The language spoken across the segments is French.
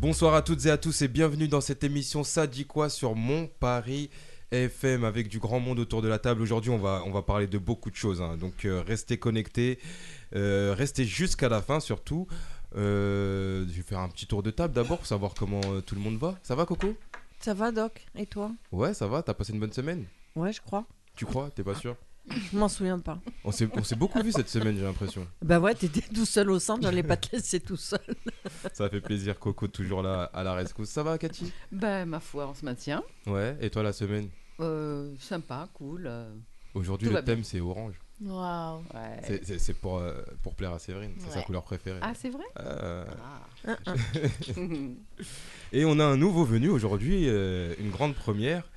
Bonsoir à toutes et à tous et bienvenue dans cette émission Ça dit quoi sur Mon Paris FM avec du grand monde autour de la table. Aujourd'hui, on va, on va parler de beaucoup de choses. hein. Donc, euh, restez connectés, euh, restez jusqu'à la fin surtout. Euh, je vais faire un petit tour de table d'abord pour savoir comment euh, tout le monde va. Ça va, Coco Ça va, Doc Et toi Ouais, ça va. T'as passé une bonne semaine Ouais, je crois. Tu crois T'es pas sûr Je m'en souviens pas. On s'est on s'est beaucoup vu cette semaine, j'ai l'impression. Bah ouais, t'étais tout seul au centre, j'allais pas te laisser tout seul. Ça fait plaisir, Coco, toujours là à la rescousse. Ça va, Cathy Bah, ma foi, on se maintient. Ouais, et toi la semaine Euh, sympa, cool. euh, Aujourd'hui, Tout le va bien. thème, c'est orange. Waouh. ouais. C'est- C'est c'est pour, euh, pour plaire à Séverine, c'est sa Ouais. couleur préférée. Ah, c'est vrai Euh, Ah. Hmm. Et on a un nouveau venu aujourd'hui, euh, une grande première,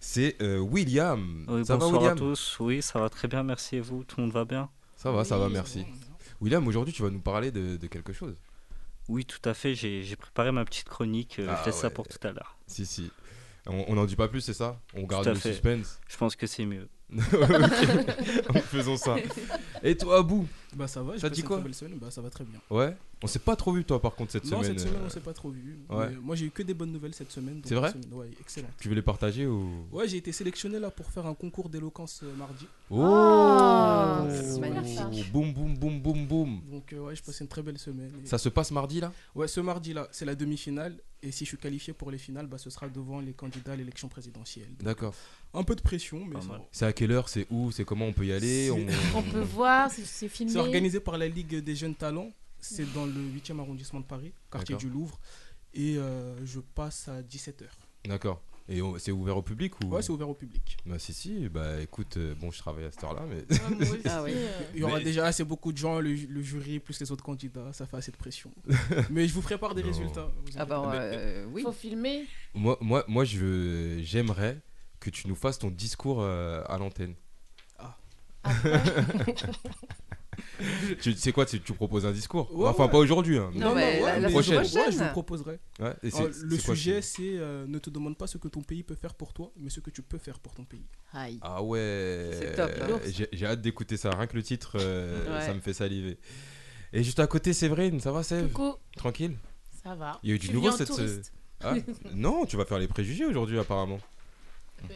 c'est euh, William. Oui, ça va bonsoir William à tous. Oui, ça va très bien, merci et vous. Tout le monde va bien Ça va, ça va, Oui, merci. c'est bon. William, aujourd'hui tu vas nous parler de, de quelque chose. Oui, tout à fait. J'ai j'ai préparé ma petite chronique. euh, Ah je laisse ça ouais. pour tout à l'heure. Si, si. On n'en dit pas plus, c'est ça On garde à le fait. suspense. Je pense que c'est mieux. Ok. Faisons ça. Et toi, Abou Bah ça va, j'ai Ça passé dit une quoi très belle semaine, bah ça va très bien. Ouais On s'est pas trop vu toi par contre cette non, semaine. cette semaine euh, on s'est pas trop vu. ouais. mais euh, moi j'ai eu que des bonnes nouvelles cette semaine. donc C'est vrai cette semaine- Ouais, excellent. Tu veux les partager ou Ouais, j'ai été sélectionné là pour faire un concours d'éloquence euh, mardi. Ah, c'est magnifique. Oh Boum, boum, boum, boum, boum. Donc euh, ouais, j'ai passé une très belle semaine. et- Ça se passe mardi là Ouais, ce mardi là, c'est la demi-finale et si je suis qualifié pour les finales, bah ce sera devant les candidats à l'élection présidentielle. D'accord. Un peu de pression mais Pas ça mal. va. C'est à quelle heure C'est où C'est comment on peut y aller C'est- On peut voir, c'est- c'est filmé. C'est organisé par la Ligue des jeunes talents, c'est dans le 8e arrondissement de Paris, quartier D'accord. du Louvre et euh, je passe à 17h. D'accord. Et on- c'est ouvert au public ou Ouais, c'est ouvert au public. Bah si si, bah écoute, euh, bon je travaille à cette heure-là, mais Ah ouais. Il y aura Mais- déjà assez beaucoup de gens, le, le jury plus les autres candidats, ça fait assez de pression. Mais je vous prépare des Non. résultats. vous Ah, inquiétez bah, pas. euh, oui. Faut filmer. moi moi moi je veux- j'aimerais que tu nous fasses ton discours euh, à l'antenne. Ah. tu sais quoi, tu, tu proposes un discours Ouais, Enfin ouais. pas aujourd'hui, hein, Non, mais la- la je- prochaine. ouais, je vous prochaine. proposerai. Ouais, et c'est- Alors, le c'est quoi, sujet, c'est- c'est euh, ne te demande pas ce que ton pays peut faire pour toi, mais ce que tu peux faire pour ton pays. Aïe. Ah ouais. C'est top, hein. hein. là. Euh, J'ai j'ai hâte d'écouter ça, rien que le titre, euh, Ouais. ça me fait saliver. Et juste à côté, Séverine, ça va, Sèvres Coco, Tranquille ça va. Il y a eu du Tu nouveau viens en cette- touriste. Ah, Non, tu vas faire les préjugés aujourd'hui apparemment.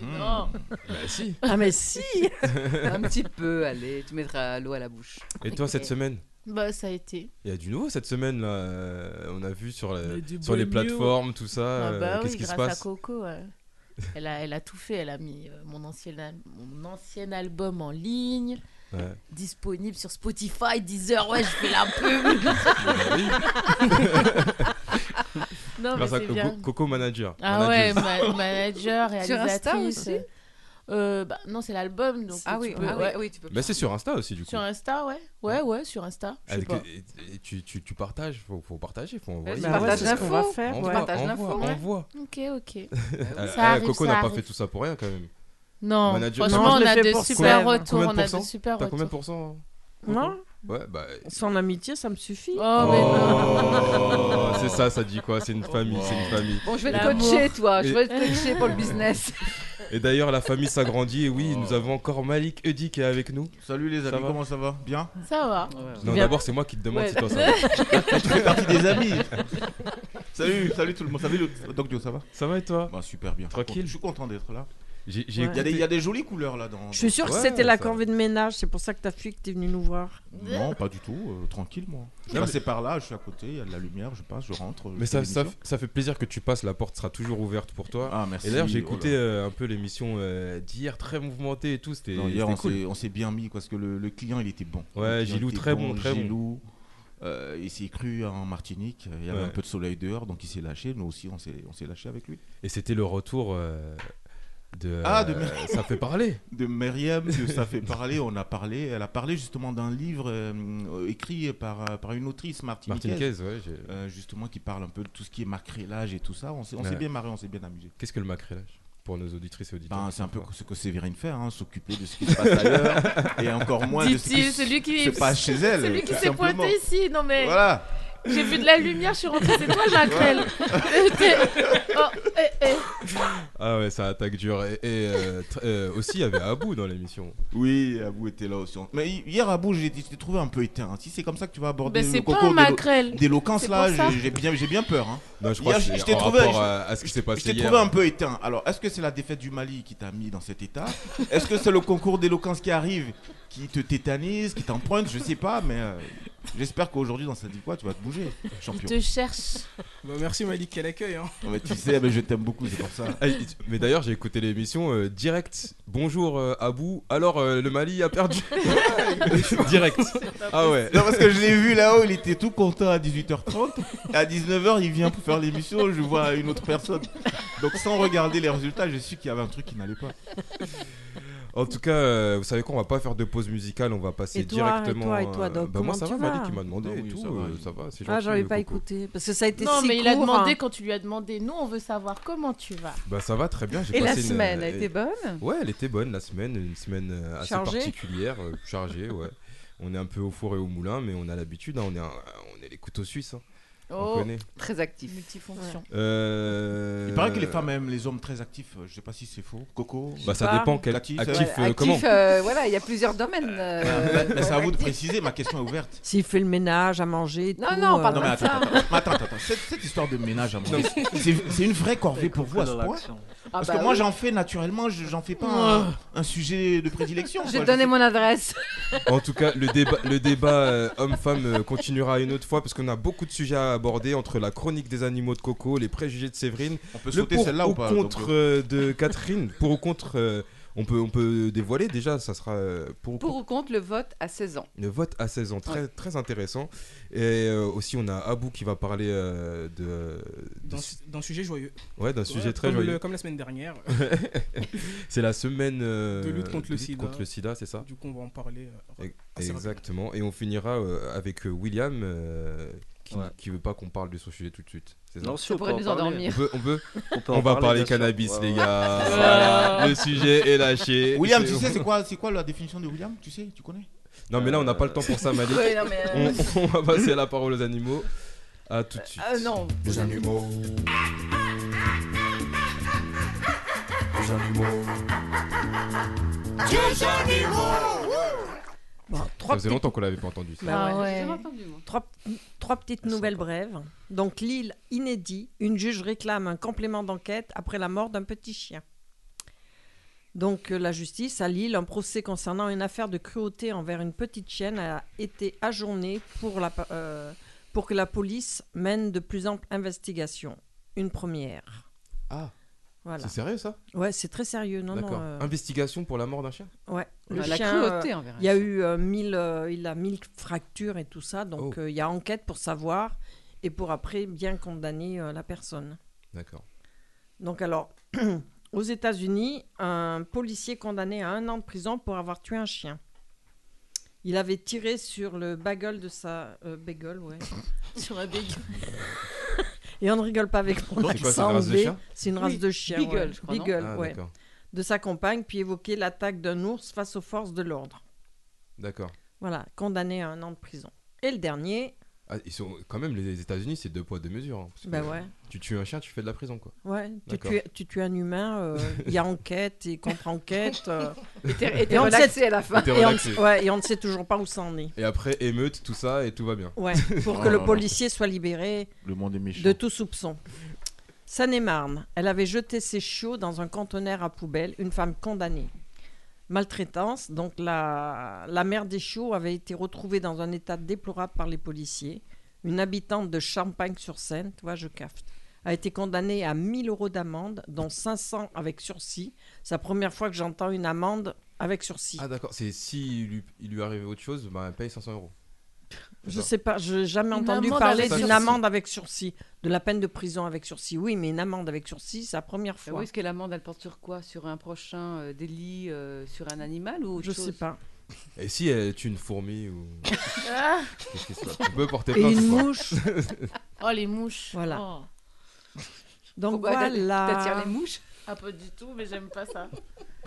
Mais non. Bah si. Ah, mais si Un petit peu, allez, tu mettras l'eau à la bouche. Et toi Ok. cette semaine Bah, ça a été. Il y a du nouveau cette semaine là. euh, On a vu sur, la- Il y a du sur les bon plateformes, tout ça. ah, euh, bah oui, Qu'est-ce qui se grâce à passe Coco. ouais. Elle a, elle a tout fait. Elle a mis euh, mon, ancien al- mon ancien album en ligne, Ouais. disponible sur Spotify, Deezer. Ouais, je fais la pub. Bah oui, non, mais grâce à c'est Coco, bien. Coco Manager. Ah ouais, Manager. ma- manager, Sur Insta réalisatrice. aussi Euh, bah, non, c'est l'album. Donc Ah tu oui, peux- ah oui, ouais. oui, tu peux. Mais Bah, c'est sur Insta aussi du coup. Sur Insta, ouais. Ouais, ouais, sur Insta. Je sais Avec- pas. et- et tu, tu, tu partages, faut, faut partager, faut envoyer. tu Bah ouais, partages c'est ce l'info. qu'on va faire. On ouais. voit, Partage on l'info, voit, ouais. on voit. Ok, ok. Euh, Ça arrive, Coco ça n'a pas arrive. fait tout ça pour rien quand même. Non, Manager. Non, franchement, je on l'ai a fait de pour super Sèvres. retours. Combien de On a de pourcents super T'as combien de retours. pourcents Non, Ouais, bah. son amitié, ça me suffit. Oh, mais non. Oh, c'est ça, ça dit quoi C'est une famille, c'est une famille. Bon, je vais te L'amour. coacher, toi. Je Et- vais te coacher pour le business. Et d'ailleurs, la famille s'agrandit. Et oui, nous avons encore Malik Eudi qui est avec nous. Salut les Ça amis, va comment ça va Bien Ça va. Non, Bien. d'abord, c'est moi qui te demande Ouais. si toi ça va. Partie des amis Salut, salut tout le monde, salut le... Doc Joe, ça va Ça va et toi Bah super bien. Tranquille. Je suis content d'être là. J'ai j'ai Ouais. Il y, a des, écouté- il y a des jolies couleurs là dans... Je suis sûre que Ouais, c'était la ça- corvée de ménage, c'est pour ça que t'as fui, que t'es venu nous voir. Non, pas du tout, euh, tranquille moi. Je suis Non, passé par là, je suis à côté, il y a de la lumière, je passe, je rentre. je fais Mais ça, ça, l'émission. ça fait plaisir que tu passes, la porte sera toujours ouverte pour toi. Ah merci. et d'ailleurs, oh j'ai là. écouté euh, un peu l'émission euh, d'hier, très mouvementée et tout, c'était Non, hier c'était on cool. s'est- on s'est bien mis parce que le, le client il était bon. Ouais, Le client Gilou, était très bon, très bon. Gilou, euh, il s'est cru en Martinique, il y avait Ouais. un peu de soleil dehors donc il s'est lâché, nous aussi on s'est on s'est lâché avec lui. Et c'était le retour euh, de. Ah, de euh, Ça fait parler de Myriam, de ça fait parler, on a parlé, elle a parlé justement d'un livre euh, euh, écrit par, euh, par une autrice martiniquaise, Martiniquaise, ouais. j'ai- euh, justement qui parle un peu de tout ce qui est macrélage et tout ça, on s'est on s'est Ouais. bien marré, on s'est bien amusé. Qu'est-ce que le macrélage Pour nos auditrices et auditeurs. Ben, c'est un peu ce que Séverine fait, hein, s'occuper de ce qui se passe ailleurs et encore moins de ce qui Dit-il, se celui qui, se passe chez elle. celui qui tout s'est simplement. pointé ici. Non, mais Voilà, j'ai vu de la lumière, je suis rentrée. C'est toi, Jacquel. oh, eh, eh. Ah, Ah ouais, ça attaque dur. Et, et, euh, tr- euh, aussi, il y avait Abou dans l'émission. Oui, Abou était là aussi. Mais hi- hier, Abou, j'ai j'ai trouvé un peu éteint. Si c'est comme ça que tu vas aborder Ben, le c'est pas concours un d'élo- maquerelle. d'éloquence, C'est là, pour ça. j'ai j'ai bien, j'ai bien peur. hein. Non, je crois Hier, que je- je c'est t'ai en trouvé- rapport je- à, à ce qui s'est Je passé t'ai hier. trouvé un peu éteint. Alors, est-ce que c'est la défaite du Mali qui t'a mis dans cet état Est-ce que c'est le concours d'éloquence qui arrive, qui te tétanise, qui t'emprunte Je sais pas, mais euh, j'espère qu'aujourd'hui, dans cette quoi, tu vas te bouger, Il champion. te cherche. Bah, merci Malik, quel accueil. Hein. Non, mais tu sais, mais je t'aime beaucoup, c'est pour ça. Ah, il- Mais d'ailleurs, j'ai écouté l'émission euh, direct. Bonjour euh, Abou. Alors, euh, le Mali a perdu. direct. Ah ouais. Non, parce que je l'ai vu là-haut, il était tout content à 18h30. Et à 19h, il vient pour faire l'émission, je vois une autre personne. Donc, sans regarder les résultats, je suis qu'il y avait un truc qui n'allait pas. En tout cas, euh, vous savez quoi, on va pas faire de pause musicale, on va passer Et toi, et directement. toi, et toi, euh, Doc, bah comment moi, ça tu va, Malik vas qui m'a demandé Ah et oui, tout. ça va, euh, il- Ça va, c'est gentil. Ah, j'avais le pas coco. écouté. Parce que ça a été Non, si mais il a court, demandé hein. quand tu lui as demandé. Nous, on veut savoir comment tu vas. Bah, ça va très bien. j'ai Et la passé une- semaine a euh, été bonne Ouais, elle était bonne la semaine, une semaine euh, assez Chargée particulière, euh, chargée, ouais. On est un peu au four et au moulin, mais on a l'habitude, hein, on, est un- on est les couteaux suisses, hein, on Oh, connaît. Très actif. multifonction. Euh, Il paraît que les femmes aiment les hommes très actifs. Je sais pas si c'est faux. Coco Bah, ça Je sais dépend pas. quel actif, Actif, euh, euh, comment. Ah, bah, euh, voilà, il y a plusieurs domaines. euh, Mais- Mais c'est à vous de actifs. préciser, ma question est ouverte. S'il fait le ménage, à manger. Non, tout, euh, non, on parle Non, mais pas attends, attends, attends, attends, attends. Cette, cette histoire de ménage à moi, c'est c'est une vraie corvée pour vous à ce point Ah Parce bah que moi, oui. j'en fais naturellement, je- j'en fais pas un, un sujet de prédilection. je quoi. vais donner sais- mon adresse. En tout cas, le débat, le débat euh, homme-femme euh, continuera une autre fois parce qu'on a beaucoup de sujets à aborder entre la chronique des animaux de Coco, les préjugés de Séverine, On peut le sauter pour celle-là ou ou pas donc, contre euh, de Catherine, pour ou contre. euh, on peut, on peut dévoiler déjà, ça sera euh, pour ou Pour ou contre le vote à 16 ans Le vote à 16 ans, très, très intéressant. Et euh, aussi, on a Abou qui va parler euh, de, de- Dans, su- dans sujet joyeux. ouais, d'un Ouais, sujet très comme le- joyeux. comme la semaine dernière. C'est la semaine euh, De lutte contre le sida. contre sida, c'est ça Du coup, on va en parler. euh, E- assez Exactement. Et on finira euh, avec euh, William euh, qui, Ouais. qui veut pas qu'on parle de son sujet tout de suite. C'est ça Non, si, Ça on pourrait peut en nous parler. on endormir. peut, on, peut- On, peut en on va parler bien sûr. cannabis, Ouais, les ouais. gars. Voilà. Le sujet est lâché. William, C'est tu sais, bon. c'est quoi, c'est quoi la définition de William Tu sais, tu connais Non, mais là, on n'a pas le temps pour ça, Malik. euh, on, on va passer la parole aux animaux. À tout de suite. Ah non, Les animaux. Les animaux. Bon, Ça trois, faisait petites, longtemps qu'on l'avait pas entendu. ça. Ah, Bah Ah j'ai ouais. jamais entendu, moi. trois- trois petites nouvelles brèves. Donc, Lille, inédit. Une juge réclame un complément d'enquête après la mort d'un petit chien. Donc, euh, la justice à Lille, un procès concernant une affaire de cruauté envers une petite chienne a été ajourné pour, la, pa- euh, pour que la police mène de plus amples investigations. Une première. Ah. Voilà. C'est sérieux ça Ouais, c'est très sérieux. Non, non. D'accord. euh, Investigation pour la mort d'un chien Ouais, le Bah, la chien, euh, cruauté envers Il y a un eu euh, mille, euh, il a mille fractures et tout ça, donc Oh. euh, il y a enquête pour savoir et pour après bien condamner euh, la personne. D'accord. Donc alors, aux États-Unis, un policier condamné à un an de prison pour avoir tué un chien. Il avait tiré sur le bagel de sa euh, bagel, ouais. Sur un big. Et on ne rigole pas avec mon quoi, c'est une accent race de anglais. chien C'est une Oui, race de chien. beagle, ouais. je crois, non Beagle, Ah, ouais. D'accord. De sa compagne, puis évoquer l'attaque d'un ours face aux forces de l'ordre. D'accord. Voilà, condamné à un an de prison. Et le dernier, Ah, ils sont quand même les États-Unis, c'est deux poids deux mesures. hein, parce que ben ouais. Tu tues un chien, tu fais de la prison quoi. Ouais, tu D'accord. tues, tu tues un humain, euh, il y a enquête et contre-enquête. euh, chien. Et t'es- Et t'es Et on relaxé à la fin. T'es et, on, relaxé. ouais, et on ne sait toujours pas où ça en est. Et après émeute, tout ça et tout va bien. Ah. Ouais, pour Oh que là le là. policier soit libéré Le monde est méchant. de tout soupçon. Seine-et-Marne, elle avait jeté ses chiots dans un conteneur à poubelle, une femme condamnée. Maltraitance, donc la, la mère des chiots avait été retrouvée dans un état déplorable par les policiers. Une habitante de Champagne-sur-Seine, tu vois, je cafte, a été condamnée à 1000 euros d'amende, dont 500 avec sursis. C'est la première fois que j'entends une amende avec sursis. Ah d'accord, c'est si il lui, il lui arrive autre chose, bah elle paye 500 euros. c'est Je ça. sais pas, je n'ai jamais Une entendu amende parler avec d'une sursis. amende avec sursis, de la peine de prison avec sursis. Oui, mais une amende avec sursis, c'est la première Ah fois. oui, est-ce que l'amende, elle porte sur quoi Sur un prochain euh, délit, euh, sur un animal ou autre je chose sais pas. Et si elle tue une fourmi ou Ah. qu'est-ce qui se passe On peut porter Et plainte. une ou pas mouche. Oh, les mouches. Voilà. Oh. Donc Pourquoi t'as- T'attires voilà. Ah, les mouches Un peu du tout, mais j'aime pas ça.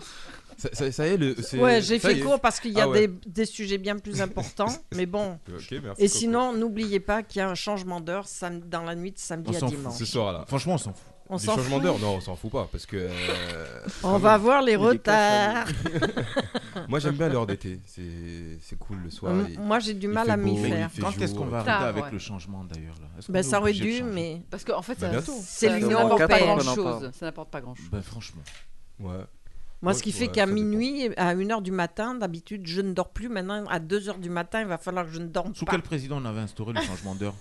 ça, ça- ça y est, le. c'est- Ouais, j'ai ça y fait est. court parce qu'il y a Ah ouais. des, des sujets bien plus importants, mais bon. Ok, merci. Et Coco. sinon, n'oubliez pas qu'il y a un changement d'heure sam- dans la nuit de samedi On à s'en fout, dimanche. ce soir là. Franchement, on s'en fout. On du s'en changement fout. d'heure Non, on s'en fout pas parce que. euh, On quand va même. voir les Il y a des retards. Moi j'aime bien l'heure d'été. C'est c'est cool le soir. Euh, il- Moi, j'ai du il mal fait à beau, m'y il faire. fait Quand jour, est-ce qu'on va euh, arriver Tard, avec Ah ouais. le changement d'ailleurs là Est-ce qu'on Ben, est ça aurait obligé de dû, changer mais Parce qu'en fait, Bah, ça, bientôt. c'est ça- ça l'Union n'apporte pas européenne. grand On en chose. parle. Ça n'apporte pas grand chose. Ben franchement. Ouais. Moi, Ouais, ce qui ouais, fait ça qu'à dépend. minuit, à 1h du matin, d'habitude, je ne dors plus. Maintenant, à 2h du matin, il va falloir que je ne dorme Sous pas. quel président on avait instauré le changement d'heure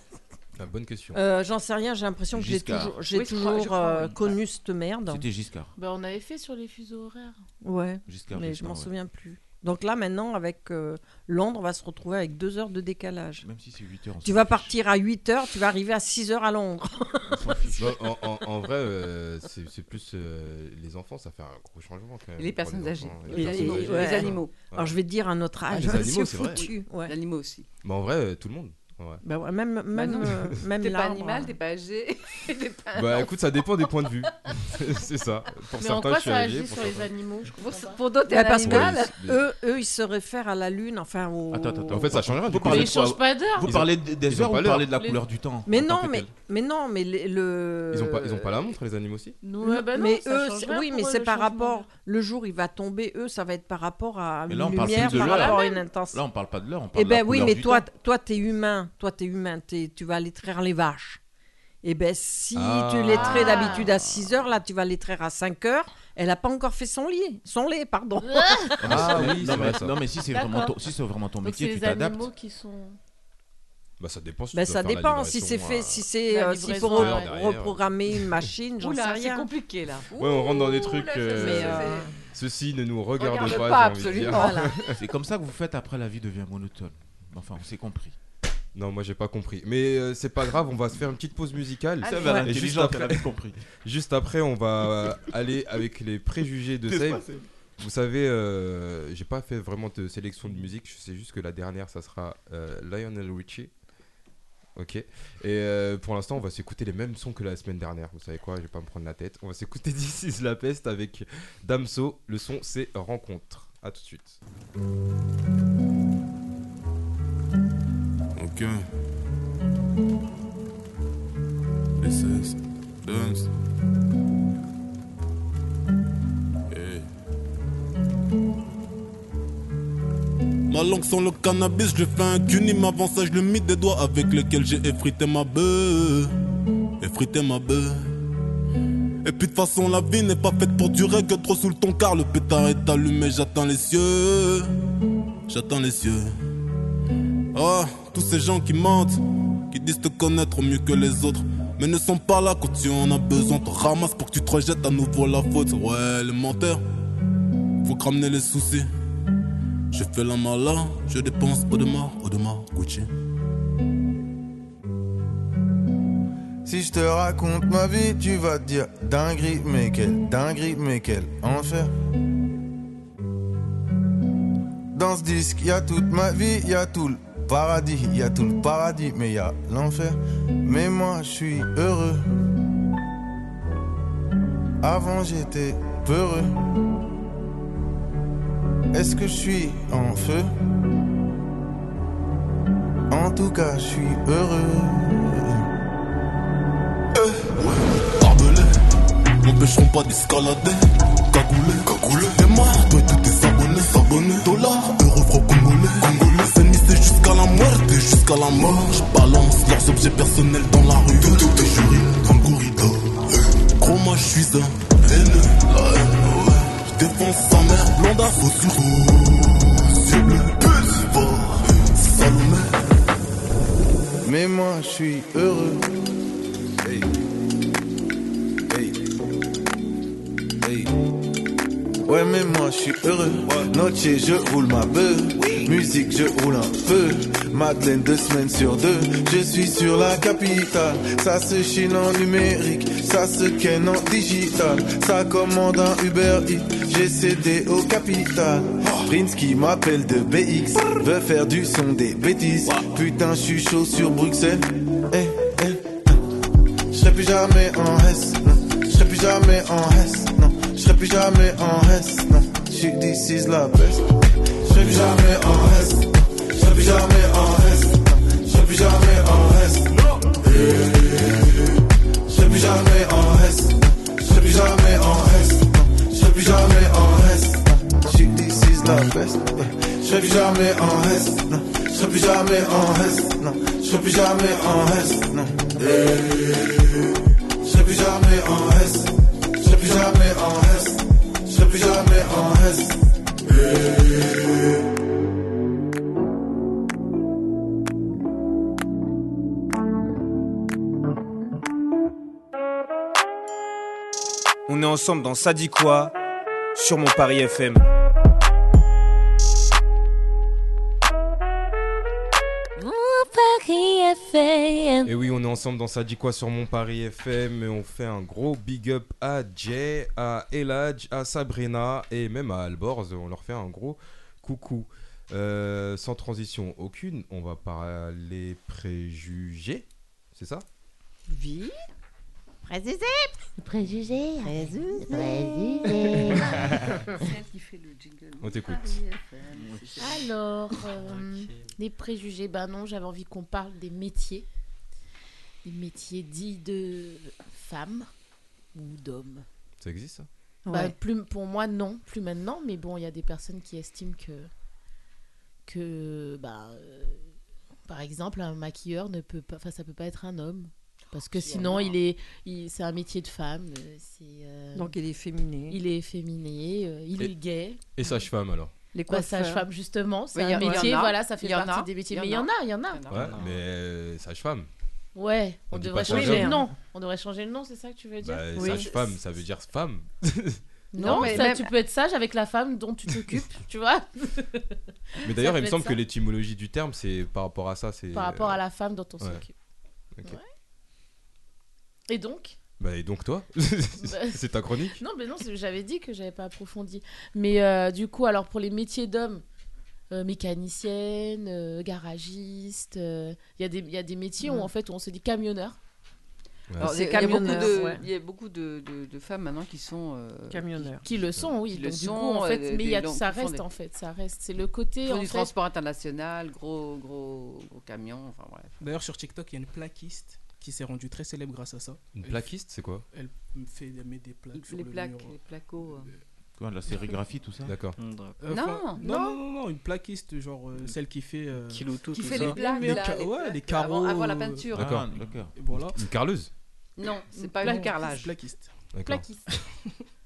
Ah, bonne question. Euh, J'en sais rien, j'ai l'impression que j'ai Giscard. toujours, j'ai Oui, je crois- toujours je crois, euh, oui. connu cette merde. C'était Giscard. Bah, on avait fait sur les fuseaux horaires. Ouais, Giscard. mais je Giscard, m'en ouais. souviens plus. Donc là, maintenant, avec euh, Londres, on va se retrouver avec 2 heures de décalage. Même si c'est 8 heures. on Tu s'en vas fiche. partir à 8 heures, tu vas arriver à 6 heures à Londres. On s'en fiche. Bah, en, en- en vrai, euh, c'est c'est plus euh, les enfants, ça fait un gros changement quand même. Et les pour personnes âgées. enfants, Et- personnes et- âgées. Les Ouais. animaux. Alors, je vais te dire à notre âge, Ah, les c'est animaux, c'est vrai. foutu. ouais. Les animaux aussi. Mais en vrai, euh, tout le monde. en vrai. Bah ouais, même même, non. euh, même T'es pas l'arbre, animal, euh, t'es pas âgé. t'es pas... Bah écoute, ça dépend des points de vue. c'est ça. Pour Mais en certains, quoi je suis ça âgé. agit Pour sur les certains- animaux je Pour, comprends pas. pour d'autres, t'es Bah, un parce que- animal. Ouais, les- Eux, eux, ils se réfèrent à la lune, enfin au. Attends, attends, En fait, ça changera du Vous coup. parlez Mais Ils ils ont- de quoi changent pas d'heure. Vous Ils ont- parlez des ils ont heures ou pas vous l'heure. parlez de la Les- couleur du temps Mais en tant non, euh, que mais, tel mais non, mais le. le- Ils ont pas, ils ont pas la montre, les animaux aussi Non, ah Non, bah non, mais ça eux, change c'est- rien oui, pour mais eux, c'est le par changement rapport. Le jour, il va tomber. Eux, ça va être par rapport à Mais une là, on parle lumière, plus de par l'heure. rapport à une intensité. Là, on parle pas de l'heure, on parle Eh de la ben oui, couleur mais du toi, temps. toi, t'es humain. Toi, t'es humain. t'es- tu vas les traire les vaches. Eh ben si Ah. tu les traites Ah. d'habitude à 6 heures, là, tu vas les traire à 5 heures. Elle a pas encore fait son lit, son lait, pardon. Ah oui, non, c'est mais, vrai ça. non, mais si c'est vraiment D'accord. ton, si c'est vraiment ton là. Donc c'est métier, tu les t'adaptes. animaux qui sont. Bah ça dépend si tu Ben dois ça faire la dépend si c'est livraison, fait, euh, si c'est La euh, s'il faut livraison, re- ouais. derrière. reprogrammer une machine, j'en sais Oula, c'est rien. compliqué là. Ouais, on rentre dans des trucs, Oula, ça, euh, Mais, c'est- euh, Ceci ne nous regarde, Regarde pas, pas, j'ai envie de dire. absolument. Voilà. C'est comme ça que vous faites après la vie devient monotone. Enfin, on s'est compris. Non, moi j'ai pas compris. Mais euh, c'est pas grave, on va se faire une petite pause musicale. Allez. va, l'intelligente, elle avait compris. Juste après, on va euh, aller avec les préjugés de Save. Vous savez, euh, j'ai pas fait vraiment de sélection de musique. Je sais juste que la dernière, ça sera euh, Lionel Richie. Ok. Et euh, pour l'instant, on va s'écouter les mêmes sons que la semaine dernière. Vous savez quoi Je vais pas me prendre la tête. On va s'écouter This is La Peste avec Damso. Le son, c'est Rencontre. A tout de suite. Ok. Essence. Dance. Hey. Ma langue sans le cannabis, je fais un cuni, m'avance, je le mis des doigts avec lesquels j'ai effrité ma bœuf. Effrité ma bœuf. Et puis de façon, la vie n'est pas faite pour durer que trop sous le ton car le pétard est allumé, j'attends les cieux. J'attends les cieux. Ah, tous ces gens qui mentent, qui disent te connaître mieux que les autres, mais ne sont pas là quand tu en as besoin. Te ramasse pour que tu te rejettes à nouveau la faute. Ouais, les menteurs, faut que ramener les soucis. Je fais la mala, je dépense au demain, au demain, Gucci. Si je te raconte ma vie, tu vas te dire dinguerie, mais quel dinguerie, mais quel enfer. Dans ce disque, y a toute ma vie, y a tout le paradis, y a tout le paradis, mais y a l'enfer. Mais moi, je suis heureux. Avant, j'étais peureux. Est-ce que je suis en feu En tout cas, je suis heureux. Euh. Barbelé, m'empêcheront pas d'escalader. Cagoulé, cagoulé, t'es mort, toi et tous tes abonnés, s'abonner. Dollars, euros, francs congolais, congolais. C'est nissé jusqu'à la muerte, jusqu'à la mort. Je balance leurs objets personnels dans la rue. Tous tes jurys dans le corridor. Eh, Gros, moi je suis un haineux, la haine, ouais. Je défends sa mère, blonde à faux sur Yeux bleus, puce, va, Salomé. Mais moi je suis heureux. Hey. Hey. Hey. Ouais mais moi je suis heureux. Noche je roule ma bœuf. Musique je roule un peu. Madeleine deux semaines sur deux. Je suis sur la capitale. Ça se chine en numérique. Ça se ken en digital. Ça commande un Uber Eats. J'ai cédé au capital. Prince qui m'appelle de BX. Veut faire du son des bêtises. Putain je suis chaud sur Bruxelles. Hey, hey, je serai plus jamais en reste, non. Je serai plus jamais en reste, non. Je serai plus jamais en reste, non. Je suis this is la best. Je serai plus jamais en reste, non. Je serai plus jamais en reste, non. Je serai plus jamais en reste, non. Eh, Je serai plus plus jamais en reste. Je serai plus jamais en reste. Je serai plus jamais en reste. She this is la best. Euh, Je serai plus jamais en reste. Non. Je serai plus jamais en reste. Non. Je serai plus jamais en reste. Non. Hey. Je serai plus jamais en reste. Je serai plus jamais en reste. Je serai plus jamais en reste. Hey. On est ensemble dans Ça dit quoi sur mon Paris FM. Et oui, on est ensemble dans Ça dit quoi sur mon Paris FM et on fait un gros big up à Jay, à Eladj, à Sabrina et même à Alborz. On leur fait un gros coucou. Euh, sans transition aucune, on va parler préjugés, c'est ça Vie Préjugés Préjugés Préjugés Préjugés Celle qui fait le jingle. Ah, On t'écoute. Paris FM. Alors, euh, les préjugés, bah non, j'avais envie qu'on parle des métiers. Des métiers dits de femmes ou d'hommes. Ça existe ça Bah, Ouais. plus, pour moi, non, plus maintenant, mais bon, il y a des personnes qui estiment que, que bah, euh, par exemple, un maquilleur ne peut pas, enfin, ça peut pas être un homme. Parce que Oh, Si, il y en sinon, a. il est, il- c'est un métier de femme. euh, c'est, euh, Donc, il est féminé. Il est efféminé, euh, il Et- est gay. Et sage-femme alors Les Bah, coiffeurs. sage-femme, justement, c'est Oui, il y un en- il y en métier, a, voilà, ça fait il y en partie a, des métiers. il y Mais il y en en a. a, il y en a. Ouais, mais euh, sage-femme. Ouais, On on, dit devrait pas changer sage-homme. le nom. On devrait changer le nom, c'est ça que tu veux dire Bah, Sage-femme, ça veut dire femme. Non, mais ça, même- tu peux être sage avec la femme dont tu t'occupes, tu vois. Mais d'ailleurs, Ça il me peut semble être que ça. l'étymologie du terme, c'est par rapport à ça. c'est Par rapport à la femme dont on Ouais. s'occupe. Ok. Ouais. Et donc Bah, et donc toi Bah, C'est ta chronique Non, mais non, c'est- j'avais dit que j'avais pas approfondi. Mais euh, du coup, alors pour les métiers d'hommes, euh, mécanicienne, euh, garagiste, euh, il y, a des- il y a des métiers où Ouais. en fait on se dit camionneur. Alors, il y a- il y a beaucoup de- il y a beaucoup de, de- de femmes maintenant qui sont euh, Camionneurs. Qui le sont, oui. Qui Donc, le du sont, coup, en fait, euh, mais il y des a, longues- ça qui font reste des- en fait, ça reste. C'est le côté font en du fait- transport international, gros, gros, gros camion, enfin bref. D'ailleurs, sur TikTok, il y a une plaquiste qui s'est rendue très célèbre grâce à ça. Une Elle- plaquiste, c'est quoi Elle fait elle met des plaques sur les le plaques, mur. les placos. euh. Quoi, la sérigraphie, tout ça D'accord. Euh, Non, enfin, non. non, non, non, non, une plaquiste, genre euh, celle qui fait. euh, Qui loue tout, Qui tout fait ça. les plaques, Les là, ca- les ouais, plaques, les carreaux. avant- avant la euh, peinture. D'accord. Ah, d'accord. et Voilà. Une carleuse Non, c'est pas plaque. le carrelage. Plaquiste. D'accord. plaquiste.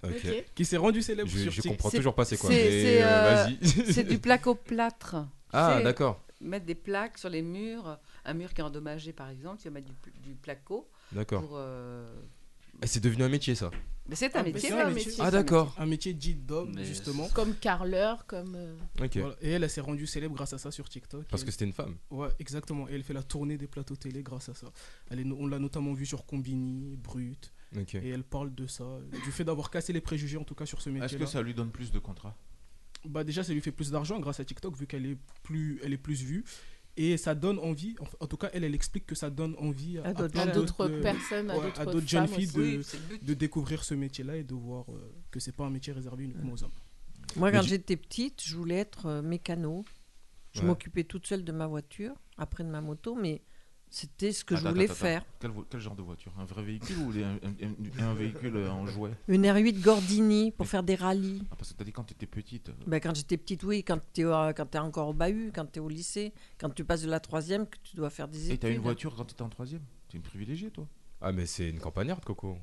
Ok. Ok. Qui s'est rendue célèbre Je, sur je TikTok. comprends C'est- toujours pas c'est quoi. c'est- mais, c'est, euh, euh, Vas-y. C'est du placoplâtre. Tu Ah, sais, d'accord. Mettre des plaques sur les murs. Un mur qui est endommagé, par exemple, tu vas mettre du, pl- du placo. D'accord. Pour, euh, Et Eh, C'est devenu un métier ça. Mais c'est un Ah, mais métier. c'est c'est un un métier. métier. Ah, d'accord. Un métier dit d'homme, Mais justement. Comme carleur, comme. euh, Ok. Voilà. Et elle, elle s'est rendue célèbre grâce à ça sur TikTok. Parce Et- que c'était une femme. Ouais, exactement. Et elle fait la tournée des plateaux télé grâce à ça. Elle est no- on l'a notamment vue sur Combini, Brut. Ok. Et elle parle de ça, du fait d'avoir cassé les préjugés en tout cas sur ce Est-ce métier. que ça lui donne plus de contrats Bah déjà, ça lui fait plus d'argent grâce à TikTok vu qu'elle est plus, elle est plus vue. Et ça donne envie. En, en tout cas, elle, elle explique que ça donne envie À d'autres- à plein d'autres euh, personnes, ouais, à à d'autres d'autres jeunes femmes filles aussi. de- Oui, c'est le but. de découvrir ce métier-là et de voir euh, que c'est pas un métier réservé uniquement aux hommes. Moi, Mais quand tu- j'étais petite, je voulais être euh, mécano. Je Ouais. m'occupais toute seule de ma voiture, après de ma moto, mais c'était ce que je Attends, voulais attends, attends. faire. quel, vo- quel genre de voiture Un vrai véhicule ou des- un, un- un- un véhicule euh, en jouet Une R8 Gordini pour faire des rallyes. Ah, Parce que t'as dit quand t'étais petite. euh, Ben, quand j'étais petite, oui. Quand tu es, encore au bahut, quand tu es au lycée, quand tu passes de la troisième, que tu dois faire des études. Et t'as une voiture quand t'étais en troisième T'es une privilégiée, toi Ah, mais c'est une campagnarde, Coco.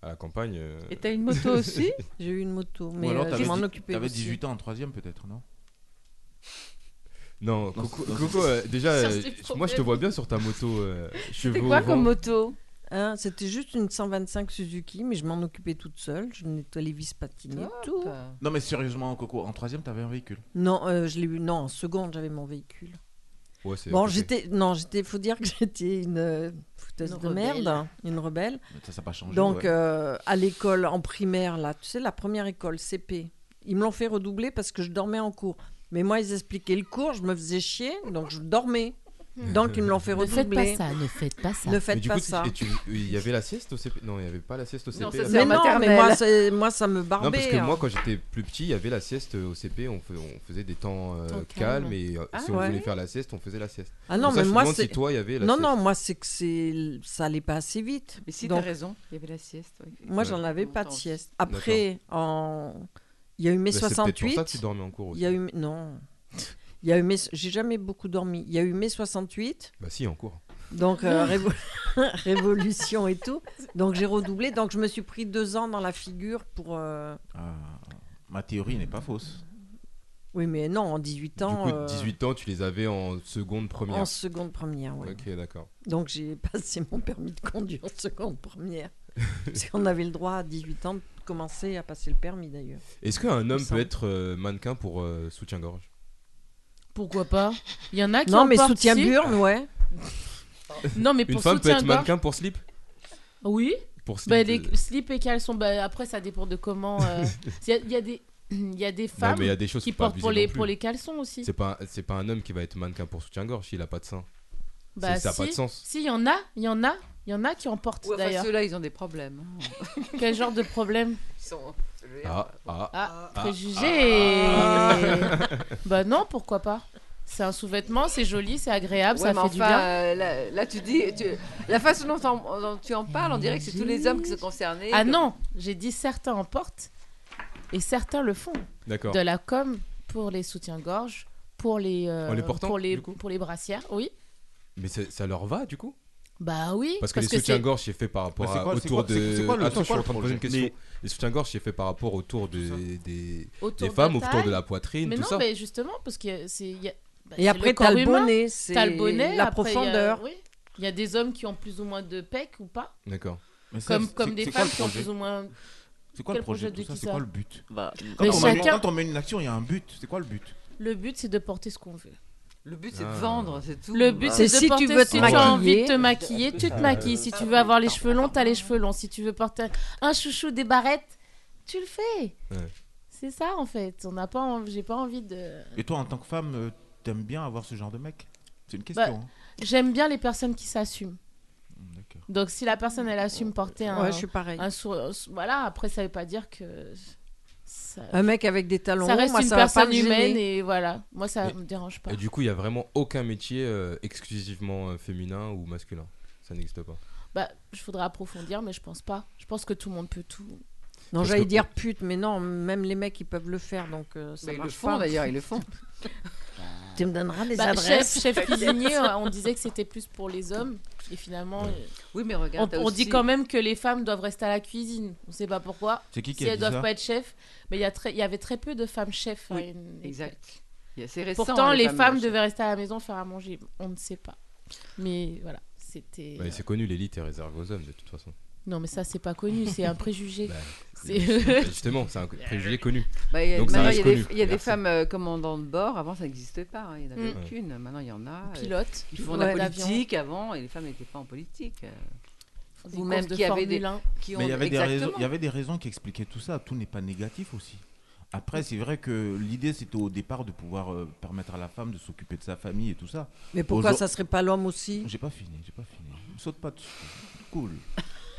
À la campagne. euh, Et t'as une moto aussi J'ai eu une moto, mais Ou alors euh, t'avais je m'en dix- occupais T'avais aussi. 18 ans en troisième, peut-être, non Non, Dans- Coco, dans- Coco, euh, déjà, Sur euh, ces je- moi je te problèmes. vois bien sur ta moto. euh, cheveux C'était au quoi vent. comme moto Hein, C'était juste une 125 Suzuki, mais je m'en occupais toute seule. Je nettoyais les vis patinées, tout. Bah, Non, mais sérieusement, Coco, en troisième, t'avais un véhicule. Non, euh, je l'ai eu. Non, en seconde, j'avais mon véhicule. Ouais, c'est à Bon, côté. j'étais. Non, j'étais. Faut dire que j'étais une euh, fouteuse Une de rebelle. merde, hein, une rebelle. Mais Ça, ça n'a pas changé. Donc, ouais. euh, à l'école, en primaire, là, tu sais, la première école, CP, ils me l'ont fait redoubler parce que je dormais en cours. Mais moi, ils expliquaient le cours, je me faisais chier, donc je dormais. Donc ils me l'ont fait Ne faites redoubler. pas ça, ne faites pas ça. Ne Mais faites du pas coup, tu- ça. et tu- Il y avait la sieste au CP Non, il n'y avait pas la sieste au Non, hein. CP. ça, là. c'est Mais en non, maternelle. mais moi, c'est- moi, ça me Non, parce que barbait, moi, hein. quand j'étais plus petit, il y avait la sieste au CP. On, fais- on faisait des temps euh, Temps calmes calme. et euh, Ah, si on ouais. voulait faire la sieste, on faisait la sieste. Ah non, Donc ça, mais je me moi demande c'est. si toi, il y avait la non, sieste. non, moi c'est que c'est ça allait pas assez vite. Mais si, Donc, t'as raison, il y avait la sieste. oui. Moi, j'en avais pas de Longtemps. sieste. Après, en... il y a eu mai Mais c'est peut-être pour ça que 68. tu dormais en cours aussi. Il y a eu... Non. Il y a eu mai... J'ai jamais beaucoup dormi. Il y a eu mai 68. Bah si, en cours. Donc, euh, révo- révolution et tout. Donc, j'ai redoublé. Donc, je me suis pris deux ans dans la figure pour. euh, Ah, ma théorie n'est pas fausse. Oui, mais non, en 18 ans. Du coup, euh, 18 ans, tu les avais en seconde première. En seconde première, oui. Ok, d'accord. Donc j'ai passé mon permis de conduire en seconde première. Parce qu'on avait le droit à 18 ans de commencer à passer le permis d'ailleurs. Est-ce qu'un Il me homme peut semble. être euh, mannequin pour euh, soutien-gorge Pourquoi pas Il y en a qui Non, en mais portent, soutien si. burne, ouais. Non, mais Une pour femme peut être soutien-gorge- mannequin pour slip Oui. Pour slip, Bah, les euh. slips et caleçons, bah, après ça dépend de comment. euh, Il y, a- il y a des. Il y a des femmes mais il y a des choses qui faut pas portent pour abuser les, non plus. pour les caleçons aussi. C'est pas, c'est pas un homme qui va être mannequin pour soutien-gorge s'il a pas de sein. Bah, C'est- ça n'a si. pas de sens. Si, il y en a, il y en a, il y en a qui en portent Ouais, enfin, d'ailleurs. ceux-là, ils ont des problèmes. hein. Quel genre de problème Ils sont. Ah, ah, Ah, ah, préjugés ah, Bah non, pourquoi pas C'est un sous-vêtement, c'est joli, c'est agréable, Ouais, ça fait mais du enfin, bien. euh, là, là, tu dis, tu- la façon dont, t'en- dont tu en parles, on dirait que c'est tous les hommes qui sont concernés. Ah non, j'ai dit certains en portent et certains le font. D'accord. De la com pour les soutiens-gorge, pour les, euh, En les portant, pour les du coup pour les brassières, oui. Mais c'est- ça leur va du coup Bah oui. Parce que les c'est- soutiens-gorge c'est fait par rapport Mais c'est à- quoi- c'est autour quoi- c'est- de. c'est quoi le- Attends, c'est je suis quoi en le train de poser une projet question. Les soutiens-gorge c'est fait par rapport autour de, des, Autour des de femmes, la autour de taille. la poitrine, Mais tout non, ça. mais justement, parce que c'est. il y a- bah, Et c'est après, corps t'as le humain, bonnet, c'est t'as le bonnet, la après, il y a- profondeur. oui. Il y a des hommes qui ont plus ou moins de pecs ou pas. D'accord. Mais ça, Comme, c'est- comme c'est- des c'est quoi femmes le qui ont projet plus ou moins. C'est quoi le Quel projet de de tout ça qui C'est quoi le but Bah, quand, mais on mène- chacun- quand on mène une action, il y a un but. C'est quoi le but Le but, c'est de porter ce qu'on veut. Le but, c'est de Ah. vendre, c'est tout. Le but, C'est c'est si de tu porter. veux te si tu as envie maquiller. de te maquiller, tu te maquilles. Si tu veux avoir les cheveux longs, t'as les cheveux longs. Si tu veux porter un chouchou, des barrettes, tu le fais. Ouais. C'est ça, en fait. On n'a pas, en- j'ai pas envie de. Et toi, en tant que femme, euh, t'aimes bien avoir ce genre de mec C'est une Bah, question. hein. J'aime bien les personnes qui s'assument. Donc si la personne elle assume porter un, Ouais, je suis pareil. un sour- un sou- voilà après ça veut pas dire que ça- Un mec avec des talons ça hauts, reste moi, une ça va pas personne me gêner. humaine et voilà moi ça Mais- me dérange pas. Et du coup, il n'y a vraiment aucun métier euh, exclusivement euh, féminin ou masculin. Ça n'existe pas. Bah je faudrais approfondir mais je pense pas. Je pense que tout le monde peut tout. Non, Parce j'allais que- dire pute, mais non, même les mecs ils peuvent le faire donc euh, ça Mais ils le marche font, pas. d'ailleurs, ils le font. tu me donneras les Bah, adresses. Chef, chef cuisinier euh, on disait que c'était plus pour les hommes et finalement euh, Oui, mais regarde. on, t'as on dit aussi- quand même que les femmes doivent rester à la cuisine. On sait pas pourquoi. C'est qui qui si a elles dit doivent ça pas être chefs mais il y a très il y avait très peu de femmes chefs. à Oui, une époque. Exact. Il y a- C'est récent. Pourtant, hein, les, femmes, de devaient rester à la maison faire à manger. On ne sait pas. Mais voilà, c'était. Bah, c'est connu, l'élite est réservée aux hommes de toute façon. Non, mais ça, c'est pas connu, c'est un préjugé. Bah, C'est- Justement, c'est un préjugé connu. Bah, il y a- Donc ça maintenant, il y reste a des- connu. Il y a des Merci. femmes euh, commandants de bord. Avant, ça n'existait pas. hein, Il n'y en avait Mm. aucune. Maintenant, il y en a. Euh, Pilotes. Ils font Ouais, de la d'avion. politique avant et les femmes n'étaient pas en politique. euh. font des Ou même courses de qui avaient des. Formule 1. qui Mais il y ont- avait des raisons, Exactement. il y avait des raisons qui expliquaient tout ça. Tout n'est pas négatif aussi. Après, c'est vrai que l'idée, c'était au départ de pouvoir euh, permettre à la femme de s'occuper de sa famille et tout ça. Mais pourquoi Aujourd- ça serait pas l'homme aussi J'ai pas fini, j'ai pas fini. Me Saute pas dessus. Cool.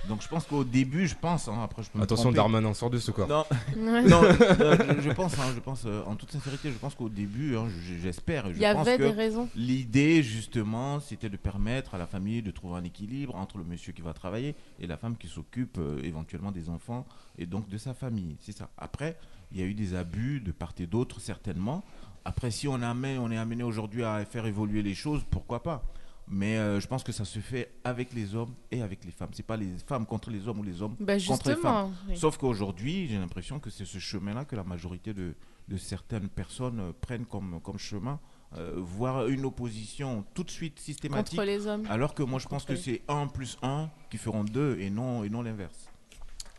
Donc je pense qu'au début, je pense. hein, après, je peux me Attention, tromper. Darmanin, sors de ce corps. Non, Ouais. non, euh, je, je pense, hein, je pense, euh, en toute sincérité, je pense qu'au début, hein, j- j'espère, et je Il y pense avait que des raisons. L'idée, justement, c'était de permettre à la famille de trouver un équilibre entre le monsieur qui va travailler et la femme qui s'occupe euh, éventuellement des enfants et donc de sa famille. C'est ça. Après, il y a eu des abus de part et d'autre, certainement. Après, si on, amène, on est amené aujourd'hui à faire évoluer les choses, pourquoi pas mais euh, je pense que ça se fait avec les hommes et avec les femmes. C'est pas les femmes contre les hommes ou les hommes Bah, contre les justement, femmes. oui. Sauf qu'aujourd'hui, j'ai l'impression que c'est ce chemin-là que la majorité de, de certaines personnes euh, prennent comme, comme chemin, euh, voire une opposition tout de suite systématique. Contre les hommes. Alors que moi, je pense que Contre c'est 1 plus 1 qui feront 2 et non, et non l'inverse.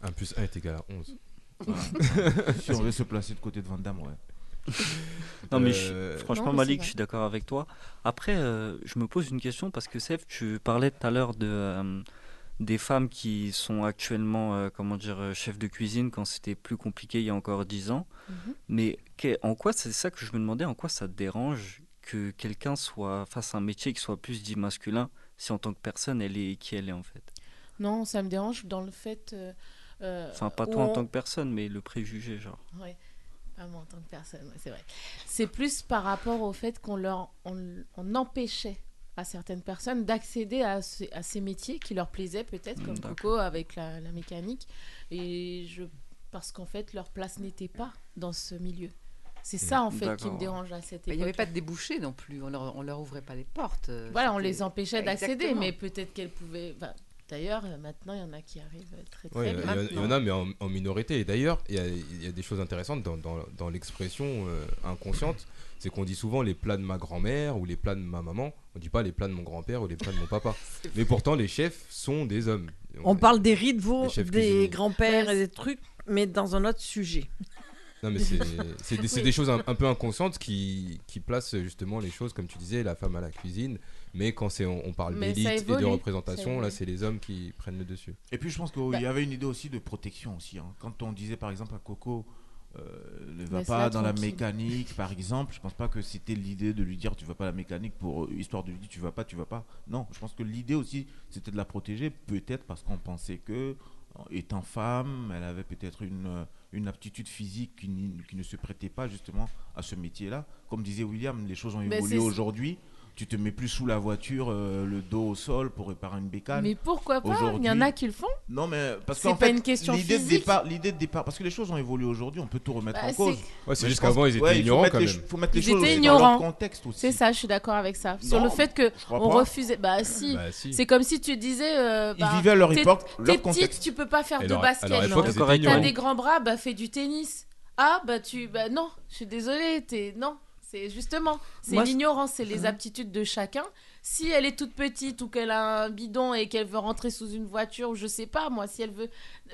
1 plus 1 est égal à 11. Voilà. si on veut se placer de côté de Van Damme, ouais. Non, mais je- Euh, franchement, Malik, je suis d'accord avec toi. Après, euh, je me pose une question parce que, Sef, tu parlais tout à l'heure de, euh, des femmes qui sont actuellement, euh, comment dire, euh, chefs de cuisine quand c'était plus compliqué il y a encore 10 ans. Mhm. Mais que- en quoi, c'est ça que je me demandais, en quoi ça te dérange que quelqu'un soit fasse un métier qui soit plus dit masculin si en tant que personne elle est qui elle est en fait. Non, ça me dérange dans le fait. euh, euh, Enfin pas où toi en on- tant que personne mais le préjugé genre. Ouais, pas moi en tant que personne, ouais, c'est vrai. C'est plus par rapport au fait qu'on leur, on, on empêchait à certaines personnes d'accéder à, ces- à ces métiers qui leur plaisaient peut-être, Mm, comme d'accord. Coco avec la, la mécanique, et je, parce qu'en fait leur place n'était pas dans ce milieu. C'est ça en fait qui me dérange à cette Mais époque. Il n'y avait pas de débouchés non plus. On leur, on leur ouvrait pas les portes. euh, Voilà, on c'était- les empêchait d'accéder, Exactement. mais peut-être qu'elles pouvaient. enfin, D'ailleurs, euh, maintenant, il y en a qui arrivent euh, très très Ouais, il y, bien. a- il y en a, mais en, en minorité. Et d'ailleurs, il y, a- il y a des choses intéressantes dans, dans- dans l'expression euh, inconsciente. C'est qu'on dit souvent les plats de ma grand-mère ou les plats de ma maman. On dit pas les plats de mon grand-père ou les plats de mon papa. mais pourtant, les chefs sont des hommes. On parle des riz de veau, Les chefs des cuisiniers. grands-pères et des trucs, mais dans un autre sujet. Non, mais c'est c'est des, c'est Oui. des choses un, un peu inconscientes qui, qui placent justement les choses, comme tu disais, la femme à la cuisine. Mais quand c'est on, on parle Mais ça d'élite et évolue, de ça représentation, évolue. là, c'est les hommes qui prennent le dessus. Et puis je pense qu'il Bah. y avait une idée aussi de protection aussi. hein. Quand on disait par exemple à Coco, euh, ne va Laisse-la pas dans la tranquille. mécanique, par exemple, je pense pas que c'était l'idée de lui dire tu vas pas à la mécanique pour euh, histoire de lui dire tu vas pas, tu vas pas. Non, je pense que l'idée aussi c'était de la protéger, peut-être parce qu'on pensait que en étant femme, elle avait peut-être une, euh, une aptitude physique qui, n- qui ne se prêtait pas justement à ce métier-là. Comme disait William, les choses ont Mais évolué Bah, c'est- aujourd'hui. Tu te mets plus sous la voiture, euh, le dos au sol pour réparer une bécane. Mais pourquoi pas Il y en Aujourd'hui- a qui le font. non, mais euh, parce C'est qu'en pas fait, une question l'idée de physique. départ, l'idée de départ, parce que les choses ont évolué aujourd'hui, on peut tout remettre Bah, en cause. c'est- Ouais, c'est Mais je pense juste qu'avant, que- ils étaient ouais, il faut ignorants, mettre quand les- même. faut mettre les Ils choses étaient aussi dans leur ignorants. contexte aussi. C'est ça, je suis d'accord avec ça. Sur Non, le fait que je crois on pas. refusait. Bah si. Bah, si. C'est comme si tu disais. euh, Ils bah, vivaient à leur t'es- époque, leur T'es petite, contexte. tu peux pas faire À de leur- à basket. leur époque, non. ils étaient T'as ignorants. des grands bras, bah fais du tennis. Ah bah tu, bah non, je suis désolée, t'es non. C'est justement, c'est Moi, je- l'ignorance, c'est les Mhm. aptitudes de chacun. Si elle est toute petite ou qu'elle a un bidon et qu'elle veut rentrer sous une voiture ou je sais pas, moi si elle veut,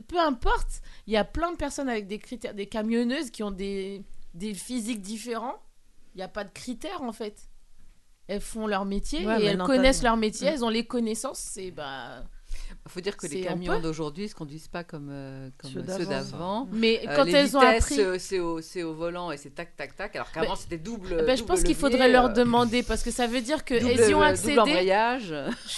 peu importe. Il y a plein de personnes avec des critères, des camionneuses qui ont des des physiques différents. Il n'y a pas de critères en fait. Elles font leur Ouais, métier et mais elles mentalement. connaissent leur métier, Mhm. elles ont les connaissances. C'est bah. faut dire que les c'est- on camions peut. d'aujourd'hui ne se conduisent pas comme, euh, comme Ceux ceux d'avant. d'avant. Mm. Euh, Mais quand les elles ont vitesses, appris- euh, c'est au, c'est au volant et c'est tac, tac, tac. Alors qu'avant, Bah, c'était double. Ah bah, je double pense qu'il levier, faudrait leur euh, demander parce que ça veut dire que double- euh, elles y ont double accédé. embrayage.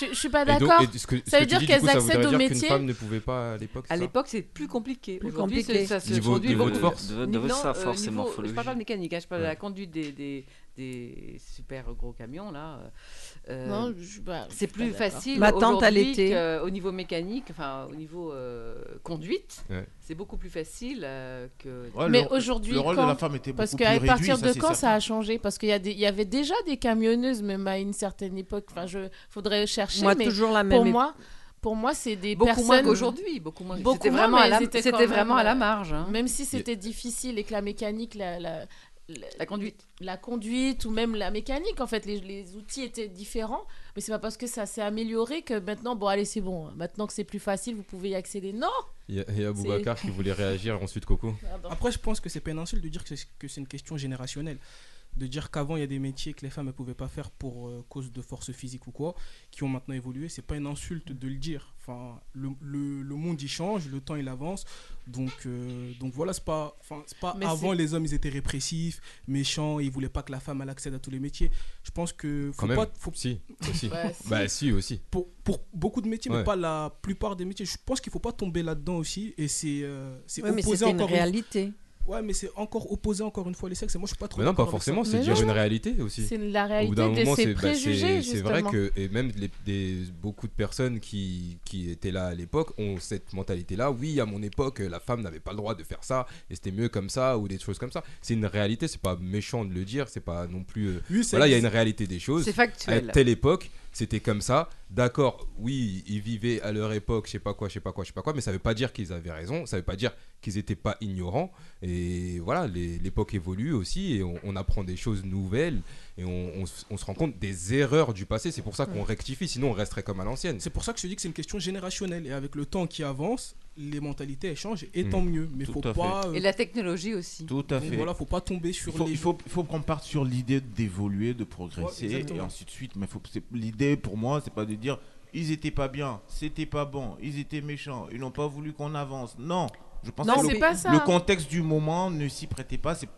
Je, je suis pas Et donc- Ah, d'accord. et ce que- ce Ça que veut dire tu dis, du coup, qu'elles ça voudrait accèdent au dire qu'une métier. femme ne pouvait pas à l'époque. À c'est ça l'époque, c'est plus compliqué. Plus Aujourd'hui, compliqué. c'est- ça se Niveau- produit niveau de beaucoup. force. De- de Non, sa euh, force et niveau- Je parle pas morphologie. de mécanique, hein, je parle de Ouais. la conduite des, des, des super gros camions là. Euh, Non, je- bah, je suis c'est pas plus d'accord. facile. Ma tante, elle aujourd'hui était- que- au niveau mécanique, enfin au niveau euh, conduite, Ouais. c'est beaucoup plus facile euh, que. Ouais, mais le- aujourd'hui, le rôle de quand- la femme était parce beaucoup qu'à plus partir réduit, ça, de c'est quand ça certain. a changé Parce qu'il y, a des- il y avait déjà des camionneuses, même à une certaine époque. Enfin, je faudrait chercher. Moi, mais toujours la Pour même moi, pour moi, c'est des Beaucoup personnes. moins qu'aujourd'hui, beaucoup moins. Beaucoup C'était moins, vraiment à mais la- elles étaient c'était quand même, vraiment à la euh, marge, hein. Même si c'était difficile et que la mécanique, la, la, La conduite. la conduite ou même la mécanique, en fait, les, les outils étaient différents. Mais c'est pas parce que ça s'est amélioré que maintenant, bon, allez, c'est bon. Maintenant que c'est plus facile, vous pouvez y accéder. Non Il y a- il y a Boubacar qui voulait réagir, ensuite Coco. Ah Après, je pense que c'est pas une insulte de dire que c'est- que c'est une question générationnelle. De dire qu'avant, il y a des métiers que les femmes ne pouvaient pas faire pour euh, cause de force physique ou quoi, qui ont maintenant évolué. C'est pas une insulte de le dire. Enfin, le, le- le monde, il change, le temps, il avance. Donc, euh, donc voilà, c'est pas, enfin, c'est pas Mais avant, c'est- les hommes, ils étaient répressifs, méchants, ils voulaient pas que la femme, elle accède à tous les métiers. Je pense que. Faut Quand même. pas, faut- Si, aussi. Bah, si, aussi. pour, pour beaucoup de métiers, Ouais. mais pas la plupart des métiers. Je pense qu'il faut pas tomber là-dedans aussi. Et c'est euh, c'est Ouais, mais opposé c'était une encore réalité. Ouais, mais c'est encore opposé encore une fois les sexes. Et moi, je suis pas trop. Mais non, pas d'accord avec forcément, ça. c'est dire une réalité aussi. C'est la Au bout réalité d'un de moment, ces c'est- bah, c'est- préjugés, C'est vrai justement. que, et même les- des, beaucoup de personnes qui, qui étaient là à l'époque ont cette mentalité-là. Oui, à mon époque, la femme n'avait pas le droit de faire ça, et c'était mieux comme ça, ou des choses comme ça. C'est une réalité, c'est pas méchant de le dire, c'est pas non plus. euh, Oui, ça voilà, il y a une existe. réalité des choses. C'est factuel. À telle époque, c'était comme ça. D'accord, oui, ils vivaient à leur époque, je sais pas quoi, je sais pas quoi, je sais pas quoi, mais ça veut pas dire qu'ils avaient raison, ça veut pas dire qu'ils étaient pas ignorants. Et voilà, les- l'époque évolue aussi et on, on apprend des choses nouvelles et on, on s- on se rend compte des erreurs du passé. C'est pour ça qu'on Ouais. rectifie, sinon on resterait comme à l'ancienne. C'est pour ça que je dis que c'est une question générationnelle. Et avec le temps qui avance, les mentalités elles changent, et tant Mm. mieux. Mais Tout faut à pas. euh, Et la technologie aussi. Tout à Donc fait. voilà, faut pas tomber sur il faut, les- Il faut, il faut qu'on parte sur l'idée d'évoluer, de progresser Ouais, exactement. et ainsi de suite. Mais faut- c'est- l'idée pour moi, c'est pas de dire ils étaient pas bien, c'était pas bon, ils étaient méchants, ils n'ont pas voulu qu'on avance. Non, je pense Non, que c'est le, pas ça. le contexte du moment ne s'y prêtait pas. C'est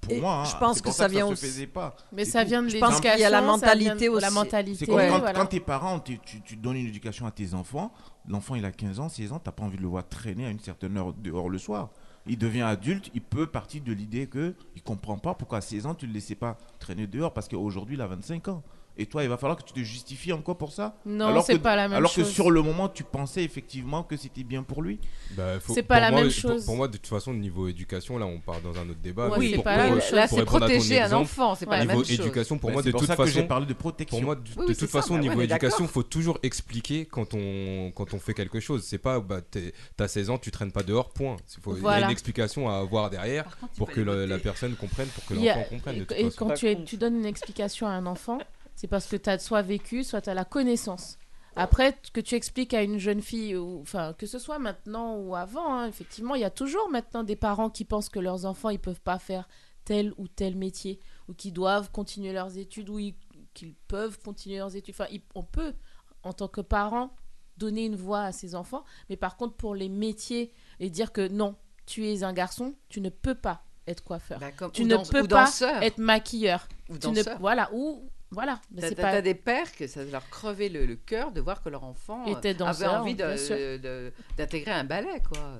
pour Et moi, hein, je pense c'est que pour ça que vient se aussi- faisait pas. Mais C'est ça tout. vient de Je pense qu'il y a la l'éducation, ça vient mentalité de aussi. la mentalité, C'est comme quand, voilà. quand tes parents, tu, tu- tu donnes une éducation à tes enfants, l'enfant il a 15 ans, 16 ans, t'as pas envie de le voir traîner à une certaine heure dehors le soir. Il devient adulte, il peut partir de l'idée que il comprend pas pourquoi à 16 ans tu le laissais pas traîner dehors parce qu'aujourd'hui il a 25 ans. Et toi, il va falloir que tu te justifies encore pour ça. Non, Alors c'est que- pas la même Alors que chose. sur le moment, tu pensais effectivement que c'était bien pour lui. Bah, faut- C'est pas pour la moi, même pour- chose. Pour, moi, de toute façon, niveau éducation, là, on part dans un autre débat. Ouais, mais c'est pour- pas la pour- même pour chose. Là, c'est répondre à ton protéger un exemple, enfant, c'est pas la niveau même chose. éducation, pour Bah, moi, c'est de pour toute ça que façon, j'ai parlé de protection. Pour moi, de, Oui, de oui, toute c'est ça, façon, bah ouais, niveau on est éducation, d'accord. faut toujours expliquer quand on quand on fait quelque chose. C'est pas, bah, t'es- t'as 16 ans, tu traînes pas dehors, point. C'est- faut- Il y a Voilà. une explication à avoir derrière pour que la, la personne comprenne, pour que Il y a- l'enfant comprenne. de toute et façon. quand tu, es- Mm. tu donnes une explication à un enfant, c'est parce que tu as soit vécu, soit tu as la connaissance. Après, t- que tu expliques à une jeune fille, ou, enfin, que ce soit maintenant ou avant, hein, effectivement, il y a toujours maintenant des parents qui pensent que leurs enfants, ils peuvent pas faire tel ou tel métier, ou qu'ils doivent continuer leurs études, ou ils- qu'ils peuvent continuer leurs études. Enfin, ils- on peut, en tant que parent, donner une voix à ses enfants, mais par contre, pour les métiers, et dire que non, tu es un garçon, tu ne peux pas être coiffeur. tu Bah, ou ne danse- peux ou pas danseur. être maquilleur. Ou tu ne, danseur. voilà, ou voilà. Mais T'as c'est t'as- pas- t'as des pères que ça leur crevait le, le cœur de voir que leur enfant Était euh, avait danseur, envie de- bien sûr. de- de- d'intégrer un ballet, quoi.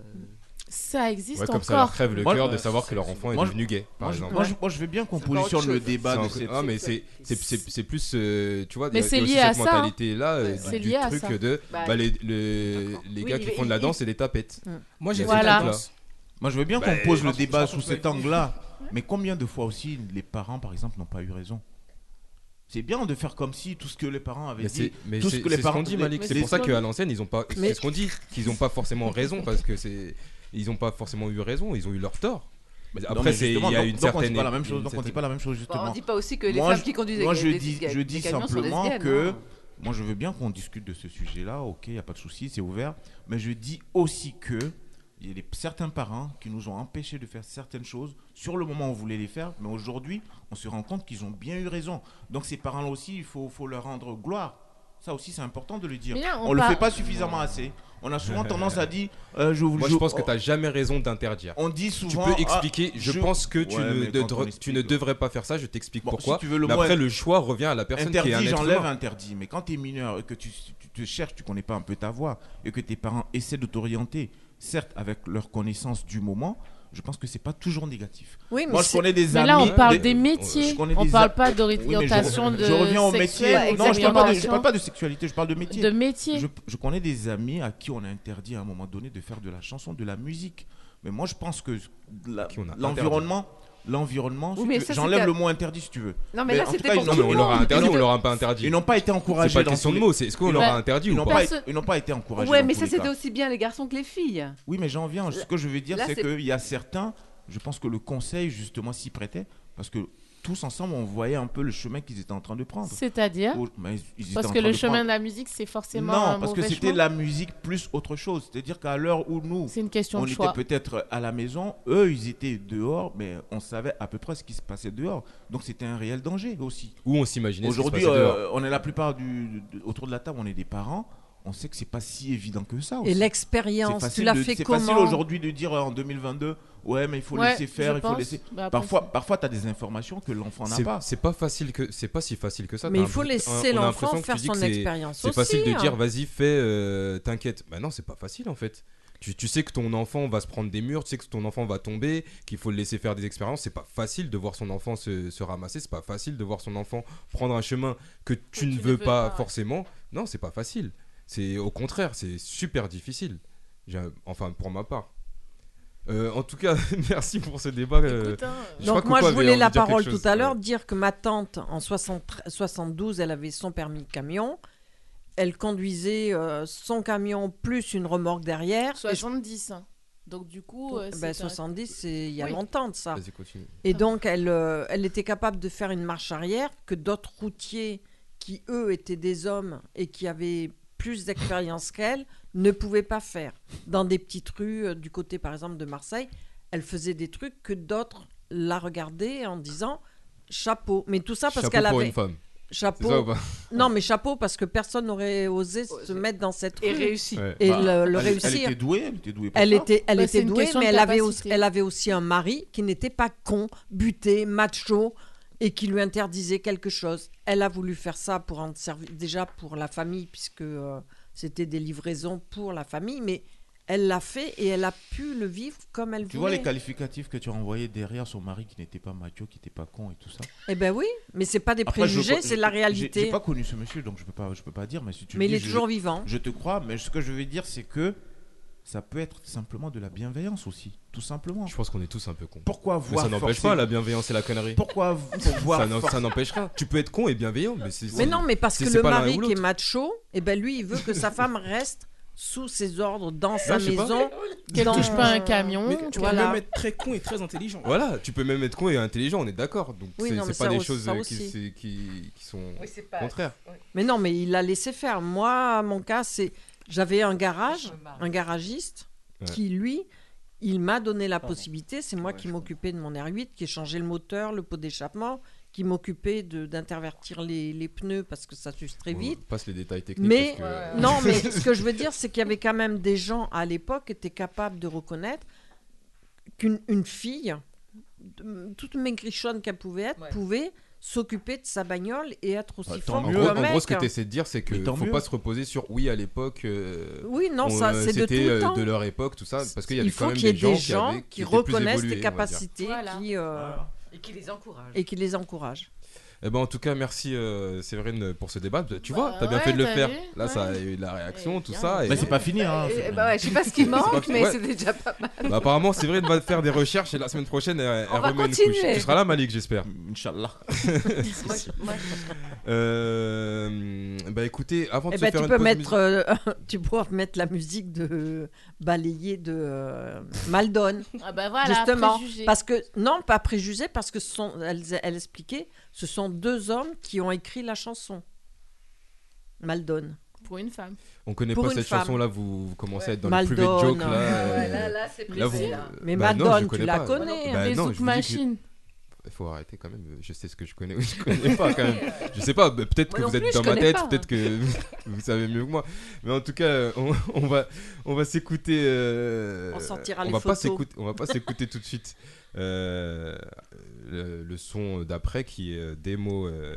Ça existe Ouais, encore. comme ça leur crève le Moi, cœur euh, de savoir que leur c'est- enfant est moi, je- devenu gay, par moi, je- exemple. moi, je- moi, je veux bien qu'on C'est encore autre positionne le chose. débat C'est de encore- cette- Ah, mais c'est c'est- c'est- c'est plus, euh, tu vois, Mais il y a- c'est il y a aussi lié à ça, cette hein. mentalité-là, euh, C'est du, du lié à truc ça. de Bah, bah, les, le- les oui, gars il- qui font de la il- danse, c'est des tapettes. Mm. Moi, Il y j'ai a fait cette de la truc-là. danse. Moi, je veux bien Bah, qu'on pose je le pense que débat ça sous peut cet être- angle-là. Mais combien de fois aussi les parents, par exemple, n'ont pas eu raison C'est bien de faire comme si tout ce que les parents avaient Ah, Mais dit, c'est mais tout c'est- que les c'est ce qu'on parents- dit, Malik. les- C'est les- pour ça qu'à l'ancienne, ils ont pas. Mais- C'est ce qu'on dit, qu'ils n'ont pas forcément raison parce que c'est. Ils n'ont pas forcément eu raison, ils ont eu leur tort. Mais Non, après, mais c'est- il justement, y a donc- une donc on certaine. dit pas la même chose, une donc on dit certaine- pas la même chose, justement. Bah, on dit pas aussi que les Moi, femmes je- qui conduisent des- moi, je des- dis, des- je des dis camions sont simplement lesbiennes, que hein. moi je veux bien qu'on discute de ce sujet-là, ok, il n'y a pas de souci, c'est ouvert, mais je dis aussi que il y a des- certains parents qui nous ont empêchés de faire certaines choses sur le moment où on voulait les faire, mais aujourd'hui on se rend compte qu'ils ont bien eu raison. Donc ces parents-là aussi, il faut, faut leur rendre gloire. Ça aussi, c'est important de le dire. Mais là, on on ne le par- fait pas suffisamment assez. On a souvent tendance à dire, euh, je vous Moi, je- je pense que tu n'as jamais raison d'interdire. On dit souvent, Tu ah, peux expliquer, je, je- pense que tu, Ouais, ne, mais de- quand on euh, tu ne devrais pas faire ça, je t'explique pourquoi. si tu veux le mais mot- après, le choix revient à la personne interdit, qui est un être j'enlève humain. interdit. Mais quand tu es mineur et que tu, tu te cherches, tu connais pas un peu ta voix et que tes parents essaient de t'orienter, certes avec leur connaissance du moment, je pense que c'est pas toujours négatif. Oui, mais Moi, je c'est- connais des mais amis. là, on parle des- des métiers. je connais On des parle a- pas Oui, mais je- d'orientation je, de reviens au métier. sexuelle, Non, je parle, pas de, je exactement. parle pas de sexualité, je parle de métier. De métier. Je, je connais des amis à qui on a interdit à un moment donné de faire de la chanson, de la musique. Mais moi, je pense que la- Qui on a l'environnement. L'environnement, Oui, si mais tu veux- ça, j'enlève c'était- le mot interdit si tu veux. Non, mais là, en tout c'était cas, pour ils n'ont- tout le ils n'ont- monde. Interdit, ils on n'ont- leur a pas interdit. Ils n'ont pas été encouragés. C'est pas dans question tous de les- mots, c'est est-ce qu'on Ils leur a n'ont- interdit ou ils n'ont pas été- Ils n'ont pas été encouragés. Ouais, dans mais tous ça, les c'était cas. aussi bien les garçons que les filles. Oui, mais j'en viens. Ce que je veux dire, Là, c'est c'est- qu'il y a certains, je pense que le conseil, justement, s'y prêtait, parce que tous ensemble, on voyait un peu le chemin qu'ils étaient en train de Oh. prendre. C'est-à-dire Ou- mais ils étaient Parce en que train le de chemin prendre- de la musique, c'est forcément. un Non, parce que mauvais c'était chemin. la musique plus autre chose. C'est-à-dire qu'à l'heure où nous, C'est une question on de était choix. peut-être à la maison, eux, ils étaient dehors, mais on savait à peu près ce qui se passait dehors. Donc c'était un réel danger aussi. Ou on s'imaginait ce qui se Aujourd'hui, passait euh, dehors. on est la plupart du, de- autour de la table, on est des parents. On sait que c'est pas si évident que ça. Et aussi. l'expérience, C'est tu facile l'as de- fait C'est facile comment aujourd'hui de dire euh, en 2022, ouais, mais il faut Ouais, laisser faire, je il faut pense. laisser. Bah, après, parfois, parfois, tu as des informations que l'enfant n'a C'est pas. c'est pas facile que c'est pas si facile que ça. Mais T'as il faut un- laisser on a l'impression l'enfant que tu faire dis que son c'est- expérience C'est facile aussi, de dire hein. vas-y fais, euh, t'inquiète. Bah non, c'est pas facile en fait. Tu, tu sais que ton enfant va se prendre des murs, tu sais que ton enfant va tomber, qu'il faut le laisser faire des expériences. C'est pas facile de voir son enfant se, se ramasser, c'est pas facile de voir son enfant prendre un chemin que tu ne veux pas forcément. Non, c'est pas facile. C'est au contraire, c'est super difficile. J'ai- Enfin, pour ma part. Euh, en tout cas, merci pour ce débat. euh, hein. je crois Donc que moi, je Coco avait voulais envie de la dire quelque parole chose. tout à l'heure, dire que ma tante, en 73 72, elle avait son permis de camion. Elle conduisait euh, son camion plus une remorque derrière. Et je- 70. hein. Donc, du Bah, coup. euh, Ben, c'est un- 70, c'est il y a Oui. longtemps de ça. Vas-y, continue. Et donc, elle, euh, elle était capable de faire une marche arrière que d'autres routiers, qui eux étaient des hommes et qui avaient plus d'expérience qu'elle, ne pouvaient pas faire. Dans des petites rues euh, du côté, par exemple, de Marseille, elle faisait des trucs que d'autres la regardaient en disant chapeau. Mais tout ça parce Chapeau qu'elle pour avait. une femme. Chapeau. C'est ça ou pas non, mais chapeau parce que personne n'aurait osé Oh, se mettre dans cette rue. Et réussi. Ouais. Et Bah, le, le elle- elle réussir. était douée, elle était douée pour Elle ça. était, elle Bah, était c'est une douée, question mais de elle avait, aussi, capacité. elle avait aussi un mari qui n'était pas con, buté, macho et qui lui interdisait quelque chose. Elle a voulu faire ça pour en servir déjà pour la famille puisque euh, c'était des livraisons pour la famille, mais elle l'a fait et elle a pu le vivre comme elle Tu vois voulait. les qualificatifs que tu as envoyés derrière son mari qui n'était pas macho, qui n'était pas con et tout ça. Eh ben oui, mais c'est pas des Après, je veux préjugés, pas- c'est de la j'ai- réalité. J'ai pas connu ce monsieur, donc je peux pas, je peux pas dire. Mais si tu le Mais il dis, est je- toujours vivant. Je te crois, mais ce que je veux dire, c'est que ça peut être simplement de la bienveillance aussi, tout simplement. Je pense qu'on est tous un peu cons. Pourquoi Mais voir ça n'empêche forcément- pas la bienveillance et la connerie. Pourquoi voir ça, n'en- forc- ça n'empêchera. Tu peux être con et bienveillant, mais c'est. Mais non, mais parce c'est- que c'est le pas l'un mari ou qui l'autre. est macho, eh ben lui, il veut que sa femme reste sous ses ordres, dans sa je sais pas. maison. Qu'elle dans- touche pas un camion, Mais tu Voilà. peux même être très con et très intelligent. Voilà, tu peux même être con et intelligent, on est d'accord. Donc Oui, c'est non, c'est mais pas ça des aussi- choses ça euh, qui, aussi. c'est- qui, qui sont Bah, Oui, c'est pas- contraires. Mais non, mais il l'a laissé faire. Moi, mon cas, c'est j'avais un garage, un garagiste Ouais. qui, lui, il m'a donné la possibilité. C'est moi qui m'occupais de mon R8, qui changeait le moteur, le pot d'échappement, qui m'occupait de- d'intervertir les, les pneus parce que ça suce très On vite. passe les détails techniques Mais parce que- non, mais ce que je veux dire, c'est qu'il y avait quand même des gens à l'époque qui étaient capables de reconnaître qu'une une fille, de- toute maigrichonne qu'elle pouvait être, pouvait s'occuper de sa bagnole et être aussi Bah, tant forte mieux. qu'un En gros, mec. ce que tu essaies de dire, c'est que Mais tant faut mieux. pas se reposer sur oui à l'époque. euh, Oui, non, ça, euh, c'est de c'était, tout le euh, temps. de leur époque, tout ça, parce qu'il y avait Il faut quand même qu'il y ait des gens, des gens avaient- qui étaient plus reconnaissent évolués, tes on va dire. capacités, qui, euh, Et qui les encourage. et qui les encouragent. Eh ben, en tout cas, merci euh, Séverine pour ce débat. Tu Bah, vois, t'as bien ouais, fait de le t'as faire. vu Là, ça a Ouais. eu de la réaction, tout bien. ça. Mais c'est pas fini, hein, Et- bah ouais, je sais pas ce qui C'est pas manque, fini. mais Ouais. c'est déjà pas mal. Bah, apparemment, Séverine va faire des recherches et la semaine prochaine, elle, On elle va remet une continuer. couche. Tu seras là, Malik, j'espère. Inch'Allah. Moi, je- moi, Euh, bah écoutez, avant de Eh se ben, faire tu une peux pause mettre, euh, tu pourras mettre la musique de balayer de euh, Maldon. Ah bah voilà, justement, préjugé. parce que non, pas préjugé, parce que ce sont, elle, elle expliquait, ce sont deux hommes qui ont écrit la chanson. Maldon. Pour une femme. On connaît Pour pas une cette femme. chanson-là, vous, vous commencez à être dans Maldon, le private joke là. hein. euh, Ouais, là, là, c'est là, précis, vous- là. Mais Bah non, Madone, je tu connais la pas. connais. hein, Bah Les non, Zouk je vous dis que- Machine. Faut arrêter quand même, je sais ce que je connais ou je connais pas quand même. Je sais pas, bah, peut-être Moi que non vous êtes plus, je dans ma connais tête, hein. pas. peut-être que vous savez mieux que moi. Mais en tout cas, euh, on, on va, on va s'écouter. euh, On sortira on les va pas photos. s'écouter- On va pas s'écouter tout de suite euh, le, le son d'après qui est démo euh,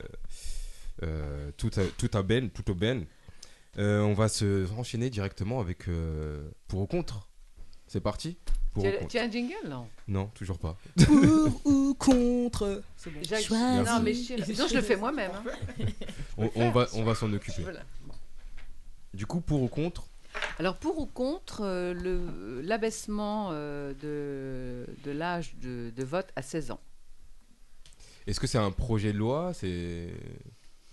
euh, tout, à, tout à ben, tout au ben. Euh, on va se enchaîner directement avec euh, pour ou contre. C'est parti pour Tu ou as- contre. tu as un jingle, non Non, toujours pas. Pour ou contre C'est bon. Jacques- Merci. Non, mais je, suis là. Sinon, je le fais moi-même. hein. On, on va, on va s'en occuper. Voilà. Du coup, pour ou contre Alors, pour ou contre euh, le- l'abaissement euh, de, de l'âge de, de vote à 16 ans Est-ce que c'est un projet de loi C'est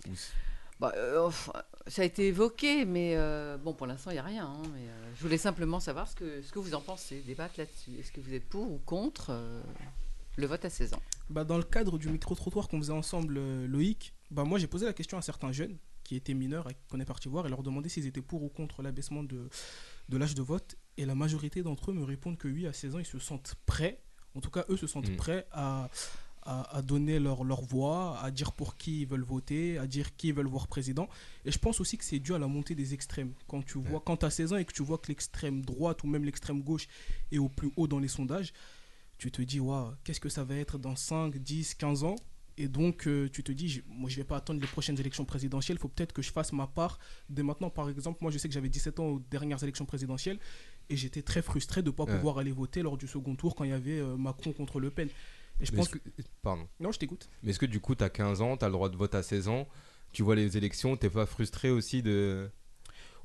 ou c'est- Bah, euh, enfin, Ça a été évoqué, mais euh, bon, pour l'instant, il n'y a rien. hein, mais, euh, je voulais simplement savoir ce que, ce que vous en pensez, débattre là-dessus. Est-ce que vous êtes pour ou contre euh, le vote à 16 ans Bah, dans le cadre du micro-trottoir qu'on faisait ensemble, euh, Loïc, bah, moi j'ai posé la question à certains jeunes qui étaient mineurs et qu'on est parti voir et leur demander s'ils étaient pour ou contre l'abaissement de, de l'âge de vote. Et la majorité d'entre eux me répondent que oui, à 16 ans, ils se sentent prêts. En tout cas, eux se sentent Mm. prêts à, à, à donner leur, leur voix, à dire pour qui ils veulent voter, à dire qui ils veulent voir président. Et je pense aussi que c'est dû à la montée des extrêmes. Quand tu vois, quand as 16 ans et que tu vois que l'extrême droite ou même l'extrême gauche est au plus haut dans les sondages, tu te dis, waouh, qu'est-ce que ça va être dans 5, 10, 15 ans Et donc, euh, tu te dis, je- moi, je vais pas attendre les prochaines élections présidentielles, il faut peut-être que je fasse ma part dès maintenant. Par exemple, moi, je sais que j'avais 17 ans aux dernières élections présidentielles et j'étais très frustré de ne pas Ouais. pouvoir aller voter lors du second tour quand il y avait euh, Macron contre Le Pen. Et je Mais pense est-ce que- Pardon. Non, je t'écoute. Mais est-ce que du coup, t'as 15 ans, t'as le droit de vote à 16 ans, tu vois les élections, t'es pas frustré aussi de.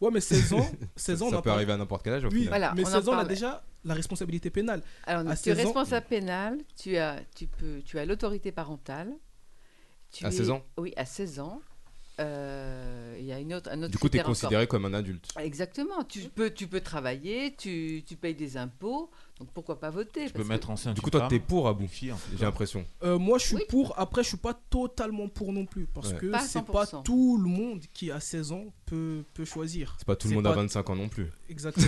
Ouais, mais 16 ans, 16 ans on ça en peut parle. arriver à n'importe quel âge au Oui, final. Voilà, mais on en 16 ans, on a parlait. déjà la responsabilité pénale. Alors, à tu es 16 ans, responsable pénal, tu as, tu peux, tu as l'autorité parentale. tu À es- 16 ans Oui, à 16 ans. Euh, Il y a une autre, un autre Du coup, t'es critère encore. considéré comme un adulte. Exactement. Tu peux, tu peux travailler, tu, tu payes des impôts, donc pourquoi pas voter peux mettre enceinte Du coup, une toi, femme, t'es pour à bout. fille, en fait. J'ai l'impression. Euh, moi, je suis pour. Après, je suis pas totalement pour non plus. Parce Ouais. que Pas à c'est pas 100%. tout le monde qui, à 16 ans, peut, peut choisir. C'est pas tout le monde à 25 ans non plus. Exactement.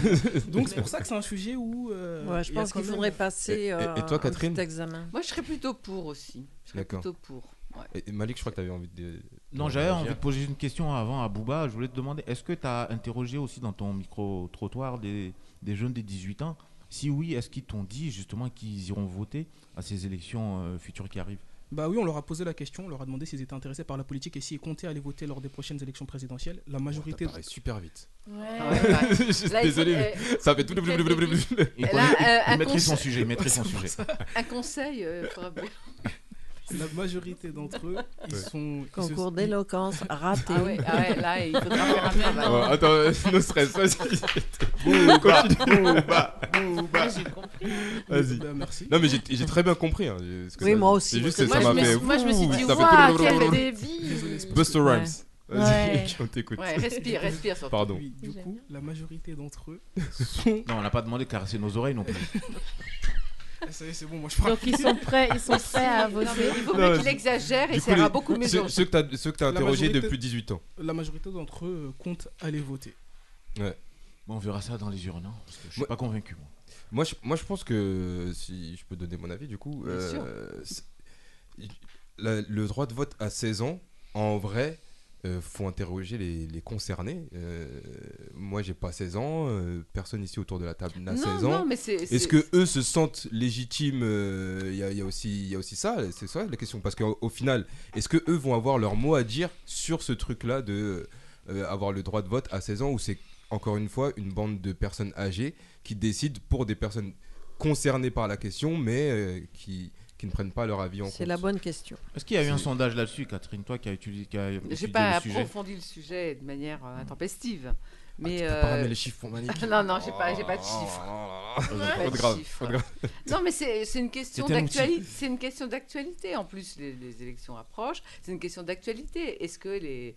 Donc, c'est pour ça que c'est un sujet où. euh, Ouais, je il y a pense quand qu'il même- faudrait passer Et- et- euh, et toi, Catherine un petit examen. Moi, je serais plutôt pour aussi. Je serais D'accord. plutôt pour. ouais. Et- et Malik, je crois que t'avais envie de. Non, Donc, j'avais je veux envie de dire- poser une question avant à Booba. Je voulais te demander, est-ce que tu as interrogé aussi dans ton micro-trottoir des, des jeunes des 18 ans Si oui, est-ce qu'ils t'ont dit justement qu'ils iront voter à ces élections euh, futures qui arrivent Bah oui, on leur a posé la question, on leur a demandé s'ils étaient intéressés par la politique et s'ils comptaient aller voter lors des prochaines élections présidentielles. La majorité. Ça paraît super vite. Ouais. Ah, Je suis désolé, mais euh, ça fait tout le Il Là, euh, un maîtrise son conse- sujet, il maîtrise son sujet. Un conseil, euh, faudra bien. La majorité d'entre eux, ils Ouais. sont. ils se- Concours d'éloquence raté. Ah ouais, ah ouais, là, il faudra faire un travail. Ouais, attends, euh, ne serait-ce pas si. Booba, Continue. Booba, Booba. J'ai compris. Vas-y. Bah, merci. Non, mais j'ai j'ai très bien compris. hein, ce que Oui, ça- moi aussi. C'est juste Parce que que ça moi, je m'a me fait. suis- moi, je me suis dit, Ça fait waouh, tout quel le- débile. Buster Ouais. Rhymes. Ouais. Vas-y, on t'écoute. Ouais, respire, respire surtout. Pardon. Oui, du J'aime coup, bien. la majorité d'entre eux sont. Non, on n'a pas demandé de caresser nos oreilles non plus. Ah, ça y est, c'est bon, moi je parle. Donc ils sont prêts, ils sont prêts à Non, mais voter. il faut Non, pas qu'il c'est- exagère et Du ça coup, ira les- beaucoup mieux. ceux, ceux que t'as- ceux que t'as La interrogés majorité- depuis 18 ans. La majorité d'entre eux euh, comptent aller voter. Bon, on verra ça dans les urnes, hein, parce que je suis Ouais. pas convaincu. moi. Moi je, moi, je pense que si je peux donner mon avis, du coup, euh, Bien sûr. c'est- la- le droit de vote à 16 ans, en vrai, euh, faut interroger les, les concernés. Euh, moi, j'ai pas 16 ans. euh, personne ici autour de la table n'a non, 16 ans. non, mais c'est. Est-ce c'est- que eux se sentent légitimes euh, Il y, a- il y a aussi, il y a aussi ça, c'est ça la question. Parce qu'au au final, est-ce que eux vont avoir leur mot à dire sur ce truc-là de euh, avoir le droit de vote à 16 ans ou c'est encore une fois une bande de personnes âgées qui décident pour des personnes concernées par la question, mais euh, qui, qui ne prennent pas leur avis en compte. C'est la bonne question. Est-ce qu'il y a eu un C'est- sondage là-dessus, Catherine, toi qui as utilisé qui a J'ai étudié pas le sujet approfondi le sujet de manière euh, intempestive. Ah, Mais. t'as euh, pas ramené les chiffres pour Malik. non, non, j'ai pas, j'ai pas de chiffres. Oh là là là là. Pas Faute de grave, chiffres. faute grave. Non, mais c'est c'est une question C'était un outil. d'actualité. C'est une question d'actualité. En plus, les, les élections approchent. C'est une question d'actualité. Est-ce que les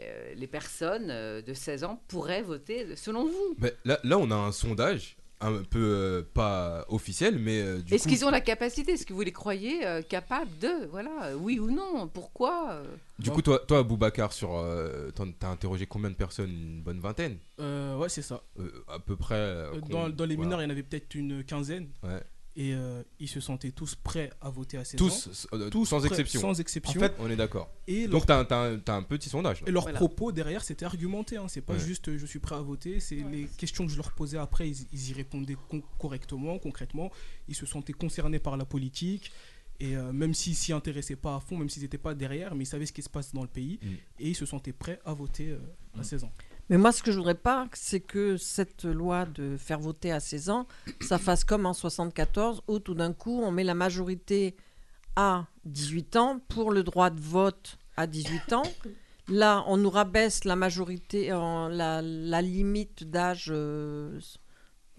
euh, les personnes euh, de 16 ans pourraient voter selon vous Mais Ben, là, là, on a un sondage un peu euh, pas officiel, mais euh, du Est-ce coup, qu'ils ont la capacité Est-ce que vous les croyez euh, capables de Voilà, euh, oui ou non Pourquoi euh Du coup, toi, toi Boubacar, sur, euh, t'en- t'as interrogé combien de personnes Une bonne vingtaine Euh, ouais, c'est ça. Euh, À peu près. euh, Euh, qu'on- Dans, dans les voilà. mineurs, il y en avait peut-être une quinzaine. Ouais. Et euh, ils se sentaient tous prêts à voter à 16 ans. Tous, euh, tous, sans prêts- exception. Sans exception. En fait, on est d'accord. et leur Donc, t'as un- t'as un, t'as un petit sondage. là. Et leurs Voilà. propos derrière, c'était argumenté. Hein. C'est pas Ouais. juste euh, je suis prêt à voter. C'est les questions que je leur posais après, ils, ils y répondaient con- correctement, concrètement. Ils se sentaient concernés par la politique. Et euh, même s'ils s'y intéressaient pas à fond, même s'ils n'étaient pas derrière, mais ils savaient ce qui se passe dans le pays. Mm. Et ils se sentaient prêts à voter euh, à 16 ans. Mais moi, ce que je voudrais pas, c'est que cette loi de faire voter à 16 ans, ça fasse comme en 74, où tout d'un coup, on met la majorité à 18 ans pour le droit de vote à 18 ans. Là, on nous rabaisse la majorité, en- la, la limite d'âge, euh,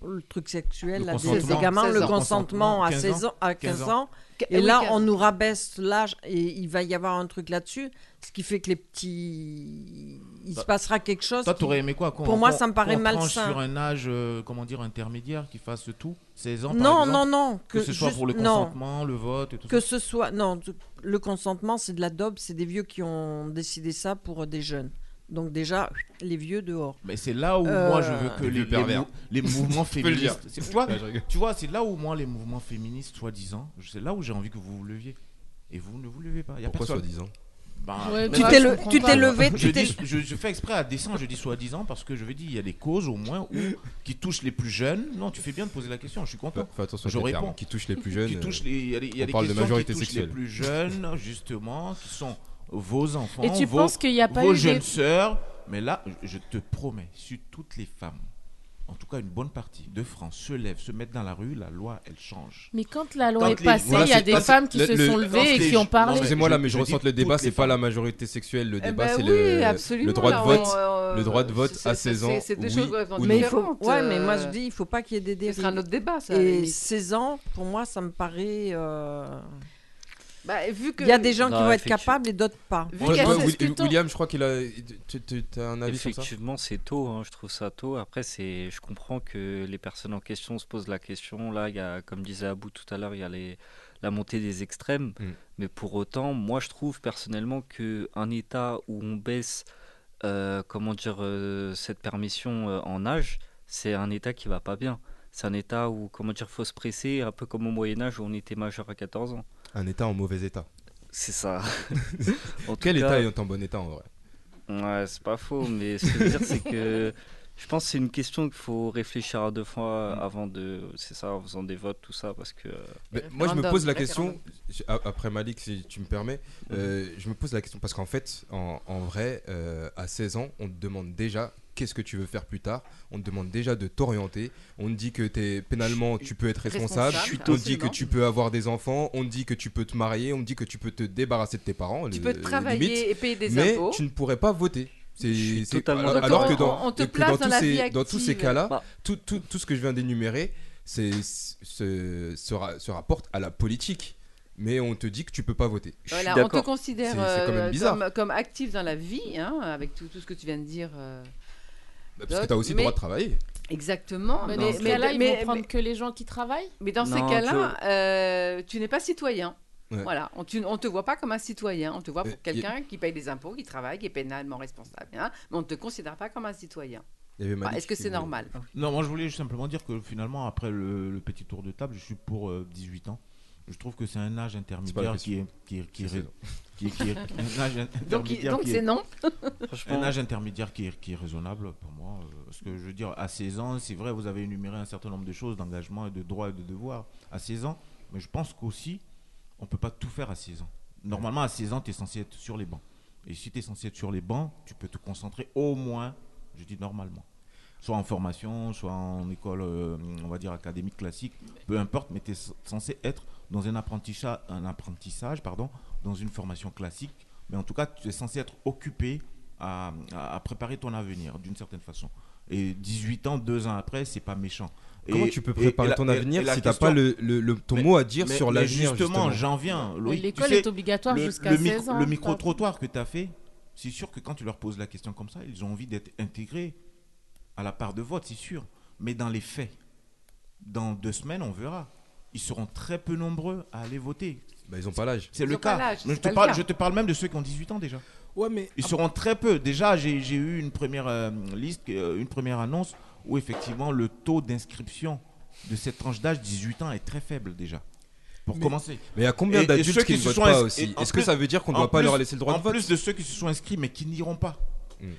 le truc sexuel, Le là, des- des consentement. gamins, 16 le ans. consentement à 15 16 ans, à 15 15 ans. Et là, on nous rabaisse l'âge et il va y avoir un truc là-dessus, ce qui fait que les petits. Il se Bah, passera quelque chose. Toi, qui- t'aurais aimé quoi qu'on- Pour moi, qu'on- ça me paraît qu'on tranche malsain. sur un âge, euh, comment dire, intermédiaire, qui fasse tout, 16 ans par Non, exemple, non, non. Que, ce soit juste- pour le non, consentement, le vote et tout que ça. ce soit. Non, tu- le consentement, c'est de la dope, c'est des vieux qui ont décidé ça pour euh, des jeunes. Donc, déjà, les vieux dehors. Mais c'est là où Euh, moi je veux que Les les, vieux pervers. mou- les mouvements peux le dire. féministes. c'est- Tu vois, Ouais, je rigole. tu vois, c'est là où moi les mouvements féministes, soi-disant, c'est là où j'ai envie que vous vous leviez. Et vous ne vous levez pas. Y a personne. Pourquoi soi-disant Bah, Ouais, mais Tu bah, t'es je le- comprends tu pas. t'es levé, Je, tu t'es. dis, je, je fais exprès à descendre, je dis soi-disant parce que je veux dire, il y a des causes au moins où, qui touchent les plus jeunes. Non, tu fais bien de poser la question, je suis content. Fais attention, Je à tes réponds. termes, Qui touche les plus jeunes. qui euh, touchent les, il y a des, il y a on des parle de questions majorité qui touchent sexuelle. les plus jeunes, justement, qui sont vos enfants, Et tu vos, penses qu'il n'y a pas vos eu jeunes des... sœurs. Mais là, je- je te promets, si toutes les femmes, en tout cas une bonne partie de France, se lèvent, se mettent dans la rue, la loi, elle change. Mais quand la loi Quand est les- passée, il voilà, y a c'est- des là, c'est- femmes qui le- se le- sont non, levées et c'est- qui ont non, parlé. mais- Excusez-moi Je- là, mais je, je dis ressens que le toutes débat, les c'est pas femmes. la majorité sexuelle. Le Eh débat, ben c'est oui, le, absolument, le droit là, de on- vote. euh, le droit de vote c'est- à c'est- 16 ans, c'est- C'est deux oui choses ou complètement non. Mais il faut. différentes. Ouais, mais moi, euh, je dis, il faut pas qu'il y ait des Ce sera un dérives. autre débat, ça. à la Et limite. 16 ans, pour moi, ça me paraît. euh, Bah, vu que Il y a des gens qui Non, vont être effectivement. capables et d'autres pas. vu Toi- qu'il y a toi, ce- Will- discutons. William, je crois qu'il a. tu- tu- T'as un avis sur ça Effectivement, c'est tôt, hein, je trouve ça tôt. Après, c'est, je comprends que les personnes en question se posent la question. Là, il y a, comme disait Abou tout à l'heure, il y a les, la montée des extrêmes. Mm. Mais pour autant, moi, je trouve personnellement qu'un État où on baisse, euh, comment dire, euh, cette permission euh, en âge, c'est un État qui va pas bien. C'est un État où, comment dire, faut se presser, un peu comme au Moyen Âge où on était majeur à 14 ans. Un état en mauvais état. C'est ça. En tout Quel état cas- est en bon état en vrai Ouais, c'est pas faux, mais ce que je veux dire, c'est que je pense que c'est une question qu'il faut réfléchir à deux Mm. fois avant de. C'est ça, en faisant des votes, tout ça, parce que. euh, Mais moi, je me pose la question, je- a- après Malik, si tu me permets, Mhm. euh, je me pose la question parce qu'en fait, en, en vrai, euh, à 16 ans, on te demande déjà qu'est-ce que tu veux faire plus tard, on te demande déjà de t'orienter, on te dit que es, pénalement, tu peux être responsable, Responsable, on te dit que absolument. tu peux avoir des enfants, on te dit que tu peux te marier, on te dit que tu peux te débarrasser de tes parents. Tu le- peux travailler limite, et payer des mais impôts. tu ne pourrais pas voter. C'est c'est- totalement alors, d'accord. alors que On- dans, on te et que place dans dans tous la ces- vie dans tous ces active. cas-là, tout, tout- tout ce que je viens d'énumérer, c'est se, se, ra- se rapporte à la politique. Mais on te dit que tu peux pas voter. Voilà, on te considère C'est c'est quand euh, même bizarre. comme, comme actif dans la vie, hein, avec tout, tout ce que tu viens de dire. euh, Bah, parce que Doc, t'as aussi le mais- droit de travailler. Exactement. Mais dans ce cas-là, ils vont prendre que les gens qui travaillent mais dans Non, ces cas-là, euh, tu n'es pas citoyen. Ouais. Voilà, on ne te voit pas comme un citoyen, on te voit Euh, pour quelqu'un qui paye des impôts, qui travaille, qui est pénalement responsable, hein, mais on ne te considère pas comme un citoyen. Il y avait Enfin, Malik Ah, Est-ce que qui c'est voulait- normal Non, moi je voulais juste simplement dire que finalement, après le, le petit tour de table, je suis pour euh, 18 ans. Je trouve que c'est un âge intermédiaire qui est. Qui est, qui est- C'est ça. qui est- qui est- un âge Donc, intermédiaire donc qui est- c'est non Franchement. Un âge intermédiaire qui est, qui est raisonnable pour moi. euh, Parce que je veux dire, à 16 ans, c'est vrai, vous avez énuméré un certain nombre de choses, d'engagement et de droits et de devoirs à 16 ans. Mais je pense qu'aussi, on peut pas tout faire à 16 ans. Normalement, à 16 ans, tu es censé être sur les bancs. Et si tu es censé être sur les bancs, tu peux te concentrer au moins, je dis normalement, soit en formation, soit en école, euh, on va dire, académique classique, peu importe, mais tu es censé être dans un apprentissage, un apprentissage pardon, dans une formation classique. Mais en tout cas, tu es censé être occupé à, à préparer ton avenir d'une certaine façon. Et 18 ans, deux ans après, c'est pas méchant. Comment Et- tu peux et- préparer et la- ton et- avenir et la si t'as question- pas le- le- le- ton mot à dire sur l'avenir, Justement, justement. j'en viens. Mais Loïc, l'école tu sais, est obligatoire le- jusqu'à le micro- 16 ans, Le je micro-trottoir que tu as fait, c'est sûr que quand tu leur poses la question comme ça, ils ont envie d'être intégrés à la part de vote, c'est sûr. Mais dans les faits, dans deux semaines, on verra. Ils seront très peu nombreux à aller voter. Bah, ils n'ont pas l'âge. C'est Ils le ont pas cas. l'âge, Mais c'est je, pas te le parle, cas. je te parle même de ceux qui ont 18 ans déjà. Ouais, mais Ils seront très peu. Déjà, j'ai j'ai eu une première euh, liste, euh, une première annonce où effectivement le taux d'inscription de cette tranche d'âge 18 ans est très faible déjà. Pour Mais- commencer. mais il y a combien Et- et d'adultes ceux qui ne se votent sont pas ins- aussi et en Est-ce que ça veut dire qu'on ne en doit pas leur plus- laisser le droit de Mm. En plus de ceux qui se sont inscrits mais qui n'iront pas.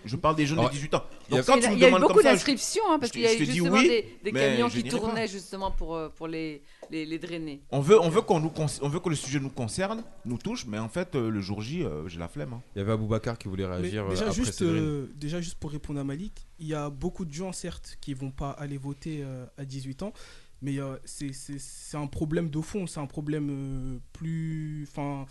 Je parle des jeunes Alors, de 18 ans. il y a- Donc quand Il y tu a- me il y a eu demandes beaucoup comme ça, je- Prescription, hein, parce je- qu'il y a je te dis justement oui, des, des mais camions je qui n'irai pas. tournaient justement pour, euh, pour les, les, les drainer. On veut, on veut qu'on nous, cons- on veut que le sujet nous concerne, nous touche, mais en fait, euh, le jour J, euh, j'ai la flemme. Il y avait Aboubacar qui voulait Mais réagir euh, déjà, après juste, Séverine. euh, déjà, juste pour répondre à Malik, il y a beaucoup de gens, certes, qui vont pas aller voter euh, à 18 ans, mais euh, c'est- c'est c'est un problème de fond, c'est un problème euh, plus. Enfin,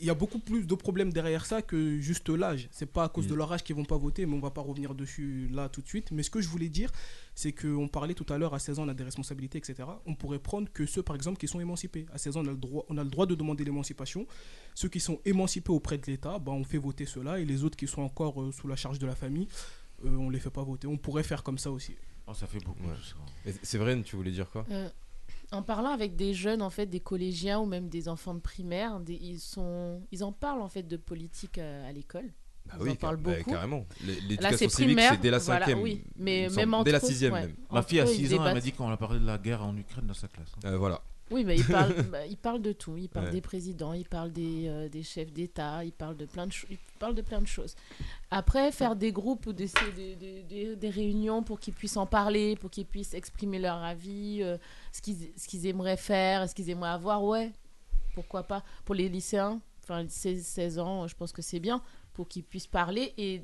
il y a beaucoup plus de problèmes derrière ça que juste l'âge. C'est pas à cause Mm. de leur âge qu'ils vont pas voter, mais on va pas revenir dessus là tout de suite. Mais ce que je voulais dire, c'est qu'on parlait tout à l'heure, à 16 ans, on a des responsabilités, etc. On pourrait prendre que ceux, par exemple, qui sont émancipés. À 16 ans, on a le droit, on a le droit de demander l'émancipation. Ceux qui sont émancipés auprès de l'État, bah, on fait voter ceux-là, et les autres qui sont encore euh, sous la charge de la famille, euh, on les fait pas voter. On pourrait faire comme ça aussi. Oh, ça fait beaucoup. Ouais. Et Séverine, tu voulais dire quoi Euh, en parlant avec des jeunes, en fait, des collégiens ou même des enfants de primaire, des- ils, sont, ils en parlent en fait de politique euh, à l'école. Bah ils oui, en parlent car- bah, beaucoup. carrément. L'é- Là, l'éducation c'est civique, primaire, c'est dès la voilà, cinquième, oui, il mais me même semble. Dès la entre eux, sixième, ouais. même. Ma Entre fille à eux, ils 6 ans, elle m'a débattent. dit qu'on a parlé de la guerre en Ukraine dans sa classe. hein. Euh, voilà. Oui, mais ils parlent, bah, ils parlent de tout. Ils parlent Ouais. des présidents, ils parlent des, euh, des chefs d'État, ils parlent de plein de cho- ils parlent de plein de choses. Après, faire des groupes ou des, des, des- des- des réunions pour qu'ils puissent en parler, pour qu'ils puissent exprimer leur avis, euh, ce qu'ils ce qu'ils aimeraient faire, ce qu'ils aimeraient avoir, ouais, pourquoi pas. Pour les lycéens, enfin 16, 16 ans, je pense que c'est bien pour qu'ils puissent parler et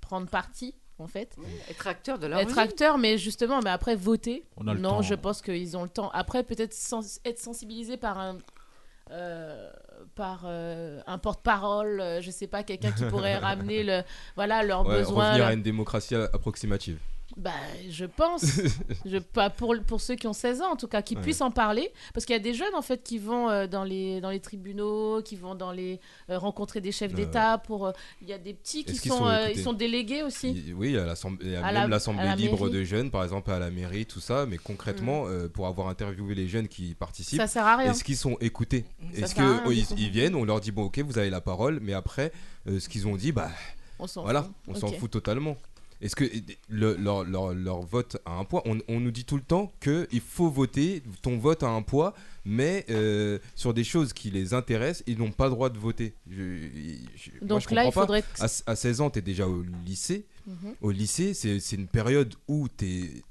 prendre parti. En fait, être acteur de leur être vie. acteur, mais justement, mais après voter. On a le non, temps. je pense qu'ils ont le temps. Après, peut-être sens- être sensibilisé par un, euh, par euh, un porte-parole, euh, je sais pas, quelqu'un qui pourrait ramener le, voilà, leurs Ouais, besoins. revenir euh, leur- à une démocratie approximative. Bah, je pense. je, pas pour, pour ceux qui ont 16 ans, en tout cas, qui Ouais. puissent en parler. Parce qu'il y a des jeunes, en fait, qui vont euh, dans, les, dans les tribunaux, qui vont dans les, euh, rencontrer des chefs Ouais, ouais. d'État. pour euh, Il y a des petits qui sont, Est-ce qu'ils sont euh, écoutés ils sont délégués aussi. Il- Oui, à l'assemblée- il y a À la- même l'assemblée à la libre mairie. Mm. de jeunes, par exemple à la mairie, tout ça. Mais concrètement, euh, pour avoir interviewé les jeunes qui participent, Ça sert à rien. est-ce qu'ils sont écoutés Ça Est-ce sert à rien, que oh, du ils, coup. ils viennent, on leur dit bon, ok, vous avez la parole, mais après, euh, ce qu'ils ont dit, bah On s'en voilà, fout. on s'en Ok. fout totalement. Est-ce que le- leur, leur- leur vote a un poids on, on nous dit tout le temps que il faut voter, ton vote a un poids, mais euh, sur des choses qui les intéressent, ils n'ont pas le droit de voter. Je- je- moi, Donc je là, comprends il pas. faudrait que- À, s- à 16 ans, tu es déjà au lycée. Mhm. Au lycée, c'est c'est une période où tu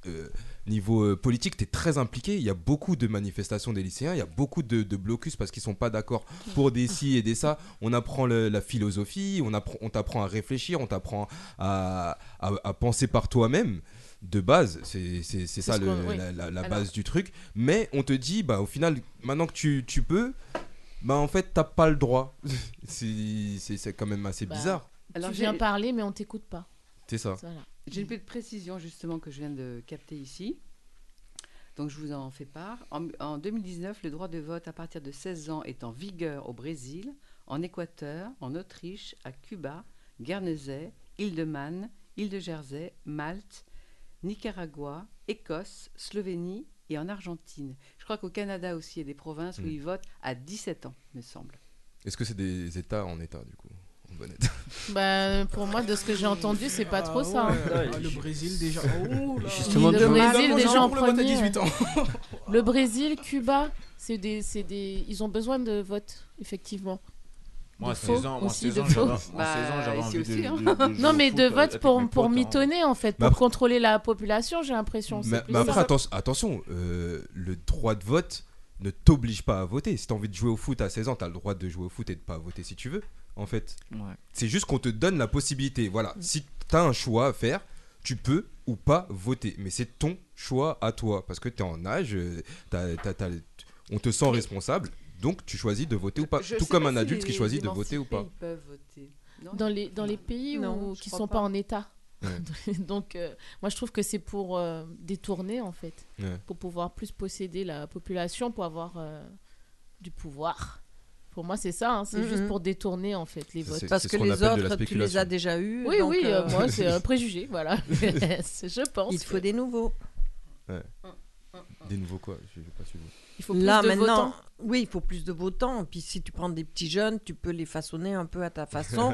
niveau euh, politique, tu es très impliqué. Il y a beaucoup de manifestations des lycéens, il y a beaucoup de, de blocus parce qu'ils sont pas d'accord pour des ci et des ça. On apprend le- la philosophie, on apprend- on t'apprend à réfléchir, on t'apprend à, à- à penser par toi-même. De base, c'est c'est- c'est C'est ça ce le- qu'on- oui. la, la- la Alors- base du truc. Mais on te dit, bah, au final, maintenant que tu, tu peux, bah, en fait, t'as pas le droit. c'est c'est- c'est quand même assez Bah, bizarre. Alors, tu viens j'ai- parler, mais on t'écoute pas. C'est ça. Voilà. J'ai une petite précision justement que je viens de capter ici. Donc je vous en fais part. En, en 2019, le droit de vote à partir de 16 ans est en vigueur au Brésil, en Équateur, en Autriche, à Cuba, Guernesey, île de Man, île de Jersey, Malte, Nicaragua, Écosse, Slovénie et en Argentine. Je crois qu'au Canada aussi, il y a des provinces où Mm. ils votent à 17 ans, me semble. Est-ce que c'est des États en État, du coup En bon état. Bah, pour moi, de ce que j'ai entendu, c'est pas trop ça. hein. Ah, le Brésil déjà. Oh là. Justement, le tu- Brésil Nous déjà en avons pour le vote à premier. 18 ans. Le Brésil, Cuba, c'est des, c'est des, ils ont besoin de vote, effectivement. Moi, à De faux 16 ans, moi, à aussi, 16 ans, de Bah, faux. j'avais- moi, à 16 ans, j'avais ici envie de- aussi, hein. de- de jouer Non, au mais foot de avec vote mes pour, potes, pour hein. mitonner, en fait, pour Mais- contrôler la population, j'ai l'impression. c'est Bah, Mais, plus mais ça. après, atten- attention, euh, le droit de vote ne t'oblige pas à voter. Si t'as envie de jouer au foot à 16 ans, t'as le droit de jouer au foot et de pas voter si tu veux, en fait. C'est juste qu'on te donne la possibilité. Voilà, Mm. si t'as un choix à faire, tu peux ou pas voter. Mais c'est ton choix à toi, parce que t'es en âge, euh, t'as- t'as- t'as- on te sent responsable, donc tu choisis de voter ou pas. Je Tout sais comme pas un si adulte qui les choisit de voter ou émancipés, pas. Ils peuvent voter. Non, dans les, dans les pays Non, où, je qui crois sont pas, pas. en état. Ouais. Donc, euh, moi, je trouve que c'est pour euh, détourner, en fait, Ouais. pour pouvoir plus posséder la population, pour avoir euh, du pouvoir. Pour moi, c'est ça, hein, c'est Mhm. juste pour détourner, en fait, les Ça, votes. c'est- Parce c'est ce que qu'on les appelle de la autres, tu spéculation. les as déjà eus, Oui, donc, oui, euh, euh, moi, c'est un préjugé, voilà. je pense. Il te faut des nouveaux. Ouais. Mm, Des nouveaux quoi Je n'ai pas suivi. Il faut plus Là de maintenant, votants. oui, il faut plus de votants. Puis si tu prends des petits jeunes, tu peux les façonner un peu à ta façon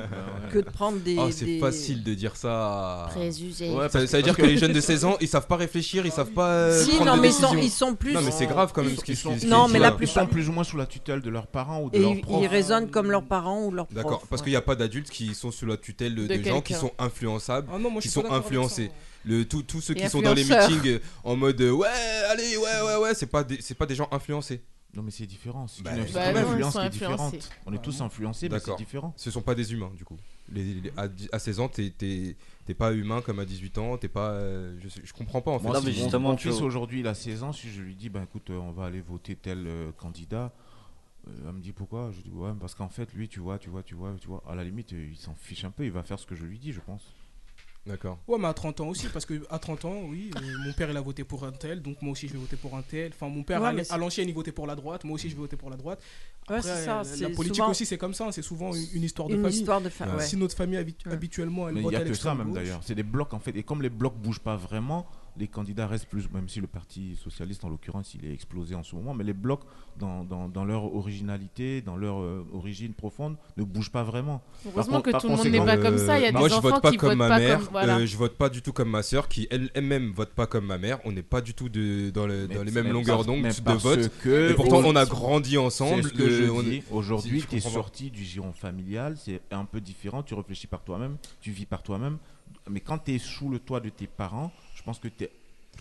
que de prendre des. Oh, Ah c'est des- facile de dire ça. Préjugés. Ouais, Parce ça, que- ça veut dire que parce que- les jeunes de 16 ans, ils savent pas réfléchir, ils savent pas. euh, Si, prendre non, des mais ils sont- décisions. ils sont plus- Non, mais c'est grave quand même Ils ce qu'ils sont- ce qu'ils- Non, ce mais qu'ils la disent. Ils sont plus ou moins sous la tutelle de leurs parents ou de Et leurs ils, profs. ils raisonnent comme leurs parents ou leurs profs. D'accord, parce qu'il n'y a pas d'adultes qui sont sous la tutelle Oh, de, De gens qui quelqu'un. sont influençables, Ah non, moi, je qui suis sont pas d'accord avec influencés. Le, tout- Tous ceux Et qui sont dans les influenceurs. meetings euh, en mode euh, ouais, allez, ouais, ouais, ouais, c'est pas, des- c'est pas des gens influencés. Non, mais c'est différent. C'est Bah, une- c'est bah une non, influence ils sont qui est différente. influencés. On est tous influencés, mais c'est D'accord. différent. Ce sont pas des humains, du coup. Les- les- à, dix- à 16 ans, t'es- t'es t'es pas humain comme à 18 ans, t'es pas. euh, je, sais- je comprends pas en fait. Moi, si mon- mon tu fils aujourd'hui, il a 16 ans. Si je lui dis, ben écoute, euh, on va aller voter tel euh, candidat, euh, elle me dit pourquoi Je dis ouais, parce qu'en fait, lui, tu vois, tu vois, tu vois, tu vois. À la limite, euh, il s'en fiche un peu. Il va faire ce que je lui dis, je pense. D'accord. Ouais, mais à 30 ans aussi, parce que à 30 ans, oui, euh, mon père il a voté pour un tel, donc moi aussi je vais voter pour un tel. Enfin, mon père Ouais, à mais l'é- c'est- à l'ancienne il votait pour la droite, moi aussi je vais voter pour la droite. Ouais, Après, c'est ça, la- c'est la politique souvent- aussi c'est comme ça, hein, c'est souvent une, une histoire de Une famille. histoire de fa- Ouais. ouais. Si notre famille habit- habituellement elle Mais il vote n'y a à que ça l'extrême même gauche- d'ailleurs. C'est des blocs en fait. Et comme les blocs bougent pas vraiment, les candidats restent plus, même si le Parti socialiste en l'occurrence il est explosé en ce moment, mais les blocs dans, dans- dans leur originalité, dans leur euh, origine profonde, ne bougent pas vraiment. Par Heureusement contre- que par tout le monde n'est conséquent- euh, bah, pas comme ça, il y a Moi, des je enfants vote pas qui comme votent ma pas mère. comme- voilà. euh, je vote pas du tout comme ma sœur, qui elle-même vote pas comme ma mère. On n'est pas du tout de- dans, le- dans euh, les mêmes mais longueurs parce- d'onde mais de parce vote. que Et pourtant, on a aujourd'hui- grandi ensemble. C'est ce que je euh, on- dis. Aujourd'hui, Si, je tu es comprends pas. sorti du giron familial, c'est un peu différent. Tu réfléchis par toi-même, tu vis par toi-même. Mais quand tu es sous le toit de tes parents, je pense que, t'es-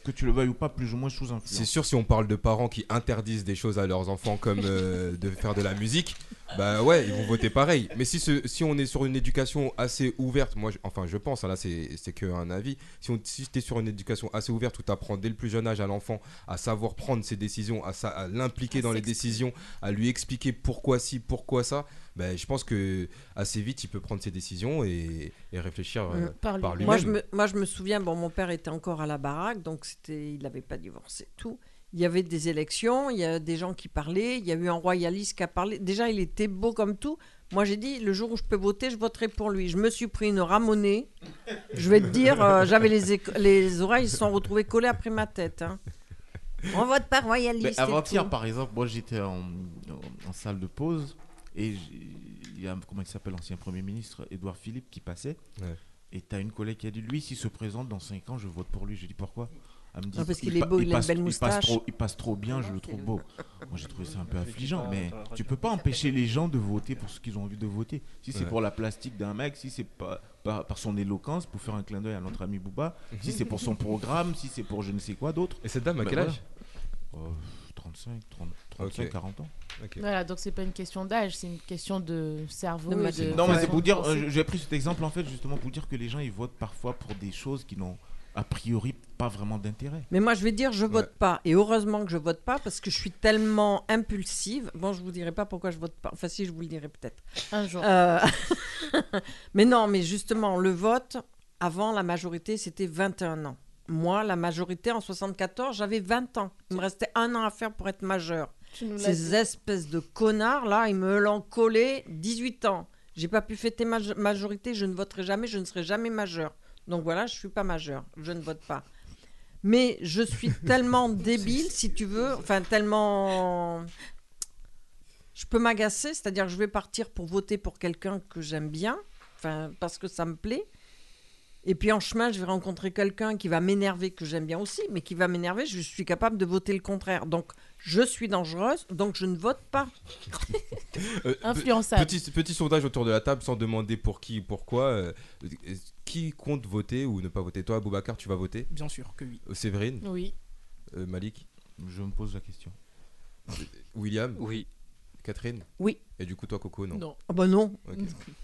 que tu le veuilles ou pas, plus ou moins sous influence. C'est sûr, si on parle de parents qui interdisent des choses à leurs enfants, comme euh, de faire de la musique, bah ouais, ils vont voter pareil. Mais si, ce- si on est sur une éducation assez ouverte, moi, je- enfin, je pense, hein, là, c'est c'est qu'un avis. Si, on- si tu es sur une éducation assez ouverte où tu apprends dès le plus jeune âge à l'enfant à savoir prendre ses décisions, à, sa- à l'impliquer dans les décisions, à lui expliquer pourquoi ci, pourquoi ça, bah, je pense que assez vite, il peut prendre ses décisions et, et réfléchir euh, Mm. par lui-même. moi, je me, moi, je me souviens, bon, mon père était encore à la baraque, donc c'était- il n'avait pas divorcé, tout. Il y avait des élections, il y a des gens qui parlaient, il y a eu un royaliste qui a parlé. Déjà, il était beau comme tout. Moi, j'ai dit, le jour où je peux voter, je voterai pour lui. Je me suis pris une ramonée. Je vais te dire, euh, j'avais les, éco- les oreilles se sont retrouvées collées après ma tête. hein. On vote par royaliste. Mais et avant-hier, tout. par exemple, moi j'étais en, en- en salle de pause et j'ai- il y a, un- comment il s'appelle, l'ancien Premier ministre, Édouard Philippe, qui passait. Ouais. Et t'as une collègue qui a dit Lui, s'il se présente dans 5 ans, je vote pour lui. Je dis Pourquoi Elle me dit Non, parce qu'il pa- est beau, il a une passe- belle Passe moustache. trop, il passe trop bien, je le trouve beau. Moi, j'ai trouvé ça un peu affligeant, mais tu peux pas empêcher les gens de voter pour ce qu'ils ont envie de voter. Si c'est Ouais. pour la plastique d'un mec, si c'est pas. Par, par son éloquence, pour faire un clin d'œil à notre ami Booba, si c'est pour son programme, si c'est pour je ne sais quoi d'autre. Et cette dame, à Ben quel voilà. âge Euh, 35, 30, 35, 40 ans. Voilà, donc c'est pas une question d'âge, c'est une question de cerveau. et de Non, mais c'est façon pour de dire, euh, penser. je- j'ai pris cet exemple en fait justement pour dire que les gens ils votent parfois pour des choses qui n'ont a priori pas vraiment d'intérêt. Mais moi, je vais dire, je vote pas. Et heureusement que je vote pas parce que je suis tellement impulsive. Bon, je vous dirai pas pourquoi je vote pas. Enfin, si, je vous le dirai peut-être. Un jour. Euh, mais non, mais justement, le vote, avant, la majorité, c'était 21 ans. Moi, la majorité, en 74, j'avais 20 ans. Il me restait un an à faire pour être majeur. Tu nous l'as Ces dit. espèces de connards, là, ils me l'ont collé 18 ans. J'ai pas pu fêter ma majorité, je ne voterai jamais, je ne serai jamais majeur. Donc voilà, je suis pas majeur, je ne vote pas. Mais je suis tellement débile, si tu veux, enfin tellement je peux m'agacer, c'est-à-dire que je vais partir pour voter pour quelqu'un que j'aime bien, enfin parce que ça me plaît. Et puis en chemin, je vais rencontrer quelqu'un qui va m'énerver, que j'aime bien aussi, mais qui va m'énerver, je suis capable de voter le contraire. Donc je suis dangereuse, donc je ne vote pas. Euh, Influençable. Petit, petit sondage autour de la table sans demander pour qui ou pourquoi. euh, euh, qui compte voter ou ne pas voter Toi, Boubacar, tu vas voter Bien sûr que oui. Euh, Séverine Oui. Euh, Malik Euh, Je me pose la question. William Oui. Catherine Oui. Et du coup, toi, Coco, non Non. Ah bah non. Ok.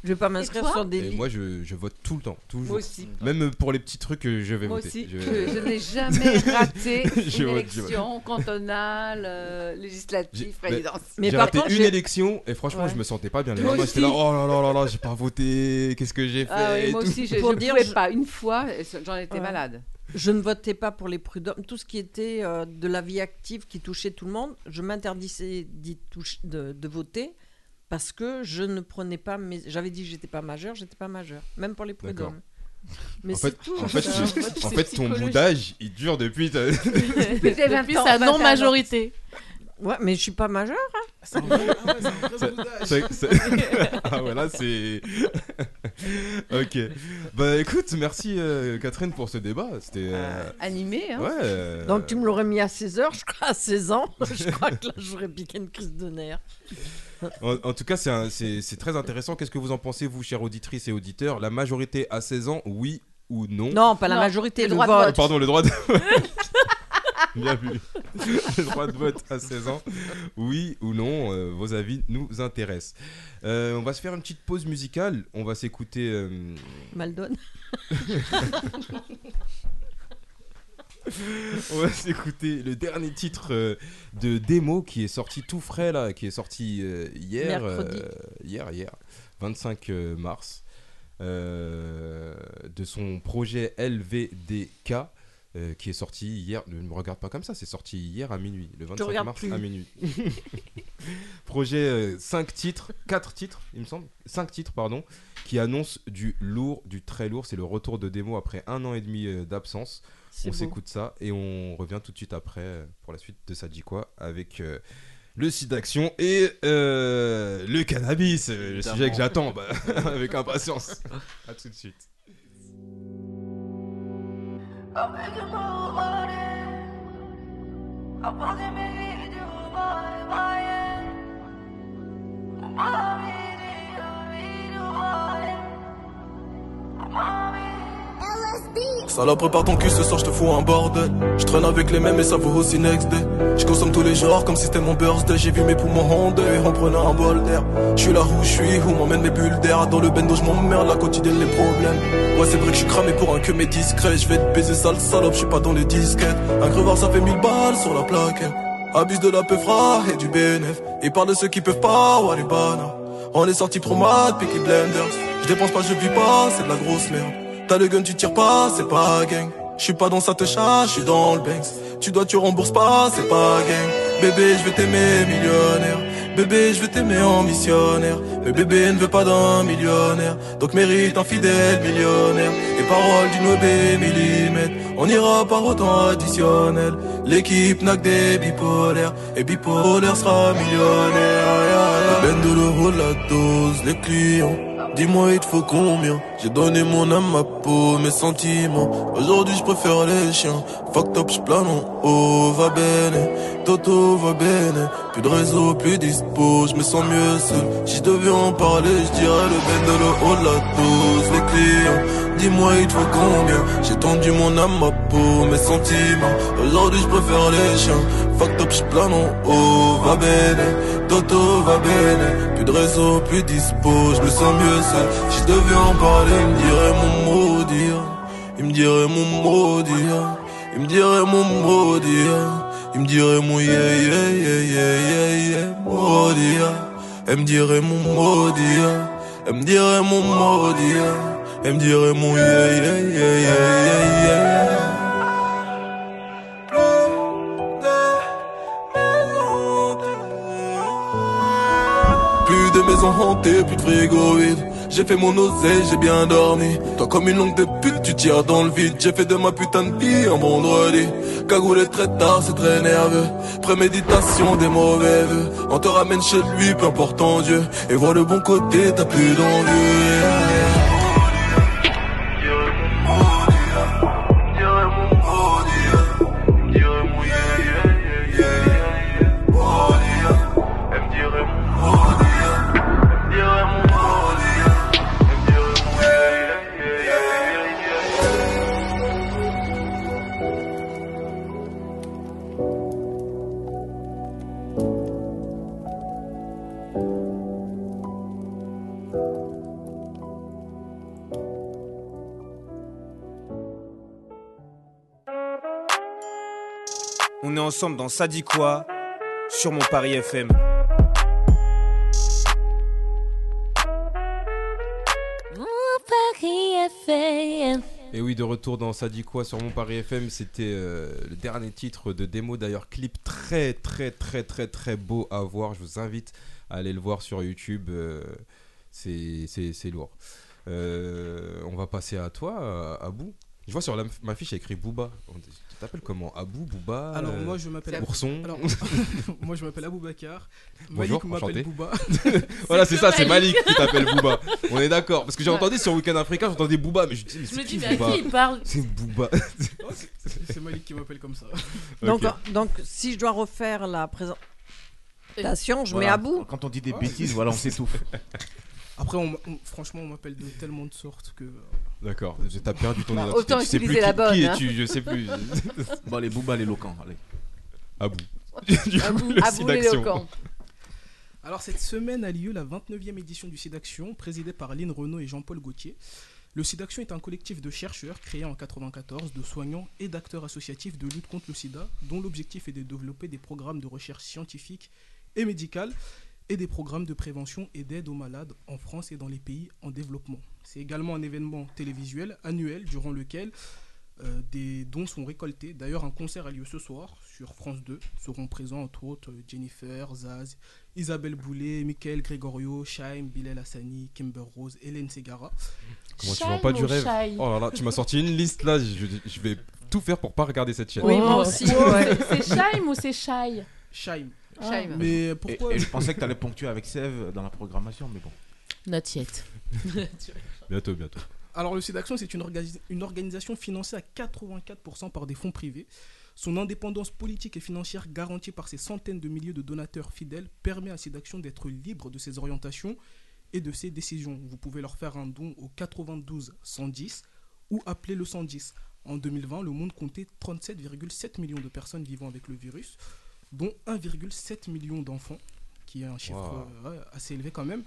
Je vais pas Et m'inscrire toi sur des Et listes. moi, je, je vote tout le temps, toujours. Moi aussi. Même pour les petits trucs, euh, je vais Moi voter. aussi, Je je, vais- je n'ai jamais raté une Je vote, je vote. élection cantonale, euh, J'ai- législative, mais- présidentielle. J'ai raté une élection et franchement, Ouais. je me sentais pas bien. Les Moi lendemains, j'étais là, aussi. oh là là là là, j'ai pas voté, qu'est-ce que j'ai fait Ah oui, et moi tout. aussi, je Pour ne dire, pouvais je- pas. Une fois, euh, j'en étais Ouais. malade. Je ne votais pas pour les prud'hommes. Tout ce qui était euh, de la vie active qui touchait tout le monde, je m'interdisais d'y touch- de, de voter parce que je ne prenais pas mes. J'avais dit que j'étais pas majeur, j'étais pas majeur, même pour les D'accord. prud'hommes. Mais en fait, c'est tout. en euh, fait, ça. je- en fait, ton bout d'âge, il dure depuis. ta- Depuis Depuis sa 21 ans. non-majorité. hein. Ouais, mais je suis pas hein. majeur. Ça- ça- ça- ah ouais, là c'est. ok. Bah écoute, merci euh, Catherine pour ce débat. C'était. euh, Animée, hein. Ouais. euh, Donc tu me l'aurais mis à 16 heures, je crois, à 16 ans. Je crois que là, j'aurais piqué une crise de nerfs. En, en tout cas, c'est un- c'est c'est très intéressant. Qu'est-ce que vous en pensez, vous, chères auditrices et auditeurs La majorité à 16 ans, oui ou non Non, pas la Non, majorité, le le, droit de Euh, vote. Pardon, le droit de. Bien vu. Le droit de vote à 16 ans. Oui ou non, euh, vos avis nous intéressent. Euh, on va se faire une petite pause musicale. On va s'écouter. euh, Maldon. On va s'écouter le dernier titre euh, de démo qui est sorti tout frais là, qui est sorti euh, hier, Mercredi. euh, hier, hier, 25 euh, mars, euh, de son projet LVDK. euh, qui est sorti hier, ne me regarde pas comme ça, c'est sorti hier à minuit, le 25 regarde mars plus. à minuit. Projet 5 titres, 4 titres, il me semble, 5 titres, pardon, qui annonce du lourd, du très lourd. C'est le retour de démo après un an et demi euh, d'absence. C'est On beau. s'écoute ça et on revient tout de suite après euh, pour la suite de Ça dit quoi avec euh, le site d'action et euh, le cannabis, euh, le Évidemment. sujet que j'attends bah, avec impatience. à tout de suite. Salope, prépare ton cul, ce soir je te fous un bordel. Je traîne avec les mêmes et ça vaut aussi next day. Je consomme tous les jours comme si c'était mon birthday. J'ai vu mes poumons ronder en prenant un bol d'air. Je suis là où je suis, où m'emmènent mes bulles d'air. Dans le bendo, je m'emmerde, la quotidienne, les problèmes. Ouais, c'est vrai que je suis cramé pour un que mais discret. Je vais te baiser, sale salope, je suis pas dans les disquettes. Un crevard, ça fait 1000 balles sur la plaque. Abuse de la peufra et du bénéf. Et parle de ceux qui peuvent pas, ouais, les banards. On est sorti promade, Peaky Blenders. Je dépense pas, je vis pas, c'est de la grosse merde. T'as le gun, tu tires pas, c'est pas gang. Je suis pas dans sa te je suis dans le Banks. Tu dois, tu rembourses pas, c'est pas gang. Bébé, je veux t'aimer millionnaire. Bébé, je veux t'aimer en missionnaire. Mais bébé ne veut pas d'un millionnaire. Donc mérite un fidèle millionnaire. Et paroles d'une OB millimètre. On ira par autant additionnel. L'équipe n'a que des bipolaires. Et Ben bipolaire sera millionnaire. Le bendo le roule la dose, les clients. Dis-moi, il te faut combien J'ai donné mon âme, ma peau, mes sentiments. Aujourd'hui, je préfère les chiens. Fuck top, je plane en haut, va bene. Toto, va bene. Plus de réseau, plus dispo, je me sens mieux seul. Si je devais en parler, je dirais le bête de le haut de la dose, les clients. Dis-moi, il te faut combien J'ai tendu mon âme, ma peau, mes sentiments. Aujourd'hui, je préfère les chiens. Fuck top, je plane en haut, va bene. Toto, va bene. Plus de réseau, plus dispo, je me sens mieux seul. Si je devais en parler, il me dirait mon mot dire. Il me dirait mon mot dire. Il me dirait mon mot dire. Il me dirait mon yeah yeah yeah yeah yeah yeah mot dire. Elle me dirait mon mot dire. Elle me dirait mon mot dire. Elle me dirait mon yeah yeah yeah yeah yeah yeah. Plus de maison hantée, plus de frigo vide. J'ai fait mon oseille, j'ai bien dormi. Toi, comme une longue de pute, tu tires dans le vide. J'ai fait de ma putain de vie un vendredi. Cagoulé très tard, c'est très nerveux. Préméditation des mauvais vœux. On te ramène chez lui, peu importe ton Dieu. Et vois le bon côté, t'as plus d'envie. On est ensemble dans Ça dit quoi sur mon Paris FM. Mon Paris FM. Et oui, de retour dans Ça dit quoi sur Mon Paris FM, c'était euh, le dernier titre de démo. D'ailleurs, clip très, très, très, très, très beau à voir. Je vous invite à aller le voir sur YouTube. euh, c'est- c'est c'est lourd. Euh, on va passer à toi, à Abou. Je vois sur la- ma fiche, il y a écrit Booba. On- Tu t'appelles comment Abou, Booba Alors euh, moi je m'appelle Ourson. Alors, moi je m'appelle Aboubacar. Bonjour, Malik m'appelle enchanté. Bouba. voilà, c'est ça, c'est Malik qui t'appelle Booba. On est d'accord. Parce que j'ai entendu sur Weekend Africain, j'entendais Booba, mais je me disais, mais Je c'est me qui dis, mais à Booba qui il parle C'est Booba. Oh, c'est- C'est Malik qui m'appelle comme ça. Donc, euh, donc, si je dois refaire la présentation, je mets Voilà, à bout. Quand on dit des bêtises, voilà, on s'étouffe. Après, on, on- franchement, on m'appelle de tellement de sortes que. euh, D'accord, je- t'as perdu ton Bah, identité. autant tu sais utiliser plus la qui, bonne, Qui hein. es-tu Je sais plus. bon, les Booba, l'éloquent, allez. Abou. Abou- le Abou site d'action. l'éloquent. Alors cette semaine a lieu la 29e édition du SIDAction, présidée par Lynn Renault et Jean-Paul Gauthier. Le SIDAction est un collectif de chercheurs créé en 1994, de soignants et d'acteurs associatifs de lutte contre le sida, dont l'objectif est de développer des programmes de recherche scientifique et médicale et des programmes de prévention et d'aide aux malades en France et dans les pays en développement. C'est également un événement télévisuel annuel durant lequel euh, des dons sont récoltés. D'ailleurs, un concert a lieu ce soir sur France 2. Seront présents entre autres euh, Jennifer, Zaz, Isabelle Boulet, Michael Gregorio, Shaim, Bilal Hassani, Kimber Rose, Hélène Segara. Comment tu vends pas du rêve Oh là là, tu m'as sorti une liste là, je, je vais tout faire pour pas regarder cette chaîne. Oui, moi aussi. Oh. C'est c'est Shaim ou c'est Shai Shaim. Ah. Shaim. Mais Et, pourquoi et je pensais que t'allais ponctuer avec Sève dans la programmation, mais bon. Not yet. Bientôt, bientôt. Alors le SIDAction, c'est une, organi- une organisation financée à 84% par des fonds privés. Son indépendance politique et financière garantie par ses centaines de milliers de donateurs fidèles permet à SIDAction d'être libre de ses orientations et de ses décisions. Vous pouvez leur faire un don au 92 110 ou appeler le 110. En 2020, le monde comptait 37,7 millions de personnes vivant avec le virus, dont 1,7 million d'enfants, qui est un chiffre Wow. euh, ouais, assez élevé quand même.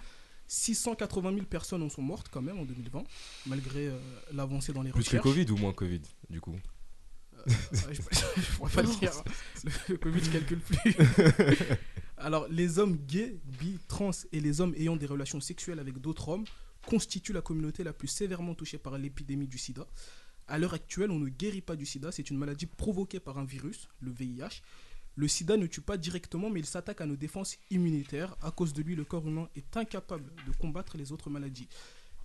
680 000 personnes en sont mortes quand même en 2020, malgré euh, l'avancée dans les Plus que recherches. Covid ou moins Covid, du coup Euh, je je pourrais pas le dire. Le Covid je calcule plus. Alors, les hommes gays, bi, trans et les hommes ayant des relations sexuelles avec d'autres hommes constituent la communauté la plus sévèrement touchée par l'épidémie du sida. À l'heure actuelle, on ne guérit pas du sida, c'est une maladie provoquée par un virus, le VIH. Le sida ne tue pas directement, mais il s'attaque à nos défenses immunitaires. À cause de lui, le corps humain est incapable de combattre les autres maladies.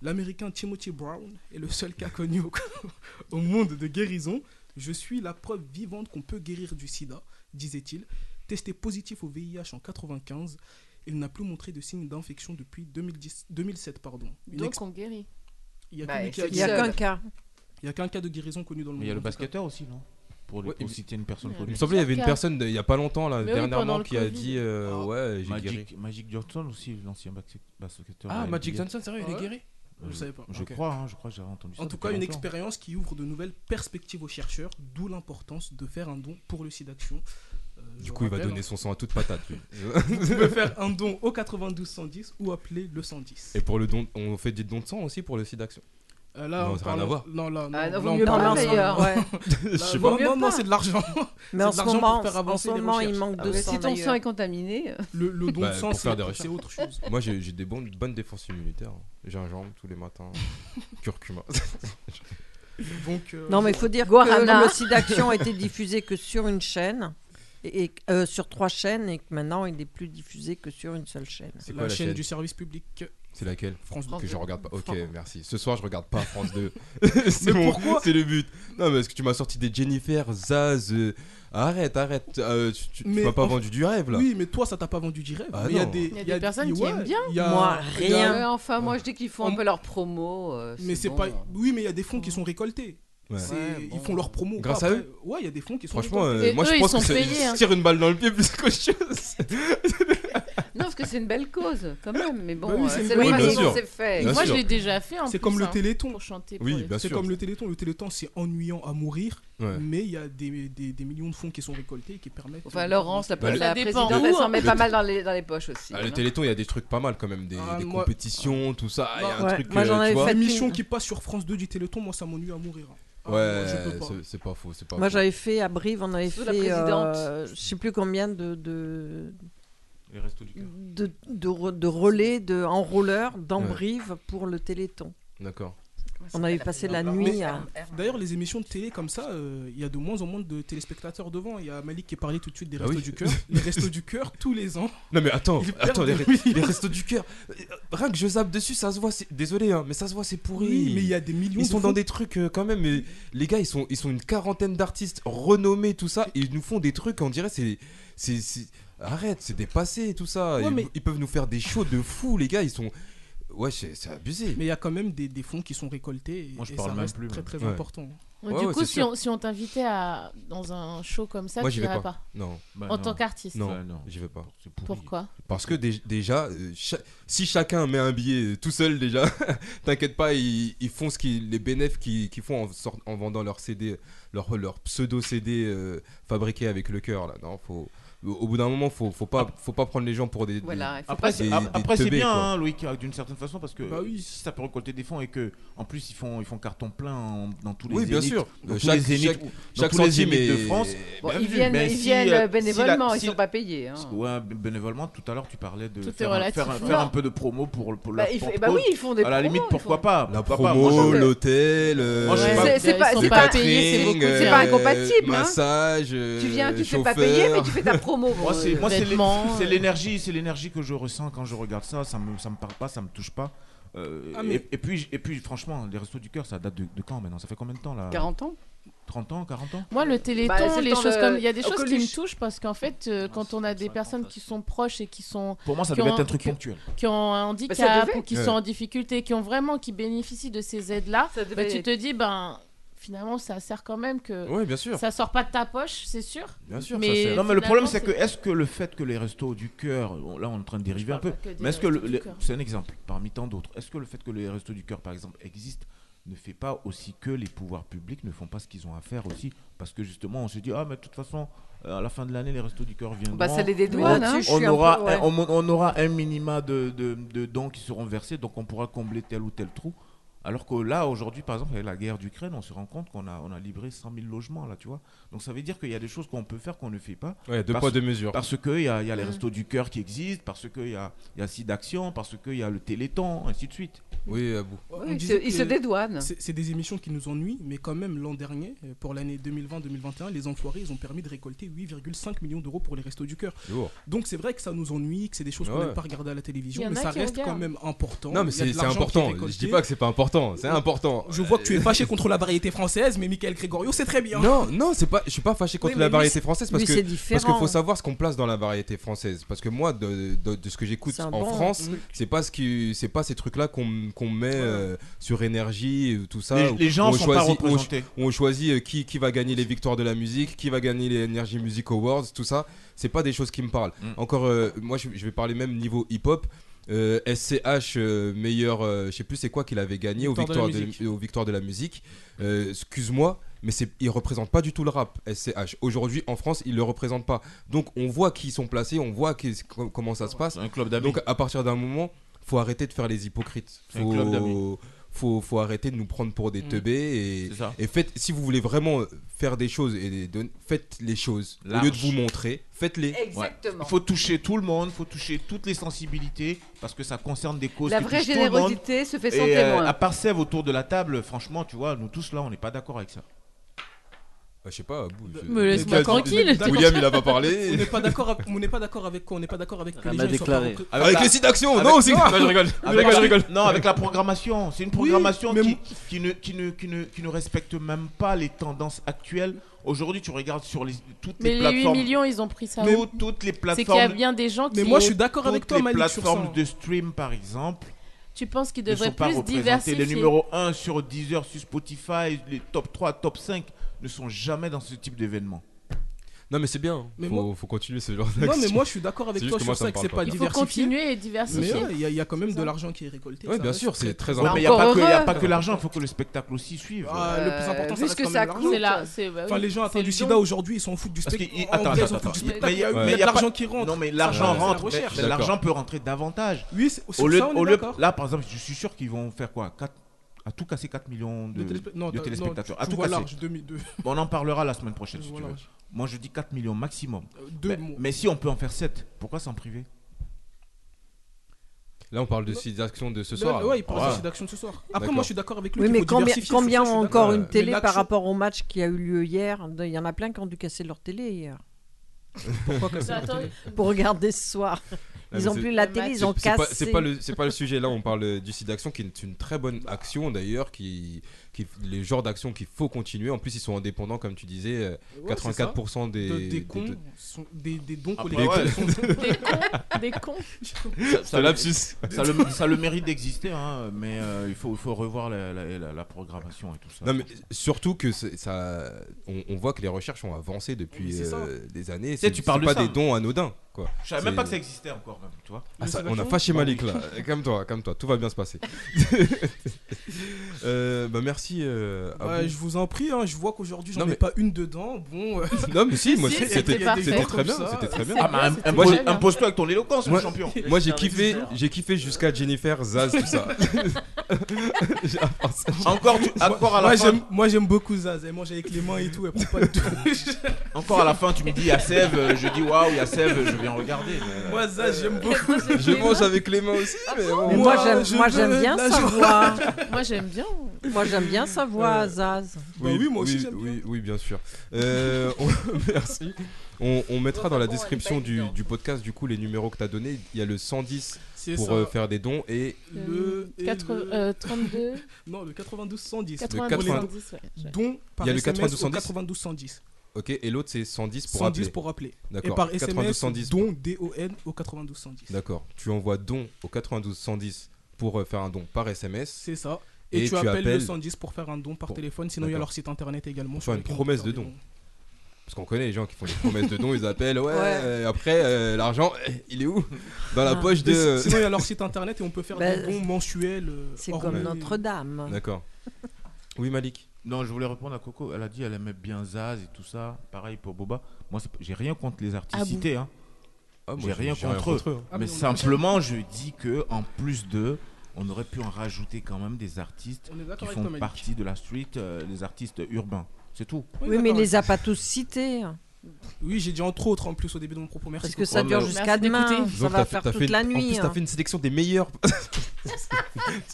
L'américain Timothy Brown est le seul cas connu au, au monde de guérison. Je suis la preuve vivante qu'on peut guérir du sida, disait-il. Testé positif au VIH en 95, il n'a plus montré de signes d'infection depuis 2010, 2007. Pardon. Une Donc ex- on guérit. Il n'y a, Bah, que lui qui a- c'est le seul. Il n'y a qu'un cas de guérison connu dans le monde. Mais il y a le en tout cas. basketteur aussi, non Pour, les, Ouais, pour il- citer une personne il y a connue. Il me semblait qu'il y avait une Car- personne de- il y a pas longtemps là, Mais oui, dernièrement pendant le qui a Covid. dit euh, ouais j'ai guéri. Ah, Magic, Magic Johnson aussi, l'ancien basket- basketteur. Ah, de la Magic NBA. Johnson, sérieux, il est guéri Je Euh, savais pas. Je Ok. crois, hein, je crois que j'avais entendu ça. En tout depuis cas, une longtemps. expérience qui ouvre de nouvelles perspectives aux chercheurs, d'où l'importance de faire un don pour le site d'action. Euh, je Du coup, il va rappelle, donner son sang à toute patate. lui. Vous pouvez faire un don au 92 110 ou appeler le 110. Et pour le don, on fait des dons de sang aussi pour le site d'action. Euh, là, on non, ça n'a rien à parle- voir. Non, là, non. Ah, non, là, vaut on mieux parle pas, ensemble. d'ailleurs, ouais. Je sais Non, pas. non, non, c'est de l'argent. Mais en C'est de ce l'argent moment, pour faire en avancer ce les moment, il recherches. Ah manque de Ah si ton sang est contaminé. euh, Le, le don Bah, de sang, pour faire des c'est recherches. c'est autre chose. Moi, j'ai j'ai des bonnes, bonnes défenses immunitaires. hein. Gingembre tous les matins, curcuma. Donc, euh, Non, mais il faut dire Guarana. que le site d'action a été diffusé que sur une chaîne, et, et- euh, sur trois chaînes, et que maintenant il n'est plus diffusé que sur une seule chaîne. C'est quoi la chaîne du service public. C'est laquelle France Que deux. je regarde pas. Ok, Fran- merci. Ce soir, je regarde pas France 2. Mais c'est mon- pourquoi C'est le but. Non, mais parce que tu m'as sorti des Jennifer, Zaz. euh, Arrête, arrête. euh, tu tu- tu Mais m'as pas en- vendu du rêve là. Oui, mais toi, ça t'a pas vendu du rêve. Ah mais il y a non. des, Il y a il des personnes qui ouais, aiment bien. il y a- Moi, il y a- rien. Ouais, enfin, moi, je dis qu'ils font un peu leur promo, euh, mais c'est c'est bon, pas. euh. Oui, mais il y a des fonds qui sont récoltés. Ouais. C'est- Ouais, Ils font leur promo. Grâce quoi, à après. eux Ouais, il y a des fonds qui sont Franchement, récoltés. euh, Et moi eux, je ils pense que sont c'est- payés, ils hein. se tirent une balle dans le pied plus qu'autre chose. Non, parce que c'est une belle cause, quand même. Mais bon, Bah oui, euh, c'est c'est une la façon bonne cause. dont Bien c'est sûr. fait. Bien Moi, je sûr. l'ai déjà fait en C'est plus, comme le hein, Téléthon. Pour chanter. Oui, pour les- bien C'est sûr. comme le Téléthon. Le Téléthon, c'est ennuyant à mourir, Ouais. mais il y a des, des, des millions de fonds qui sont récoltés et qui permettent. Enfin, Laurence, la, Bah, le- la Ça dépend présidente, où, elle s'en hein. met Le pas t- mal dans les, dans les poches aussi. Ah, hein. le Téléthon, il y a des trucs pas mal quand même. Des, Ah, des moi- compétitions, tout ça. Il y a un Ouais. truc. Moi, euh, j'en tu avais vois. fait une émission qui passe sur France 2 du Téléthon. Moi, ça m'ennuie à mourir. Ah, Ouais, moi, je peux pas. c'est- c'est pas faux. c'est pas Moi, faux. j'avais fait à Brive, on avait Surtout la fait, présidente. euh, je sais plus combien de de, Les restos du cœur. de, de re- de relais de en roller dans Ouais. Brive pour le Téléthon. D'accord. On avait passé la Mais nuit à. D'ailleurs, les émissions de télé comme ça, euh, il y a de moins en moins de téléspectateurs devant. Il y a Malik qui parlait tout de suite des Bah restos oui. du cœur. Les restos du cœur, tous les ans. Non mais attends, ils perdent attends les, des re- millions. les restos du cœur. euh, Rien que je zappe dessus, ça se voit. c'est- Désolé, hein, mais ça se voit, c'est pourri. Oui, mais il y a des millions Ils de sont dans fonds. des trucs euh, quand même. mais les gars, ils sont, ils sont une quarantaine d'artistes renommés, tout ça. Et ils nous font des trucs, on dirait, c'est, c'est, c'est- arrête, c'est dépassé, tout ça. Ouais, ils, mais- ils peuvent nous faire des shows de fou, les gars. Ils sont, ouais, c'est, c'est abusé. Mais il y a quand même des, des fonds qui sont récoltés. Et, Moi, je et parle ça même reste plus, très moi. très Ouais. important. Ouais, Ouais, du ouais, coup, c'est si sûr. on, si on t'invitait à... dans un show comme ça, Moi, tu j'y vais irais pas. pas. Non. Bah en tant qu'artiste. Non, j'y vais pas. Pourquoi Parce que dé- déjà, euh, cha- si chacun met un billet euh, tout seul déjà, t'inquiète pas, ils, ils font ce qu'ils, les bénéfices qu'ils qu'ils font en, sort- en vendant leur CD, leur, leur pseudo CD euh, fabriqué avec le cœur là. Non, faut, au- au bout d'un moment, faut, faut pas, faut pas prendre les gens pour des. des- Voilà, il faut des- pas- Après, c'est- des- des après, c'est teubés, bien, quoi. hein, Loïc, d'une certaine façon, parce que Bah oui. si ça peut récolter des fonds et que, en plus, ils font, ils font carton plein en- dans tous les Oui, bien zéniths- sûr. dans Euh, tous chaque- les zéniths- chaque- dans chaque tous les centime zéniths de est- France. Bon, Bien ils vu, viennent- mais ils si, viennent, euh, euh, si la- bénévolement, ils si sont la- pas payés, hein. si- Ouais, bénévolement, tout à l'heure, tu parlais de Tout est faire, un- relatif. faire un- faire un Non. peu de promo pour, pour Bah, leur ils font- propre bah oui, cause. ils font des À la limite, promos, ils pourquoi font- pas La pourquoi pas, promo, moi, je- l'hôtel, euh, Moi, je suis pas- C'est- c'est pas- le c'est pas payé, catering, euh, c'est beaucoup, euh, c'est pas incompatible, hein. Massage, Tu viens, tu fais fais pas payer, mais tu fais ta promo. Moi, bon, c'est euh, moi, c'est l'é- vêtements, c'est euh. l'énergie, c'est l'énergie que je ressens quand je regarde ça. Ça me, ça me parle pas, ça me touche pas. Euh, Ah, mais- et, et puis, et puis, franchement, les restos du cœur, ça date de, de quand maintenant Ça fait combien de temps là 40 ans 30 ans, 40 ans Moi, le téléthon, Bah, c'est le les temps choses de- comme. Il y a des au choses qui Coluche. me touchent parce qu'en fait, euh, quand on a des personnes qui sont proches et qui sont. Pour moi, ça qui devait ont- être un truc qui- ponctuel. Qui ont Bah, un ça handicap devait. ou qui Ouais. sont en difficulté, qui ont vraiment. qui bénéficient de ces aides-là, bah, devait tu être. te dis, ben. Finalement, ça sert quand même que. Ouais, bien sûr. Ça sort pas de ta poche, c'est sûr. Bien sûr, mais Non, mais le problème, finalement, c'est que est-ce que le fait que les restos du cœur, on- là, on est en train de dériver un peu, pas que des mais est-ce que le- restos du le- cœur. c'est un exemple parmi tant d'autres, est-ce que le fait que les restos du cœur, par exemple, existent ne fait pas aussi que les pouvoirs publics ne font pas ce qu'ils ont à faire aussi Parce que justement, on se dit, ah, mais de toute façon, euh, à la fin de l'année, les restos du cœur viendront. Bah, ça les on, dédouane, hein. Je on suis un aura, peu- ouais. on, on aura un minima de, de- de dons qui seront versés, donc on pourra combler tel ou tel trou. Alors que là, aujourd'hui, par exemple, avec la guerre d'Ukraine, on se rend compte qu'on a, on a livré 100 000 logements, là, tu vois. Donc ça veut dire qu'il y a des choses qu'on peut faire qu'on ne fait pas. Ouais, deux Parce- poids, deux mesures. Parce qu'il y a, il y a les Mm. restos du cœur qui existent, parce qu'il y a, il y a Sida Action, parce qu'il y a le Téléthon, ainsi de suite. Oui, à bout. On Oui, disait ils se- ils se que dédouanent. C'est c'est des émissions qui nous ennuient, mais quand même, l'an dernier, euh, pour l'année 2020-2021, les enfoirés, ils ont permis de récolter 8,5 millions d'euros pour les restos du cœur. Lourd. Donc c'est vrai que ça nous ennuie, que c'est des choses qu'on Ouais. n'aime pas regarder à la Il télévision, y en mais a ça qui reste regardent. quand même important. Non, mais Il y a de c'est c'est l'argent qui est important. Je récolté. Euh, dis pas que c'est pas important, c'est important. Euh, Je vois que tu es fâché contre la variété française, mais Michael Gregorio, c'est très bien. Non, non, c'est pas, je suis pas fâché contre Oui, mais la lui, variété c'est- française lui, parce c'est que différent. parce qu'il faut savoir ce qu'on place dans la variété française. Parce que moi, de, de- de ce que j'écoute C'est un en bon France, truc. c'est pas ce qui, c'est pas ces trucs-là qu'on qu'on met euh, sur énergie tout ça. Les- où- les gens où on sont pas choisit- où on- représentés. où on choisit euh, qui qui va gagner les victoires de la musique, qui va gagner les Energy Music Awards, tout ça. C'est pas des choses qui me parlent. Mm. Encore, euh, moi, je, je vais parler même niveau hip-hop. Euh, SCH euh, meilleur, euh, je sais plus c'est quoi qu'il avait gagné aux Victoire de la victoires de, musique. euh, aux victoires de la musique. Euh, Excuse-moi, mais c'est- il représente pas du tout le rap, SCH. Aujourd'hui, en France, il le représente pas. Donc, on voit qui ils sont placés, on voit qui- com- comment ça se passe. Donc, à partir d'un moment, faut arrêter de faire les hypocrites. C'est un club d'amis. Faut, faut, faut arrêter de nous prendre pour des Mm. teubés. Et, C'est ça. et faites, si vous voulez vraiment faire des choses, et les don- faites les choses. Au lieu de Large. vous montrer, faites-les. Il faut toucher tout le monde, il faut toucher toutes les sensibilités parce que ça concerne des causes. La qui vraie touchent tout le monde. générosité se fait sans Et, euh, témoin. à part Sèvres autour de la table, franchement, tu vois, nous tous là, on n'est pas d'accord avec ça. Bah, je sais pas, Abou, je- Mais laisse-moi Lucas, tranquille, D'accord. William, il a pas On n'est parlé. pas d'accord. avec- On n'est pas d'accord avec quoi On n'est pas d'accord avec que Elle les l'a gens ils soient pas déclaré. repris- Avec les sites d'action, non, aussi. Non, je rigole. Je rigole, je rigole. Ah, bah, Non, avec la programmation. C'est une programmation qui, qui ne, qui, ne, qui, ne, qui ne respecte même pas les tendances actuelles. Aujourd'hui, tu regardes sur les, toutes Mais les les 8 plateformes. millions, ils ont pris ça. Tout- où toutes les C'est qu'il y a plateformes. bien des gens qui. Toutes les plateformes de stream, par exemple, Tu penses qu'ils ne sont devraient pas plus représentées. diversifier. Les numéros 1 sur Deezer, sur Spotify, les top 3, top 5 ne sont jamais dans ce type d'événement. Non, mais c'est bien. Mais faut, moi- faut continuer ce genre Non, d'action. mais moi, je suis d'accord avec C'est juste toi que sur moi, ça, me que c'est parle pas pas. Il faut continuer et Mais diversifier. ouais, il y, a- il y a quand même de l'argent qui est récolté. Ouais, ça bien reste sûr, c'est très- très Non, mais il n'y a, Encore pas que- y a heureux. pas que l'argent, il faut que le spectacle aussi suive. Ah, le plus important, ça reste quand même l'argent. coûte. C'est là, c'est- bah oui, Enfin, les gens c'est attendent le du don. sida aujourd'hui, ils s'en foutent du Parce spectacle. qu'il- En attends, vrai, ils attends, s'en attends. foutent du Il y a- spectacle. mais il y a- Il y mais a il y de a pas- l'argent qui rentre. Non, mais Ça, l'argent c'est la rentre. recherche. mais L'argent peut rentrer davantage. Oui, c'est- au sur lieu, ça, on est au lieu- d'accord. là, par exemple, je suis sûr qu'ils vont faire quoi Quatre- À tout casser 4 millions de, De téléspe- non, de t'as- téléspectateurs. non, tu- à tu tout vois casser. large, demi- deux. Bon, on en parlera la semaine prochaine, Tu si vois tu veux. large. Euh, Moi, je dis 4 millions maximum. deux mais, mots. mais si on peut en faire 7, pourquoi s'en priver Là, on parle de sites d'action de ce Le- soir. Bah, ouais, il parle de Voilà. sites d'action ce soir. Après, D'accord. moi, je suis d'accord avec lui. Oui, qu'il mais faut combien, diversifier, combien sur ça, ont je suis encore d'accord. une Mais télé par l'action- rapport au match qui a eu lieu hier Il y en a plein qui ont dû casser leur télé hier. Pourquoi casser leur Attends. télé Pour regarder ce soir. Ah, Ils mais ont c'est- plus la télé, ils ont c'est- c'est pas- cassé. C'est pas, le- c'est pas le sujet. Là, on parle euh, du site d'action qui est une très bonne action d'ailleurs, qui, qui les genres d'action qu'il faut continuer. En plus, ils sont indépendants, comme tu disais. euh, Ouais, 84% c'est des, ça. De- des cons sont- des, des dons Ah, collectifs des sont- cons. Des cons, des cons. Ça- ça C'est le- lapsus. Ça le, ça le mérite d'exister, hein, mais euh, il faut, il faut revoir la, la- la- la programmation et tout ça. Non, mais surtout que c'est- ça, on, on voit que les recherches ont avancé depuis Mais c'est ça. euh, des années. Tu sais, C'est tu parles c'est de pas ça. des dons anodins. Quoi. Je savais C'est- même pas que ça existait encore, même, tu vois. Ah, ça- on a fâché Malik là. Comme toi, comme toi, tout va bien se passer. Euh, bah merci. euh, à Bah, vous. je vous en prie, hein, je vois qu'aujourd'hui j'en Non, ai mais- pas une dedans. Bon, euh, Non mais si, moi si, c'est- il y a- c'était bah, il y a des c'était gens très comme bien, ça. c'était très C'est bien. bien, Ah, mais c'est Moi, très j'ai- bien. Impose-toi avec ton éloquence, Moi- mon champion. Moi j'ai kiffé, j'ai kiffé jusqu'à Jennifer, Zaz, tout ça. J'ai- à part ça, j'ai- Ah, Encore tu- encore à la moi, fin. j'aime- Moi j'aime beaucoup Zaz, elle mange avec les mains et tout, elle prend pas de douche. Encore à la fin, tu me dis à Sèvres, euh, je dis waouh, il y a Sèvres, je viens regarder. mais, euh, Moi Zaz, j'aime beaucoup. Je mange avec les mains aussi, mais bon. Ah Mais moi, Moi, j'aime- je moi, veux j'aime de bien la sa joie. voix. Moi, j'aime bien. Moi, j'aime bien sa voix, Euh, Zaz. oui, oui, oui, bien sûr. Euh, on- merci. On, on mettra dans la description du, du podcast du coup les numéros que tu as donnés. Il y a le 110 C'est pour ça. euh, faire des dons et Le, et Quatre- le- euh, 32. Non, le 92 110. Le Pour les- 92, ouais, ouais. Dont par Il y a le SMS au 92, 92 110. OK, et l'autre c'est 110 pour 110 appeler. pour appeler. Et D'accord. par 92 SMS, 110. don D-O-N au 92 110. D'accord. Tu envoies don au 92 110 pour euh, faire un don par SMS. C'est ça. Et, tu, appelles, le 110 pour faire un don par Bon, téléphone. Sinon, il y a d'accord. leur site internet également. Pour sur faire une lequel on peut promesse de faire des don. dons. Parce qu'on connaît les gens qui font des promesses de dons, ils appellent, Ouais. ouais, euh, après euh, l'argent, euh, il est où Dans Ah. la poche de. Ah. Mais Sinon, il y a leur site internet et on peut faire Bah, des dons mensuels. euh, c'est hors comme les- Notre-Dame. D'accord. Oui, Malik. Non, je voulais répondre à Coco. Elle a dit elle aimait bien Zaz et tout ça. Pareil pour Boba. Moi, c'est- j'ai rien contre les artistes Ah bon cités. hein. Ah, moi, j'ai j'ai- rien j'ai rien contre eux. contre eux, hein. Ah, mais mais on- simplement, je dis que en plus d'eux, on aurait pu en rajouter quand même des artistes On est d'accord qui avec font toi, Malik. partie de la street, euh, les artistes urbains. C'est tout. Oui, mais il les a pas tous cités. Oui, j'ai dit entre autres en plus au début de mon propos. Merci. Parce que ça dure jusqu'à demain. Ça Donc, va t'as fait- faire t'as toute fait une- la En plus, nuit. t'as hein. fait une sélection des meilleurs.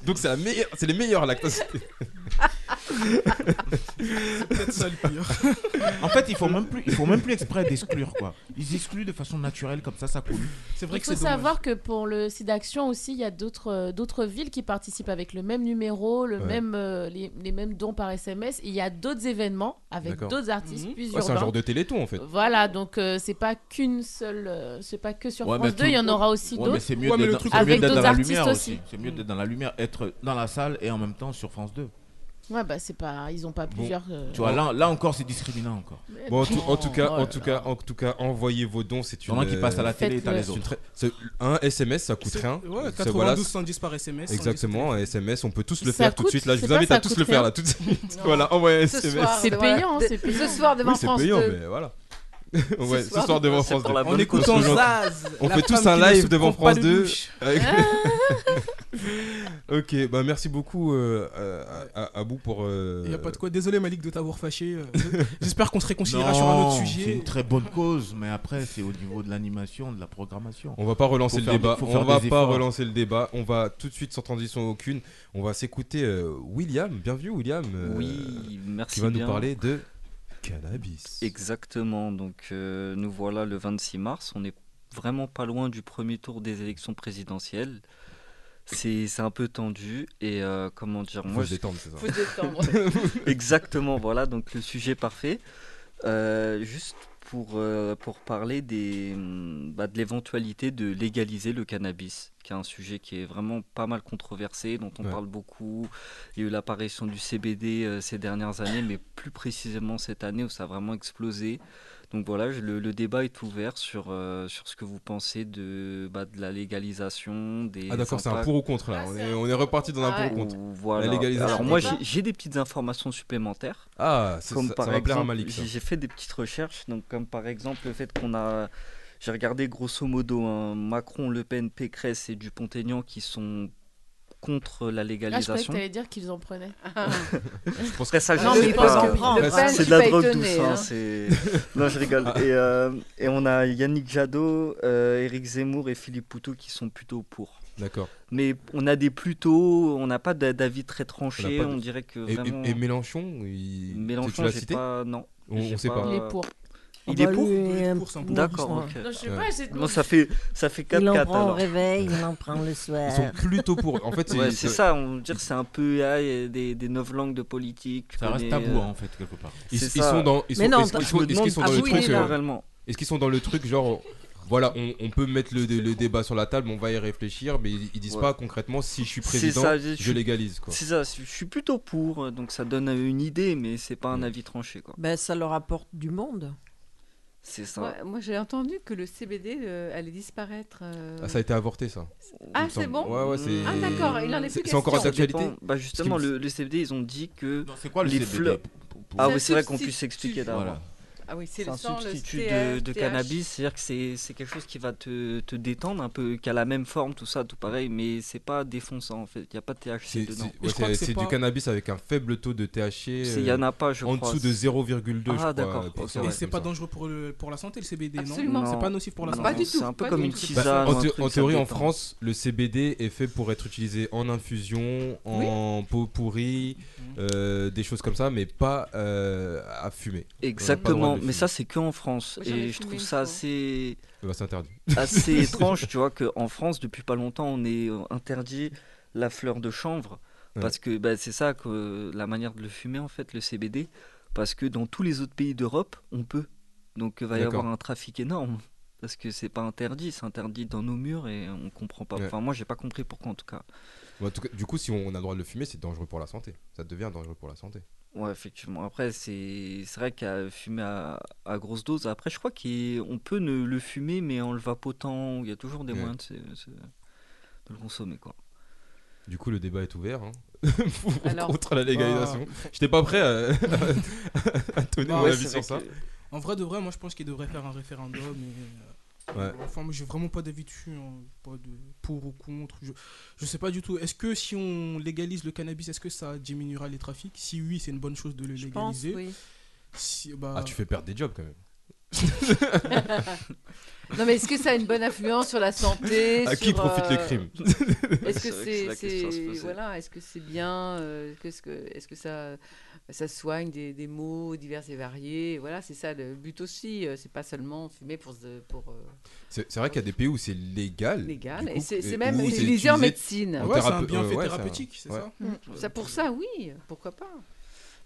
Donc, c'est la meilleure, c'est les meilleurs là. que t'as cités. C'est peut-être ça le pire. En fait, il faut même plus, il faut même plus exprès d'exclure quoi. Ils excluent de façon naturelle comme ça, ça coule. C'est Il faut savoir que pour le site d'action aussi, il y a d'autres euh, d'autres villes qui participent avec le même numéro, le Ouais. même, euh, les, les mêmes dons par SMS. Et il y a d'autres événements avec D'accord. Mhm. d'autres artistes Mhm. plus Ouais, c'est un urbains. genre de téléthon en fait. Voilà, donc euh, c'est pas qu'une seule, euh, c'est pas que sur Ouais, mais France 2, il y tout- en aura aussi Ouais, mais d'autres. C'est mieux d'être dans- c'est mieux avec d'être dans d'autres la artistes lumière aussi. aussi. C'est mieux d'être dans la lumière, être dans la salle et en même temps sur France 2. Ouais, bah c'est pas, ils ont pas Bon, plusieurs. euh, Tu vois, là, là encore, c'est discriminant encore. Bon, en tout, en tout cas, en tout cas, en tout cas, envoyez vos dons. C'est une. Pendant qu'ils passent à la télé, Faites-le. t'as les c'est autres. une très- c'est- Un SMS, ça coûte C'est- rien. ouais, Ça, 92, voilà. 110 par SMS, 110 Exactement, un SMS, on peut tous le Ça faire tout de coûte, suite. Là, je c'est vous pas invite ça à tous coûte le faire rien. là tout de suite. voilà, oh envoyez un Ce SMS. soir, C'est devant- payant, de- c'est payant. Ce soir devant Oui, c'est France payant, 2. mais voilà. ouais, ce soir, soir, devant c'est France 2. pour la bonne écoutant cause. ça, Zaz, on la fait tous femme un qui ne live se devant prend pas France de 2. douche. Avec- ok, bah merci beaucoup euh, à- à, à, à vous pour. euh, Il n'y a pas de quoi. Désolé Malik de t'avoir fâché. euh, J'espère qu'on se réconciliera Non, sur un autre sujet. C'est une très bonne cause, mais après, c'est au niveau de l'animation, de la programmation. On va pas relancer Faut le faire des- débat. faut on faire va des pas efforts. hein. relancer le débat. On va tout de suite sans transition aucune. On va s'écouter euh, William. Bienvenue William. euh, Oui, merci Qui va bien. nous parler de cannabis. Exactement, donc euh, nous voilà le 26 mars, on est vraiment pas loin du premier tour des élections présidentielles. C'est c'est un peu tendu et euh, comment dire, Faut moi se je- détendre, c'est ça. Faut se détendre. Exactement, voilà donc le sujet parfait. Euh, juste pour, euh, pour parler des, hum, bah, de l'éventualité de légaliser le cannabis, qui est un sujet qui est vraiment pas mal controversé, dont on Ouais. parle beaucoup. Il y a eu l'apparition du CBD euh, ces dernières années, mais plus précisément cette année où ça a vraiment explosé. Donc voilà, je- le, le débat est ouvert sur, euh, sur ce que vous pensez de, bah, de la légalisation, des Ah d'accord, c'est un impacts. pour ou contre là. On est, on est reparti dans un Ah pour ou contre. Voilà. La légalisation. Alors moi j'ai- j'ai des petites informations supplémentaires. Ah, c'est- Comme ça- par ça va plaire à exemple, Malik, ça. J'ai j'ai fait des petites recherches, donc comme par exemple le fait qu'on a, j'ai regardé grosso modo hein, Macron, Le Pen, Pécresse et Dupont-Aignan qui sont contre Ah, je la croyais que légalisation. t'allais dire qu'ils en prenaient. Je pense que ça, je Non, sais mais pas. Bah, parce que prendre, hein. C'est de la drogue douce. hein. hein, c'est- non, je rigole. Ah. Et, euh, et on a Yannick Jadot, euh, Éric Zemmour et Philippe Poutou qui sont plutôt pour. D'accord. Mais on a des plutôt, on n'a pas d'a- d'avis très tranché. pas On, de- dirait que Et- et- vraiment. et Mélenchon, il- tu Mélenchon, l'as j'ai cité pas. Non. On- on j'ai sait pas. Il est pour. Il Ah est bah pour lui, il est pour, c'est un pour, D'accord. Augustin. ok. Non, je sais pas, j'ai de Non, ça fait ça fait 4 Il en 4 prend au réveil, il en prend le soir. Ils sont plutôt pour. En fait, c'est- Ouais, c'est ça, on va dire c'est un peu ah, il y a des, des neuf langues de politique. Ça qu'on reste est, tabou, euh, hein, en fait, quelque part. Ils, c'est ils ça. sont dans. Ils sont, est-ce- est-ce- est-ce qu'ils sont dans le truc euh, Réellement. Est-ce qu'ils sont dans le truc genre voilà, on, on peut mettre le, le débat sur la table, on va y réfléchir, mais ils, ils disent Ouais. pas concrètement si je suis C'est président, ça, je, suis- légalise quoi. C'est ça, je suis plutôt pour, euh, donc ça donne euh, une idée, mais c'est pas un avis tranché quoi. Ben, ça leur apporte du monde. C'est ça. Moi, moi, j'ai entendu que le CBD euh, allait disparaître. euh, Ah, ça a été avorté ça. il Ah, me c'est semble. bon Ouais, ouais, c'est. Ah, d'accord, il en est c'est- plus C'est encore question. d'actualité Dépend- Bah justement, Parce qu'il le, le CBD, ils ont dit que c'est quoi le les CBD? fleurs. Pour- Ah C'est un oui, c'est vrai qu'on puisse substitut. s'expliquer d'abord. Voilà. Ah oui, c'est un le sang, le substitut TH, de, de TH. cannabis, c'est-à-dire que c'est c'est quelque chose qui va te, te détendre un peu, qui a la même forme, tout ça, tout pareil, mais c'est pas défonçant en fait, il n'y a pas de THC C'est c'est- dedans. ouais, c'est- c'est du cannabis avec un faible taux de THC. C'est- il y en a pas, je euh, En crois. dessous de 0,2. je Ah, crois, d'accord, euh, ok, pour ouais. cent, Et c'est comme pas ça. dangereux pour, le- pour la santé le CBD, Absolument. non C'est pas Non. nocif pour la Non, santé. Pas du tout, C'est un peu pas comme du une tout. Bah, tisane. en, ou un thé- truc, en ça théorie, en détend. France, le CBD est fait pour être utilisé en infusion, en pot pourri, Mhm. euh, des choses comme ça, mais pas euh, à fumer. On n'a pas le droit Exactement, de le mais fumer. ça c'est que en France Moi, j'en ai et je fumé trouve une ça assez Eh ben, c'est interdit. assez étrange, tu vois que en France depuis pas longtemps on est euh, interdit la fleur de chanvre Ouais. parce que bah, c'est ça que euh, la manière de le fumer en fait le CBD parce que dans tous les autres pays d'Europe on peut donc il va y D'accord. avoir un trafic énorme parce que c'est pas interdit, c'est interdit dans nos murs et on comprend pas. Ouais. Enfin moi j'ai pas compris pourquoi en tout cas. Bon, en tout cas, du coup, si on a le droit de le fumer, c'est dangereux pour la santé. Ça devient dangereux pour la santé. Ouais, effectivement. Après, c'est c'est vrai qu'à fumer à, à grosse dose, après, je crois qu'on peut ne le fumer, mais en le vapotant, il y a toujours des Ouais. moyens de, se- se- de le consommer, quoi. Du coup, le débat est ouvert. hein. Pour- Alors- contre la légalisation. Ah. Bah- J'étais pas prêt à, à donner Bah, mon ouais, avis c'est sur ça. vrai que- En vrai, de vrai, moi je pense qu'il devrait faire un référendum. Et... euh, Ouais. Enfin, moi j'ai vraiment pas d'habitude, pas de pour ou contre. Je, je sais pas du tout. Est-ce que si on légalise le cannabis, est-ce que ça diminuera les trafics Si oui, c'est une bonne chose de le pense, légaliser. oui. Si- bah, Ah, tu fais perdre des jobs quand même. non, mais est-ce que ça a une bonne influence sur la santé À qui sur, profite le euh, crime Est-ce que c'est C'est vrai que c'est la question à se c'est- poser. voilà Est-ce que c'est bien euh, qu'est-ce que est-ce que ça ça soigne des, des maux divers et variés Voilà, c'est ça le but aussi. euh, C'est pas seulement fumer pour se- pour euh, C'est c'est vrai qu'il y a des pays où c'est légal. Légal, du et c'est- c'est et même où c'est utilisé en médecine. Ouais, c'est un thérape- bienfait euh, ouais, ouais, thérapeutique, c'est ouais. ça ça pour ça, oui, pourquoi pas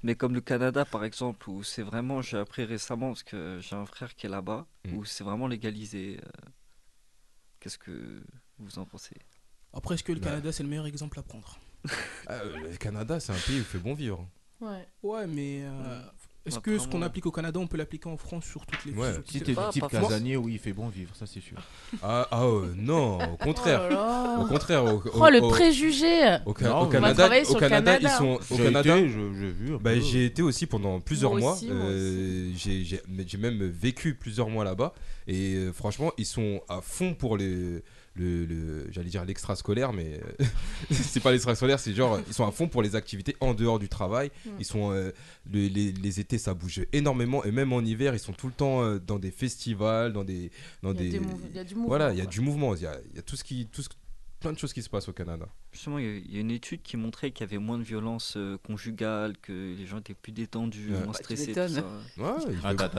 Mais comme le Canada, par exemple, où c'est vraiment, j'ai appris récemment, parce que j'ai un frère qui est là-bas, Mm. où c'est vraiment légalisé. euh, Qu'est-ce que vous en pensez Après, est-ce que le Bah. Canada, c'est le meilleur exemple à prendre Ah, euh, le Canada, c'est un pays où il fait bon vivre. Ouais. Ouais, mais euh, est-ce Après, que ce qu'on moi- applique au Canada, on peut l'appliquer en France sur toutes les Ouais. sur toutes Si t'es les- du type casanier, oui, il fait bon vivre, ça c'est sûr. Ah, ah, euh, non, au contraire. Oh là là. Au contraire. Au, Oh, le préjugé. Au, Ca- Non, au on va Canada, travailler au sur le Canada, Canada. ils sont. Au J'ai Canada, été, je- j'ai vu un Bah, peu. j'ai été aussi pendant plusieurs Moi mois. aussi, moi euh, j'ai- j'ai- mais J'ai même vécu plusieurs mois là-bas. Et euh, franchement, ils sont à fond pour les. Le, le- j'allais dire l'extrascolaire mais euh, c'est pas l'extrascolaire c'est genre ils sont à fond pour les activités en dehors du travail Mm. ils sont euh, le- les, les étés ça bouge énormément et même en hiver ils sont tout le temps euh, dans des festivals dans des dans Il y a des, des mouve- il y a du mouvement, voilà il y a quoi. du mouvement il y a, il y a tout ce qui tout ce- plein de choses qui se passent au Canada Justement, il y a- il y, a une étude qui montrait qu'il y avait moins de violence euh, conjugale, que les gens étaient plus détendus, Ouais. moins Bah, tu stressés. tout m'étonnes. ça. Ouais, il fait- Attends,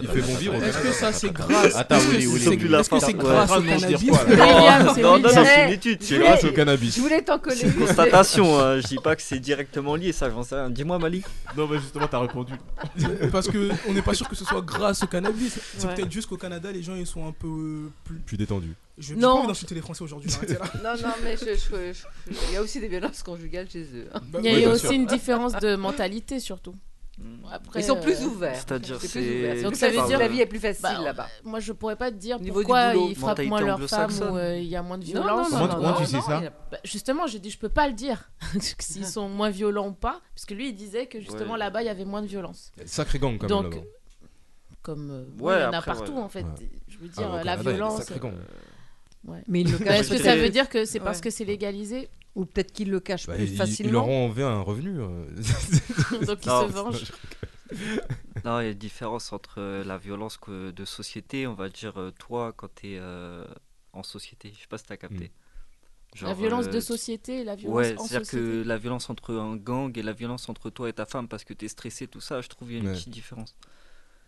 il fait attends, bon vivre. attends, Est-ce que ça c'est Attends, grâce attends, est-ce que Willy, c'est- Willy, Willy, Est-ce que c'est attends, grâce au attends, attends, cannabis attends, attends, Non, c'est non, non, William. c'est une Eh, étude. je voulais- Grâce au cannabis. je voulais t'en coller C'est une une, mais- constatation, hein, je dis pas que c'est directement lié, ça, j'en sais rien. Dis-moi, Malik. Non, mais justement, t'as répondu. Parce que on n'est pas sûr que ce soit grâce au cannabis. C'est Ouais. peut-être juste qu'au Canada, les gens ils sont un peu euh, plus. Plus détendus. Je Non. non. pas envie d'insulter les Français aujourd'hui. arrêtez là. Non, non, mais je- je- je- je- il y a aussi des violences conjugales chez eux. hein. Bah Il y a eu aussi une différence de mentalité, surtout. Après, Ils sont plus euh, ouverts. C'est-à-dire, plus c'est- ouvert. Donc Plus ça veut facile, dire la vie est plus facile Bah, là-bas. Moi, je pourrais pas te dire Niveau du pourquoi boulot. ils frappent Mentalité moins leurs femmes anglo-saxonne. ou euh, il y a moins de Non, violence. non, non, Comment- non, comment tu non, sais non, ça il y a- Bah, Justement, j'ai dit je peux pas le dire s'ils sont moins violents ou pas, parce que lui il disait que justement Ouais. là-bas il y avait moins de violence. sacré gang quand Donc, même là-bas. Comme euh, oui, Ouais, il y en a après, partout ouais. en fait. Ouais. Je veux Ah, dire au euh, la Canada, il y a des violence. euh, sacrés gangs. Ouais. Mais ils le Bah, Est-ce que cachent. ça veut dire que c'est parce Ouais. que c'est légalisé Ou peut-être qu'ils le cachent Bah, plus ils, ils facilement. leur ont enlevé un revenu. euh. Donc ils Non. se vengent. Non, il y a une différence entre euh, la violence que- de société, on va dire, euh, toi, quand tu es en société. Je sais pas si tu as capté. Hmm. euh, La violence de société et la violence ouais, en c'est-à-dire que société. la violence entre un gang et la violence entre toi et ta femme parce que tu es stressé, tout ça, je trouve qu'il y a une Ouais. petite différence.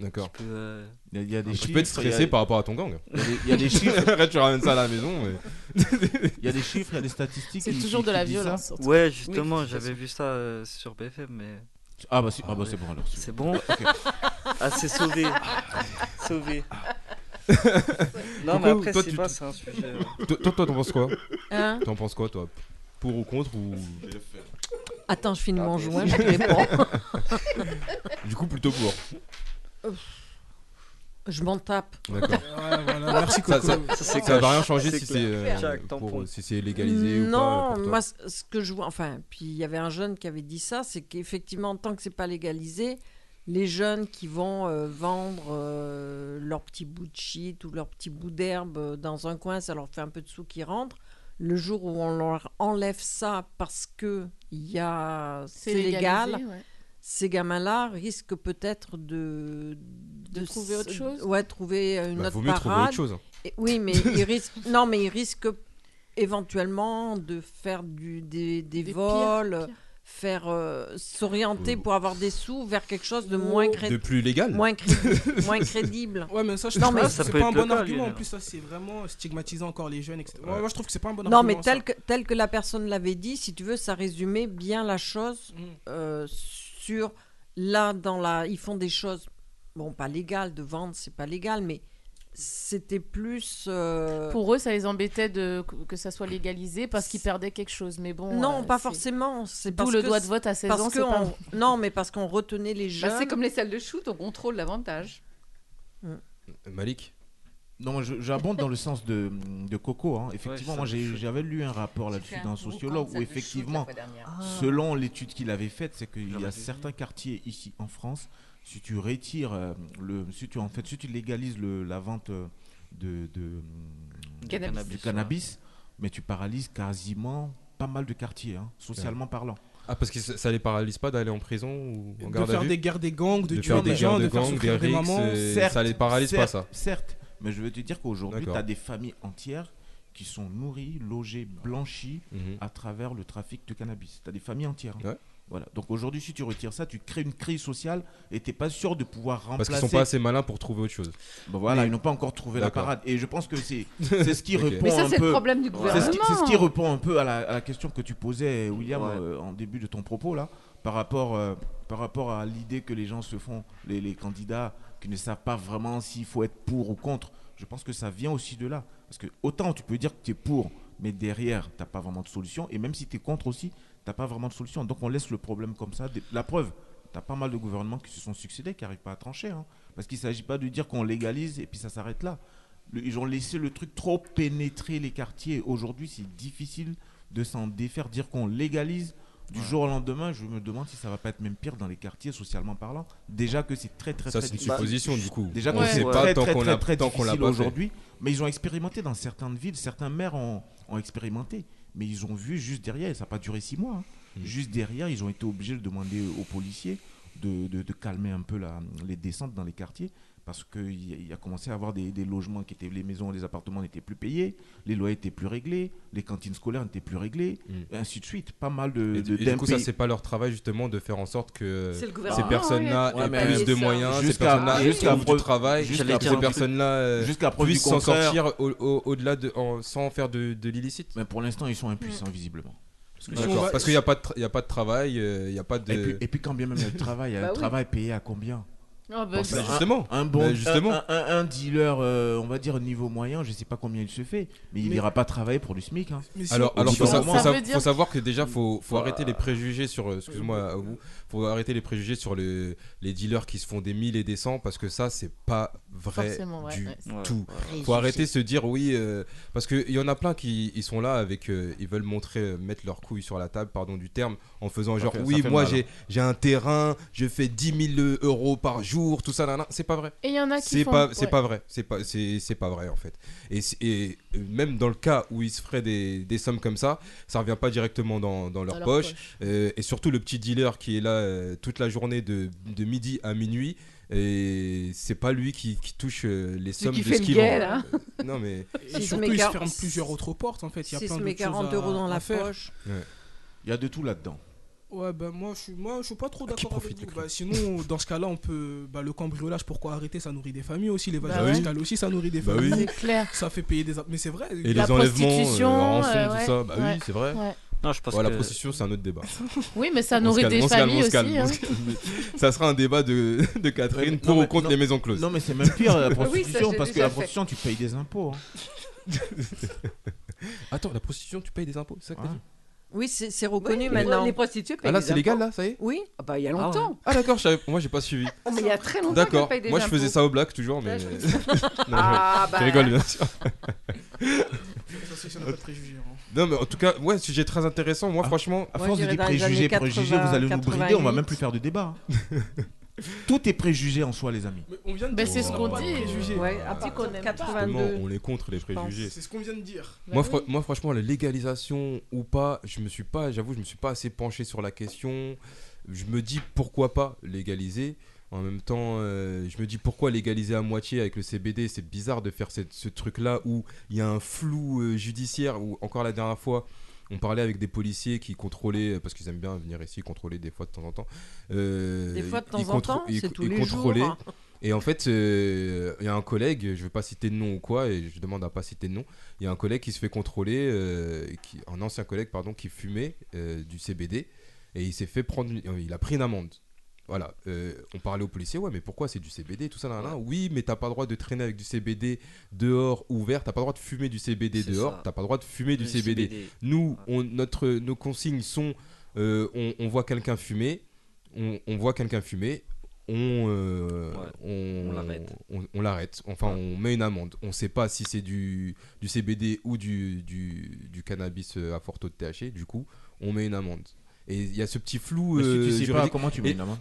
D'accord. Qui peut, euh, Il y a- il y a des Tu chiffres, peux être il y stressé a- par rapport à ton gang. Il y a des- il y a des chiffres. Après, tu ramènes ça à la maison. Mais... Il y a des chiffres, il y a des statistiques. C'est qui- toujours qui- de la qui disent ça. violence. Ouais, justement, j'avais vu ça euh, sur BFM, mais. Ah bah, si- ah bah, c'est bon alors. C'est bon Ok. Ah. Ah, c'est sauvé. Ah, sauvé. non, Coucou, mais après, ah. toi, c'est tu- pas, c'est un sujet. euh. Toi, toi, toi, t'en penses quoi Hein T'en penses quoi, toi Pour ou contre ou... Attends, je finis Ah, mon joint, je te réponds. Du coup, plutôt pour. Bah, je m'en tape. D'accord. Ouais, voilà, merci, ça, Coco. ça, Ça, c'est ça va clair. rien changer C'est si c'est, clair. euh, Jack, pour- tampon. si c'est légalisé ou pas. non, pour toi. moi, c- ce que je vois, enfin, puis il y avait un jeune qui avait dit ça, c'est qu'effectivement, tant que c'est pas légalisé, les jeunes qui vont euh, vendre euh, leur petit bout de shit ou leur petit bout d'herbe euh, dans un coin, ça leur fait un peu de sous qui rentrent. Le jour où on leur enlève ça parce que il y a C'est c'est légal, légalisé, ouais. ces gamins-là risquent peut-être de, de trouver s- autre chose Ouais, trouver euh, une Bah, autre vaut mieux parade. trouver autre chose. Et- oui, mais ils risquent. Non, mais ils risquent éventuellement de faire du, des, des pires, vols, pires. faire euh, s'orienter pour avoir des sous vers quelque chose de moins crédible. De plus légal. Moins crédible. moins crédible. Ouais, mais ça, je Non, trouve mais- que Ça c'est peut pas être un bon local, argument. il y en En a. plus, ça, c'est vraiment stigmatisant encore les jeunes, etc. Ouais, moi, je trouve que c'est pas un bon Non, argument. mais tel que, tel que la personne l'avait dit, si tu veux, ça résumait bien la chose Mm. euh, sur là, dans la. Ils font des choses, bon, pas légales, de vente, c'est pas légal, mais c'était plus. euh, Pour eux, ça les embêtait de que- que ça soit légalisé parce qu'ils perdaient quelque chose. Mais bon. Non, euh, pas c'est- forcément. C'est D'où parce le que droit c- de vote à 16 parce ans, c'est que pas- on- Non, mais parce qu'on retenait les Bah, jeunes. c'est comme les salles de shoot, on contrôle l'avantage. Malik Non, moi, je- j'abonde dans le sens de, de Coco. hein. Effectivement, ça moi, me j'ai- choque. j'avais lu un rapport là-dessus fait un d'un gros sociologue camp de salle de où, shoot la effectivement, fois dernière. Ah. selon l'étude qu'il avait faite, c'est qu'il y J'aurais a dû certains quartiers ici en France, si tu retires euh, le. Si tu, en fait, si tu légalises le, la vente euh, de, de, Du cannabis. du cannabis, mais tu paralyses quasiment pas mal de quartiers, hein, socialement parlant. Ah, parce que ça, ça les paralyse pas d'aller en prison ou en de garde à faire vue des guerres des gangs, de, De tuer faire des, des gens, guerres de de faire gangs, souffrir des des rixes, mamans. euh, ça les paralyse pas, certes, ça. Certes, mais je veux te dire qu'aujourd'hui, tu D'accord. as des familles entières qui sont nourries, logées, blanchies Mhm. à travers le trafic de cannabis. Tu as des familles entières. hein. Voilà. Donc aujourd'hui, si tu retires ça, tu crées une crise sociale et tu n'es pas sûr de pouvoir Parce remplacer. qu'ils sont pas assez malins pour trouver autre chose. Bah voilà, ils n'ont pas encore trouvé la D'accord. parade. Et je pense que c'est c'est ce qui Ok. répond Mais ça, un c'est peu. le problème du C'est ce qui- C'est ce, qui gouvernement. répond un peu à la, à la question que tu posais, William, euh, en début de ton propos là, par rapport euh, par rapport à l'idée que les gens se font, les, les candidats qui ne savent pas vraiment s'il faut être pour ou contre. Je pense que ça vient aussi de là, parce que autant tu peux dire que tu es pour, mais derrière t'as pas vraiment de solution, et même si tu es contre aussi, t'as pas vraiment de solution. Donc on laisse le problème comme ça. Des- La preuve. T'as pas mal de gouvernements qui se sont succédés, qui n'arrivent pas à trancher. hein. Parce qu'il s'agit pas de dire qu'on légalise et puis ça s'arrête là. Le- ils ont laissé le truc trop pénétrer les quartiers. Aujourd'hui, c'est difficile de s'en défaire. Dire qu'on légalise du jour au lendemain, je me demande si ça va pas être même pire dans les quartiers, socialement parlant. Déjà que c'est très, très, Ça, très c'est une difficile. supposition, du coup. Déjà On que sait c'est pas très, tant très, qu'on très, l'a- très tant qu'on l'a difficile pas fait. aujourd'hui. Mais ils ont expérimenté dans certaines villes. Certains maires ont, ont expérimenté. Mais ils ont vu juste derrière, et ça n'a pas duré six mois. hein. Hmm. Juste derrière, ils ont été obligés de demander aux policiers de, de- de calmer un peu la- les descentes dans les quartiers parce qu'il y, a- il y a commencé à avoir des, des logements qui étaient, les maisons, les appartements n'étaient plus payés, les loyers n'étaient plus réglés, les cantines scolaires n'étaient plus réglées, et ainsi de suite. Pas mal de. Hmm. Et, de- du- et du coup, ça, d'impayés. c'est pas leur travail justement de faire en sorte que C'est le Euh, ces gouvernement, personnes-là ouais, aient ouais, plus mais- de moyens, ces Jusqu'à- personnes-là jusqu'à jusqu'à du preuve- travail, jusqu'à jusqu'à preuve ces du- personnes-là euh, jusqu'à preuve du puissent s'en contraire. sortir au- au- au-delà de, en- sans faire de, de l'illicite. Mais pour l'instant, ils sont impuissants visiblement. Parce que qu'il si on va- n'y a pas de tra- il y a pas de travail, euh, il y a pas de. Et puis, et puis quand bien même il y a le travail, il y a Bah le oui. travail payé à combien Ah, bah, Parce bah, que justement. un, un bon, Bah, justement. un, un- un dealer, euh, on va dire niveau moyen, je sais pas combien il se fait, mais il Mais- n'ira pas travailler pour du SMIC. hein. Alors, Au alors bout faut, d'un sa- moment- faut sa- faut savoir que déjà, faut, faut Voilà. arrêter les préjugés sur. euh, Excuse-moi, à vous. Faut arrêter les préjugés sur le- les dealers qui se font des 1000 et des 100 parce que ça, c'est pas vrai Forcément, ouais, du ouais. Ouais. tout. Préjugés. Faut arrêter de se dire oui. euh, parce qu'il y en a plein qui ils sont là avec. euh, ils veulent montrer, euh, mettre leur couille sur la table, pardon du terme, en faisant Ça genre fait- ça oui, fait moi mal, hein. j'ai j'ai un terrain, je fais 10 000 euros par jour, tout ça, là, C'est pas vrai. Et il y en a qui C'est font- pas, c'est ouais. pas vrai. C'est pas, c'est, c'est pas vrai en fait. Et, c'est- et euh, même dans le cas où ils se feraient des, des sommes comme ça, ça revient pas directement dans, dans leur Dans leur poche. poche. Euh, et surtout le petit dealer qui est là euh, toute la journée de, de midi à minuit. Et c'est pas lui qui, qui touche euh, les Celui sommes qui de fait ce le qu'il guet, vend. là. Euh, Non mais. Et S'il se surtout, met ils se quar- ferment plusieurs autres portes en fait. Il y a s'il se plein met d'autres choses 40 à- euros dans à la faire. poche. Il y a de tout là-dedans. Ouais, ben moi je suis, moi, je suis pas trop Ah, d'accord avec profite, vous. Bah, sinon, dans ce cas-là, on peut. Bah, le cambriolage, pourquoi arrêter Ça nourrit des familles aussi. L'évasion Bah ouais. fiscale aussi, ça nourrit des Bah familles. oui. C'est clair. Ça fait payer des. Mais c'est vrai. Et les enlèvements, euh, la rançon, tout ça, bah oui, c'est vrai. ouais. Non, je pense Ouais, La que- prostitution, c'est un autre débat. Oui, mais ça On se nourrit calme, des on se calme, familles on se calme, aussi, on se hein. calme. Ça sera un débat de, de Catherine Non, pour mais- ou contre non- les maisons closes. Non, mais c'est même pire la Oui, ça, je l'ai prostitution, parce que déjà la fait. prostitution, tu payes des impôts. hein. Attends, la prostitution, tu payes des impôts, ça Oui, c'est c'est reconnu Oui, les- maintenant. les prostituées payent Ah, là, des c'est légal, impôts. là, ça y est Oui. Ah bah, il y a Ah, longtemps. d'accord, je savais- moi j'ai pas suivi. Ah, mais il y a très longtemps D'accord. qu'elles payent des Moi je faisais impôts. ça au black toujours, mais. Ouais, je Ah, bah. je rigole bien sûr. c'est sûr, on n'a pas de préjugés, hein. Ah. Non mais en tout cas, ouais, sujet très intéressant. Moi franchement, À force de des préjugés, préjugés, vous allez nous brider, on va même plus faire de débat. hein. Tout est préjugé en soi, les amis. On vient de bah, Ben, dire c'est ce qu'on n'a qu'on pas de dit. préjugés. Ouais, à partir de 82. Justement, on est contre les préjugés. C'est ce qu'on vient de dire. Bah Moi, fr- moi, franchement, la légalisation ou pas, je me suis pas, j'avoue, je me suis pas assez penché sur la question. Je me dis pourquoi pas légaliser. En même temps, euh, je me dis pourquoi légaliser à moitié avec le CBD. C'est bizarre de faire cette- ce truc-là où il y a un flou euh, judiciaire. Où encore la dernière fois, on parlait avec des policiers qui contrôlaient euh, parce qu'ils aiment bien venir ici contrôler des fois de temps en temps. Euh, Des fois de ils temps en contrô- temps, ils- c'est tous ils les contrôlaient. jours. hein. Et en fait, euh, il y a un collègue, je ne vais pas citer de nom ou quoi, et je demande à pas citer de nom, il y a un collègue qui se fait contrôler, euh, qui, un ancien collègue, pardon, qui fumait euh, du CBD, et il s'est fait prendre, une- euh, il a pris une amende. Voilà, euh, on parlait aux policiers, ouais, mais pourquoi c'est du CBD, tout ça, là, là. Oui, mais t'as pas le droit de traîner avec du CBD dehors, ouvert, t'as pas le droit de fumer du CBD C'est dehors, ça. t'as pas le droit de fumer du Le CBD. CBD. Nous, on- notre, nos consignes sont, euh, on, on voit quelqu'un fumer, on, on voit quelqu'un fumer, on, euh, on, on l'arrête. on- on l'arrête. Enfin, on met une amende. On ne sait pas si c'est du, du CBD ou du, du, du cannabis euh, à fort taux de THC. Du coup, on met une amende. Et il y a ce petit flou. Mais si tu euh, sais pas, juridique. comment tu mets Et- une amende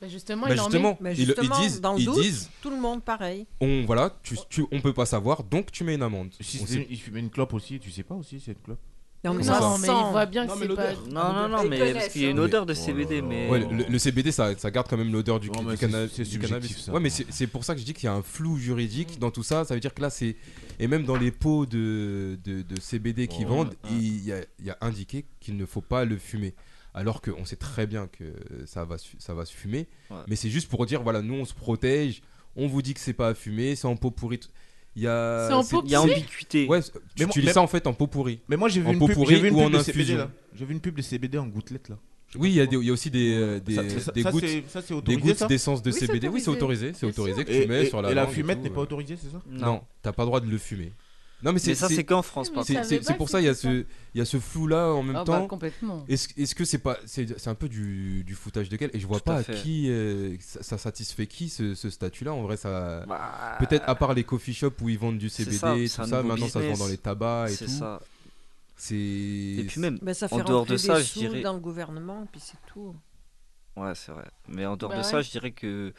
Bah, justement, Bah, il en met. justement, Mais ils, le- ils justement, disent, dans le ils doute, disent, tout le monde pareil. on voilà, tu, tu- on peut pas savoir, donc tu mets une amende. Si On c'est- sait- il fumait une clope aussi, tu sais pas aussi, c'est une clope. Non, mais Non, ça mais sent. il voit bien que c'est pas. Non, non, non, mais parce qu'il y a une odeur de CBD, mais. Ouais, le, le CBD, ça, ça garde quand même l'odeur du, du, canna- c'est du subjectif, cannabis. ça. ouais, mais c'est c'est pour ça que je dis qu'il y a un flou juridique dans tout ça. Ça veut dire que là, c'est. Et même dans les pots de, de, de CBD qui Ouais. vendent, il y a, il y a indiqué qu'il ne faut pas le fumer. Alors qu'on sait très bien que ça va, se- ça va se fumer. Ouais. Mais c'est juste pour dire voilà, nous, on se protège. On vous dit que c'est pas à fumer, c'est en pot pourri. Il y a, C'est en pot Il y a pourri ambiguïté. Ouais, c'est- tu moi- utilises ça en fait en pot pourri. Mais moi j'ai vu En une pot pub, pourri j'ai vu une ou en pub de CBD infusion. là. J'ai vu une pub de CBD en gouttelette là. Oui, il y, a des- il y a aussi des, euh, des, Ça- ça- des ça, gouttes, c'est- ça, c'est des autorisé, gouttes ça d'essence de Oui, c'est CBD. Oui, c'est autorisé, autorisé, c'est bien sûr. autorisé que Et- tu mets et- sur la et la langue fumette tout, n'est pas euh. autorisée, c'est ça Non. Non, t'as pas le droit de le fumer. Non, mais, Mais ça, c'est qu'en France, par C'est- contre. C'est c'est pour ça il y a ce il y a ce flou là en même Ah, bah, temps. complètement. Est-ce est-ce que c'est pas c'est c'est un peu du, du foutage de gueule et je vois Tout à pas à fait. qui euh, ça, ça satisfait qui ce, ce statut là en vrai ça peut-être à part les coffee shops où ils vendent du Bah. C'est CBD ça, et tout c'est un ça nouveau maintenant ça se vend business. dans les tabacs et C'est tout. ça. C'est Et puis même, Ben, ça fait en dehors rentrer de ça, des je sous dirais. dans le gouvernement, puis c'est tout. Ouais, c'est vrai. Mais en dehors Bah de ouais. ça, je dirais que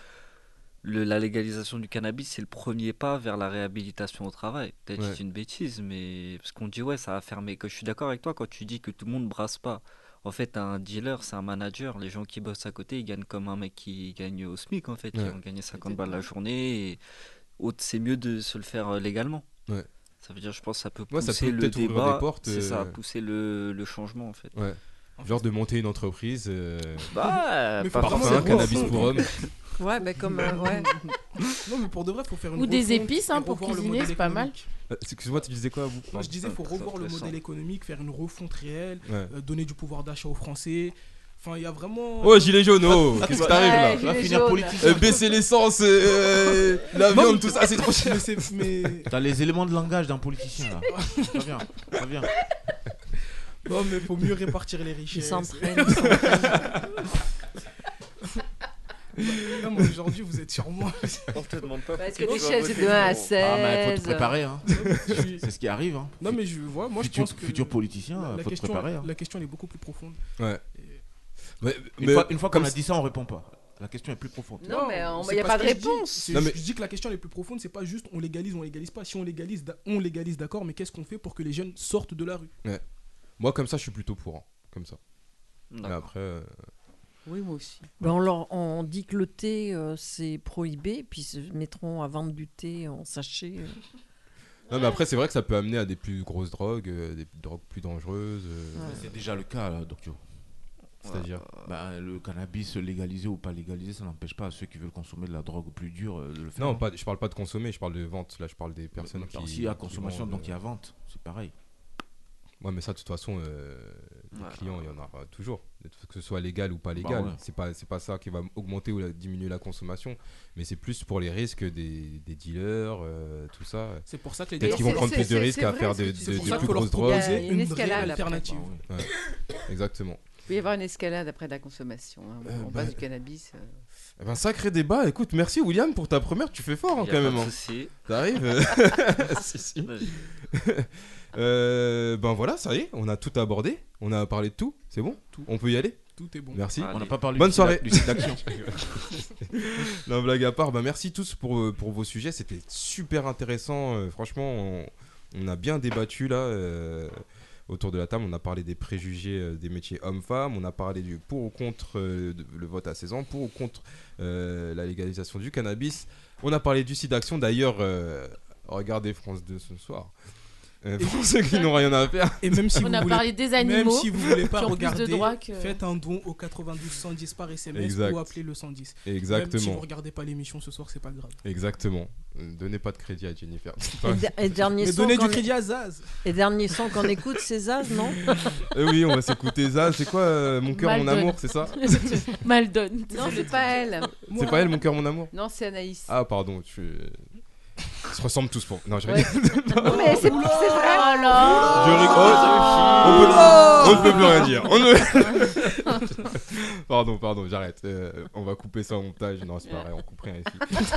le- la légalisation du cannabis, c'est le premier pas vers la réhabilitation au travail. Peut-être que Ouais. c'est une bêtise, mais parce qu'on dit ouais, ça a fermé. Que je suis d'accord avec toi quand tu dis que tout le monde brasse pas. En fait, un dealer, c'est un manager. Les gens qui bossent à côté, ils gagnent comme un mec qui gagne au SMIC, en fait. Ils Ouais. vont gagner 50 balles la journée. Et... autre- C'est mieux de se le faire euh, légalement. Ouais. Ça veut dire, je pense, que ça peut Ouais, pousser ça peut le peut-être ouvrir débat. des portes, C'est ça, euh. pousser le, le changement, en fait. Ouais. Genre de monter une entreprise. euh, Bah, Mais faut parfum, vraiment être cannabis profond. pour hommes. Ouais, mais comme. euh, ouais. Non, mais pour de vrai, faut faire une Ou des refonte épices, et hein, pour revoir le cuisiner, modèle c'est pas mal. économique. Euh, Excuse-moi, tu disais quoi vous Moi, je disais, faut revoir le modèle économique, faire une refonte réelle, Ouais. euh, donner du pouvoir d'achat aux Français. Enfin, il y a vraiment. euh, Ah, Oh, gilet jaune, oh, qu'est-ce qui t'arrive là Tu vas finir politicien. Euh, Baisser l'essence, euh, la Non, viande, mais- tout ça, c'est trop cher. Mais c'est- mais- T'as les éléments de langage d'un politicien là. Ça vient, ça vient. Non, mais faut mieux répartir les richesses. s'entraînent, Bah, ils s'entraînent. Non, mais aujourd'hui, vous êtes sur moi. On te demande pas Parce que les chaises de 1 à 16. Ah, mais faut te préparer, hein. C'est ce qui arrive, hein. Non, mais je vois, moi, je Futur- pense que. futur politicien, la- la faut te question- préparer, hein. La question, elle est beaucoup plus profonde. Ouais. Mais- Une mais- fois, une fois qu'on comme a si- dit ça, on répond pas. La question est plus profonde. Non, mais Euh, on- c'est y a pas de ce que je dis. réponse. C'est- Non, mais- Je dis que la question la plus profonde, c'est pas juste on légalise ou on légalise pas. Si on légalise, d'a- on légalise d'accord, mais qu'est-ce qu'on fait pour que les jeunes sortent de la rue Ouais. Moi, comme ça, je suis plutôt pour. hein. Comme ça. Mais D'accord. après. euh, Oui, moi aussi. Ben, on, leur- on dit que le thé, euh, c'est prohibé, puis ils se mettront à vendre du thé en sachet. euh. Non, mais après, c'est vrai que ça peut amener à des plus grosses drogues, euh, des drogues plus dangereuses. euh, Ça, C'est déjà le cas, là, Docteur. C'est-à-dire Bah, le cannabis légalisé ou pas légalisé, ça n'empêche pas à ceux qui veulent consommer de la drogue plus dure euh, de le faire. Non, pas, je parle pas de consommer, je parle de vente. Là, je parle des personnes qui. Alors, s'il y a qui consommation, vendent, donc il y a euh, vente, c'est pareil. Ouais, mais ça, de toute façon, euh, les clients, il y en aura toujours. Que ce soit légal ou Bah pas légal, ouais. c'est pas c'est pas ça qui va augmenter ou la- diminuer la consommation, mais c'est plus pour les risques des, des dealers, euh, tout ça. C'est pour ça que les Peut-être dealers- qu'ils vont C'est- prendre c'est- plus de c'est- risques c'est à vrai, faire c'est- des, c'est des- pour des ça plus qu'on leur grosses drogues. propose Il y a une une escalade après. vraie alternative. Ouais, Exactement. Il peut y avoir une escalade après la consommation. hein. Euh, on bah- passe du cannabis. euh. Eh ben, sacré débat. Écoute, merci William pour ta première. Tu fais fort hein, Y a quand pas même. de hein. souci. T'arrives. si, si. Euh, ben voilà, ça y est, on a tout abordé. On a parlé de tout. C'est bon Tout. On peut y aller Tout est bon. Merci. On n'a pas parlé Bonne du site soirée. d'ac- du site d'action. non, blague à part. Ben, merci tous pour, euh, pour vos sujets. C'était super intéressant. Euh, franchement, on, on a bien débattu là. euh, Autour de la table, on a parlé des préjugés euh, des métiers hommes-femmes, on a parlé du pour ou contre euh, de- le vote à 16 ans, pour ou contre euh, la légalisation du cannabis, on a parlé du site d'action. D'ailleurs, euh, regardez France 2 ce soir. Euh, pour ceux qui n'ont rien à faire. Et même si On vous a voulez- parlé des Même animaux si vous voulez pas qui ont plus de regarder, droits que- faites un don au 92 110 par SMS Exact. ou appelez le 110. Même si Exactement. vous regardez pas l'émission ce soir, c'est pas grave. Exactement. Euh, Donnez pas de crédit à Jennifer. Et, de- et dernier Mais son donnez qu'on- du crédit à Zaz. Et dernier son qu'on écoute, c'est Zaz, non Eh oui, on va s'écouter ça. C'est quoi euh, Mon cœur, mon Maldon. amour, c'est ça Maldon. Non, c'est pas elle. C'est pas elle, mon cœur, mon amour Non, c'est Anaïs. Ah, pardon, tu. Ils se ressemblent tous pour. Non, je Ouais. rigole. Non, mais c'est c'est vrai. Je rigole. On, peut- on ne peut Oh. plus rien dire. On ne- pardon, pardon, j'arrête. Euh, on va couper ça au montage. Non, c'est pas vrai, on coupe rien ici.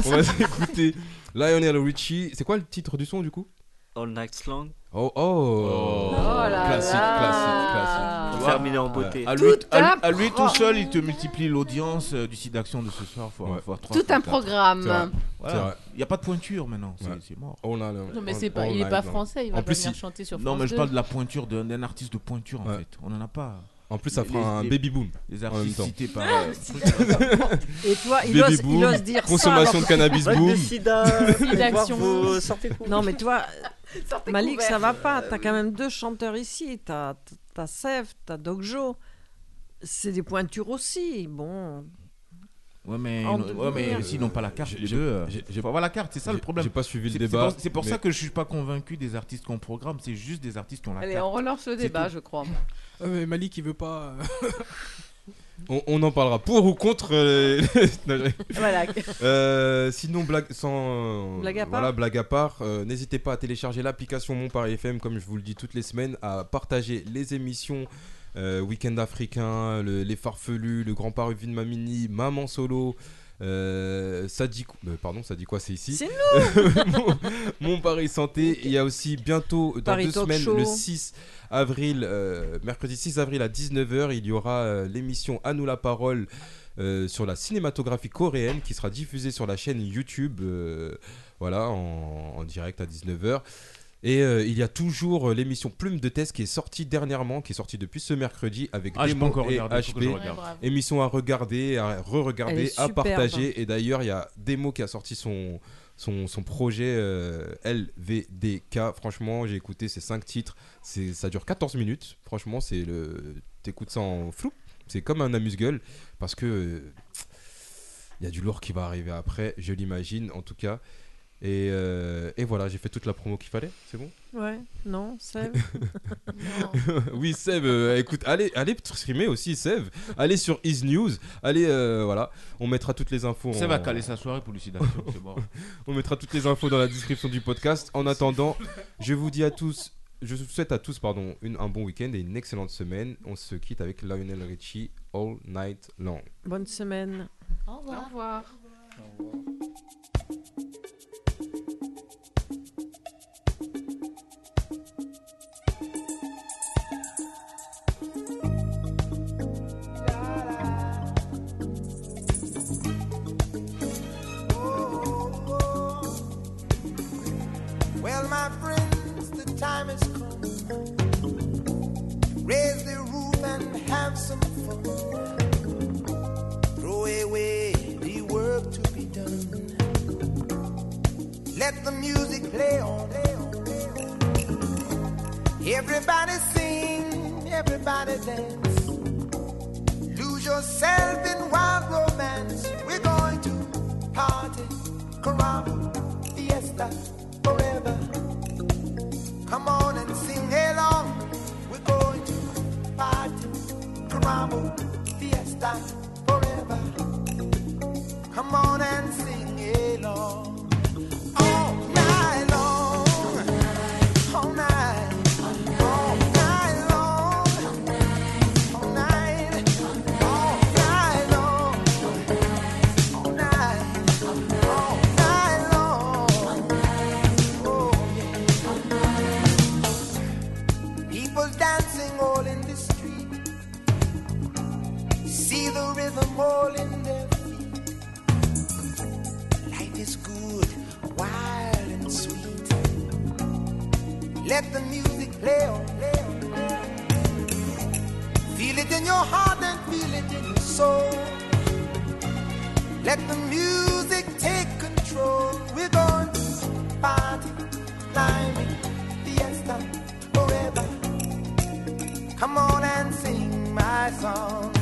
On va s'écouter Lionel Richie. C'est quoi le titre du son du coup All Night Long. Oh, oh, là classique, là. Ah. classique, classique. Ça terminer en beauté. À lui, Tout à lui- un à lui tout programme. seul, il te multiplie l'audience euh, du site d'action de ce soir. Faut, faut Tout trois, faut un quatre. programme. C'est vrai. Voilà. C'est vrai. Il n'y a pas de pointure maintenant. C'est c'est mort. On a Non, mais c'est pas- il est pas français, il va En pas plus, venir chanter sur Non, France mais je 2. parle de la pointure d'un d'un artiste de pointure en fait. On en a pas. En plus, ça Les- fera les- un les- baby boom. Les en même artistes temps. cités par. Ah, euh, Et toi, il Baby ose, il boom, ose dire ça, consommation alors- de cannabis Vague de boom. sida, D'action. Vous sortez couvert. Non, mais toi, Sortez Malik, couvert. ça va pas. T'as quand même deux chanteurs ici. T'as as Sef, t'as Dogjo. C'est des pointures aussi. Bon. Ouais, mais, En ouais, mais devenir. s'ils n'ont pas la carte, J'ai- les j'ai- deux. j'ai- J'ai pas avoir la carte, c'est ça le j'ai- problème. j'ai pas suivi le C'est- débat, c'est pour- C'est pour mais- ça que je suis pas convaincu des artistes qu'on programme, c'est juste des artistes qui ont la Allez, carte. on relance le C'est débat, tout. je crois. Ah, mais Malik, il veut pas. euh, On, on en parlera pour ou contre. euh, non, je- Voilà. Euh, sinon, blague sans. euh, Blague à part. Voilà, blague à part. euh, N'hésitez pas à télécharger l'application Mon Paris FM, comme je vous le dis toutes les semaines, à partager les émissions. euh, Week-end africain, le- les farfelus, le grand paru de Mamini, Maman Solo. euh, ça dit quoi Pardon, ça dit quoi C'est ici. C'est nous. mon, Mon Paris Santé. Il y a aussi bientôt dans Paris deux Talk semaines Show. le 6 avril, euh, mercredi 6 avril à 19h, il y aura euh, l'émission À nous la parole euh, sur la cinématographie coréenne qui sera diffusée sur la chaîne YouTube euh, voilà, en, en direct à 19h. Et euh, il y a toujours euh, l'émission Plume de Test qui est sortie dernièrement, qui est sortie depuis ce mercredi avec Ah, j'ai Démon pas encore et regardé, faut que HB. je regarde. Ouais, bravo. émission à regarder, à Elle est re-regarder, à superbe. partager. Et d'ailleurs, il y a Démo qui a sorti son, son, son projet euh, LVDK. Franchement, j'ai écouté ces 5 titres. C'est, ça dure 14 minutes. Franchement, c'est le... t'écoutes ça en flou. C'est comme un amuse-gueule. Parce que. euh, Il y a du lourd qui va arriver après, je l'imagine en tout cas. Et, euh, et voilà, j'ai fait toute la promo qu'il fallait, c'est bon Ouais, non, Seb. oui, Seb, euh, écoute, allez, allez streamer aussi, Seb. Allez sur Is News. Allez, euh, voilà, on mettra toutes les infos. Seb en- a calé sa soirée pour Lucie Daction, c'est mort. on mettra toutes les infos dans la description du podcast. En attendant, je vous dis à tous, je vous souhaite à tous, pardon, une- un bon week-end et une excellente semaine. On se quitte avec Lionel Richie All Night Long. Bonne semaine. Au revoir. Au revoir. Well, my friends, the time has come. Raise the roof and have some fun. Throw away the work to be done. Let the music play on. Everybody sing, everybody dance. Lose yourself in wild romance. We're going to party, caramba, fiesta forever. Come on and sing along. We're going to party, caramba, fiesta forever. Come on and sing along. All night long. All night. All night long. All night. All night long. All night. All night long. People dancing all in the street. See the rhythm all in their feet. Life is good, wild and sweet. Let the music play on, play on, play on. Feel it in your heart and feel it in your soul. Let the music take control. We're going to party, climbing, fiesta forever. Come on and sing my song. Oh,